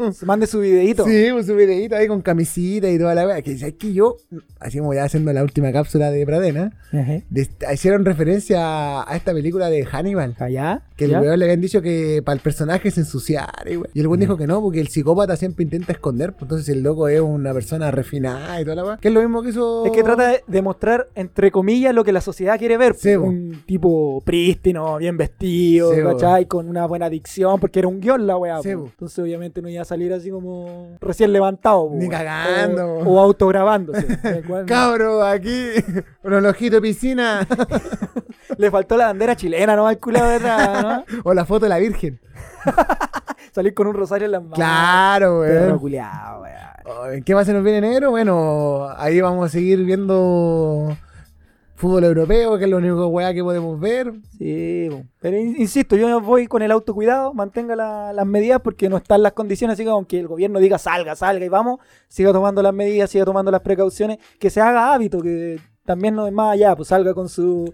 B: su
C: se mande su videíto.
B: sí, pues, su videíto ahí con camisita y toda la wea. Que es que yo, así como ya haciendo la última cápsula de Pradena,
C: Ajá.
B: des- hicieron referencia a esta película de Hannibal.
C: Allá.
B: Que el
C: ya.
B: weón le habían dicho que para el personaje se ensuciara, y weón. Y el weón dijo que no, porque el psicópata siempre intenta esconder. pues, entonces el loco es una persona refinada y toda la weá. Que es lo mismo que hizo.
C: Es que trata de- de mostrar, entre comillas, lo que la sociedad quiere ver. pues.
B: Sí, bo.
C: un tipo prístino, bien vestido,
B: Sí, bo.
C: ¿cachai? Con una buena dicción, porque era un guión la weá.
B: Sí,
C: po.
B: bo.
C: Entonces, obviamente, no iba a salir así como recién levantado. po,
B: Ni
C: weón.
B: cagando,
C: O,
B: bo.
C: o autograbándose. el cual-
B: Cabro, aquí, relojito de piscina
C: Le faltó la bandera chilena, ¿no? Al culo de atrás, ¿no?
B: o la foto de la Virgen.
C: Salir con un rosario en las manos.
B: Claro,
C: Perro
B: weón.
C: culiao, weá.
B: Ay, ¿Qué más se nos viene negro? Bueno, ahí vamos a seguir viendo fútbol europeo, que es lo único weá que podemos ver.
C: Sí, bo. pero in- insisto, yo voy con el autocuidado, mantenga la- las medidas porque no están las condiciones, así que aunque el gobierno diga salga, salga y vamos, siga tomando las medidas, siga tomando las precauciones, que se haga hábito, que también no es más allá, pues salga con su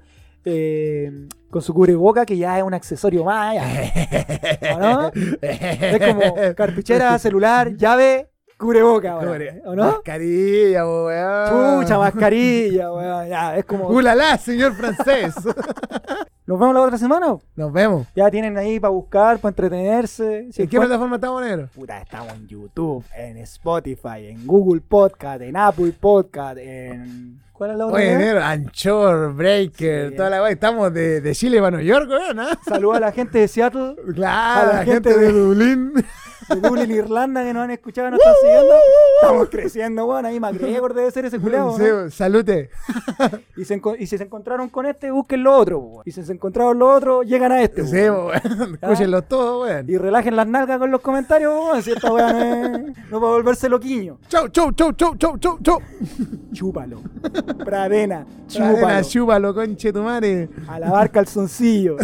C: eh, con su cubreboca, que ya es un accesorio más, ya. ¿o no? Es como cartuchera, celular, llave, cubreboca, ahora, ¿o no?
B: Mascarilla, weón.
C: Chucha, mascarilla, weón, ya, es como...
B: ¡Ulala, señor francés!
C: ¿Nos vemos la otra semana?
B: Nos vemos.
C: Ya tienen ahí para buscar, para entretenerse. Si
B: ¿En qué
C: encuentran-
B: plataforma estamos, negro?
C: Puta, estamos en YouTube, en Spotify, en Google Podcast, en Apple Podcast, en. ¿Cuál es la otra?
B: Oye,
C: wea?
B: negro, Anchor, Breaker,
C: Sí.
B: toda la weá. Estamos de, de Chile para Nueva York, weón, ¿ah?
C: Saluda a la gente de Seattle,
B: Claro,
C: A
B: la, gente, de Dublín.
C: de Dublin, Irlanda, que nos han escuchado, nos están siguiendo. Estamos creciendo, weón. Ahí MacGregor debe ser ese culeado. ¿no?
B: Sí, salute.
C: Y, se enco- y si se encontraron con este, busquen lo otro, weón. Y si se encontraron lo otro, llegan a este.
B: Sí,
C: weón.
B: weón. Escúchenlo todo, weón.
C: Y relajen las nalgas con los comentarios, weón. Si esta weá no, es- no va a volverse loquiño.
B: Chau, chau, chau, chau, chau, chau, chau.
C: Chúpalo. Pradena. Chúpalo.
B: Chúpalo, chúpalo, conche tu madre.
C: A lavar calzoncillos.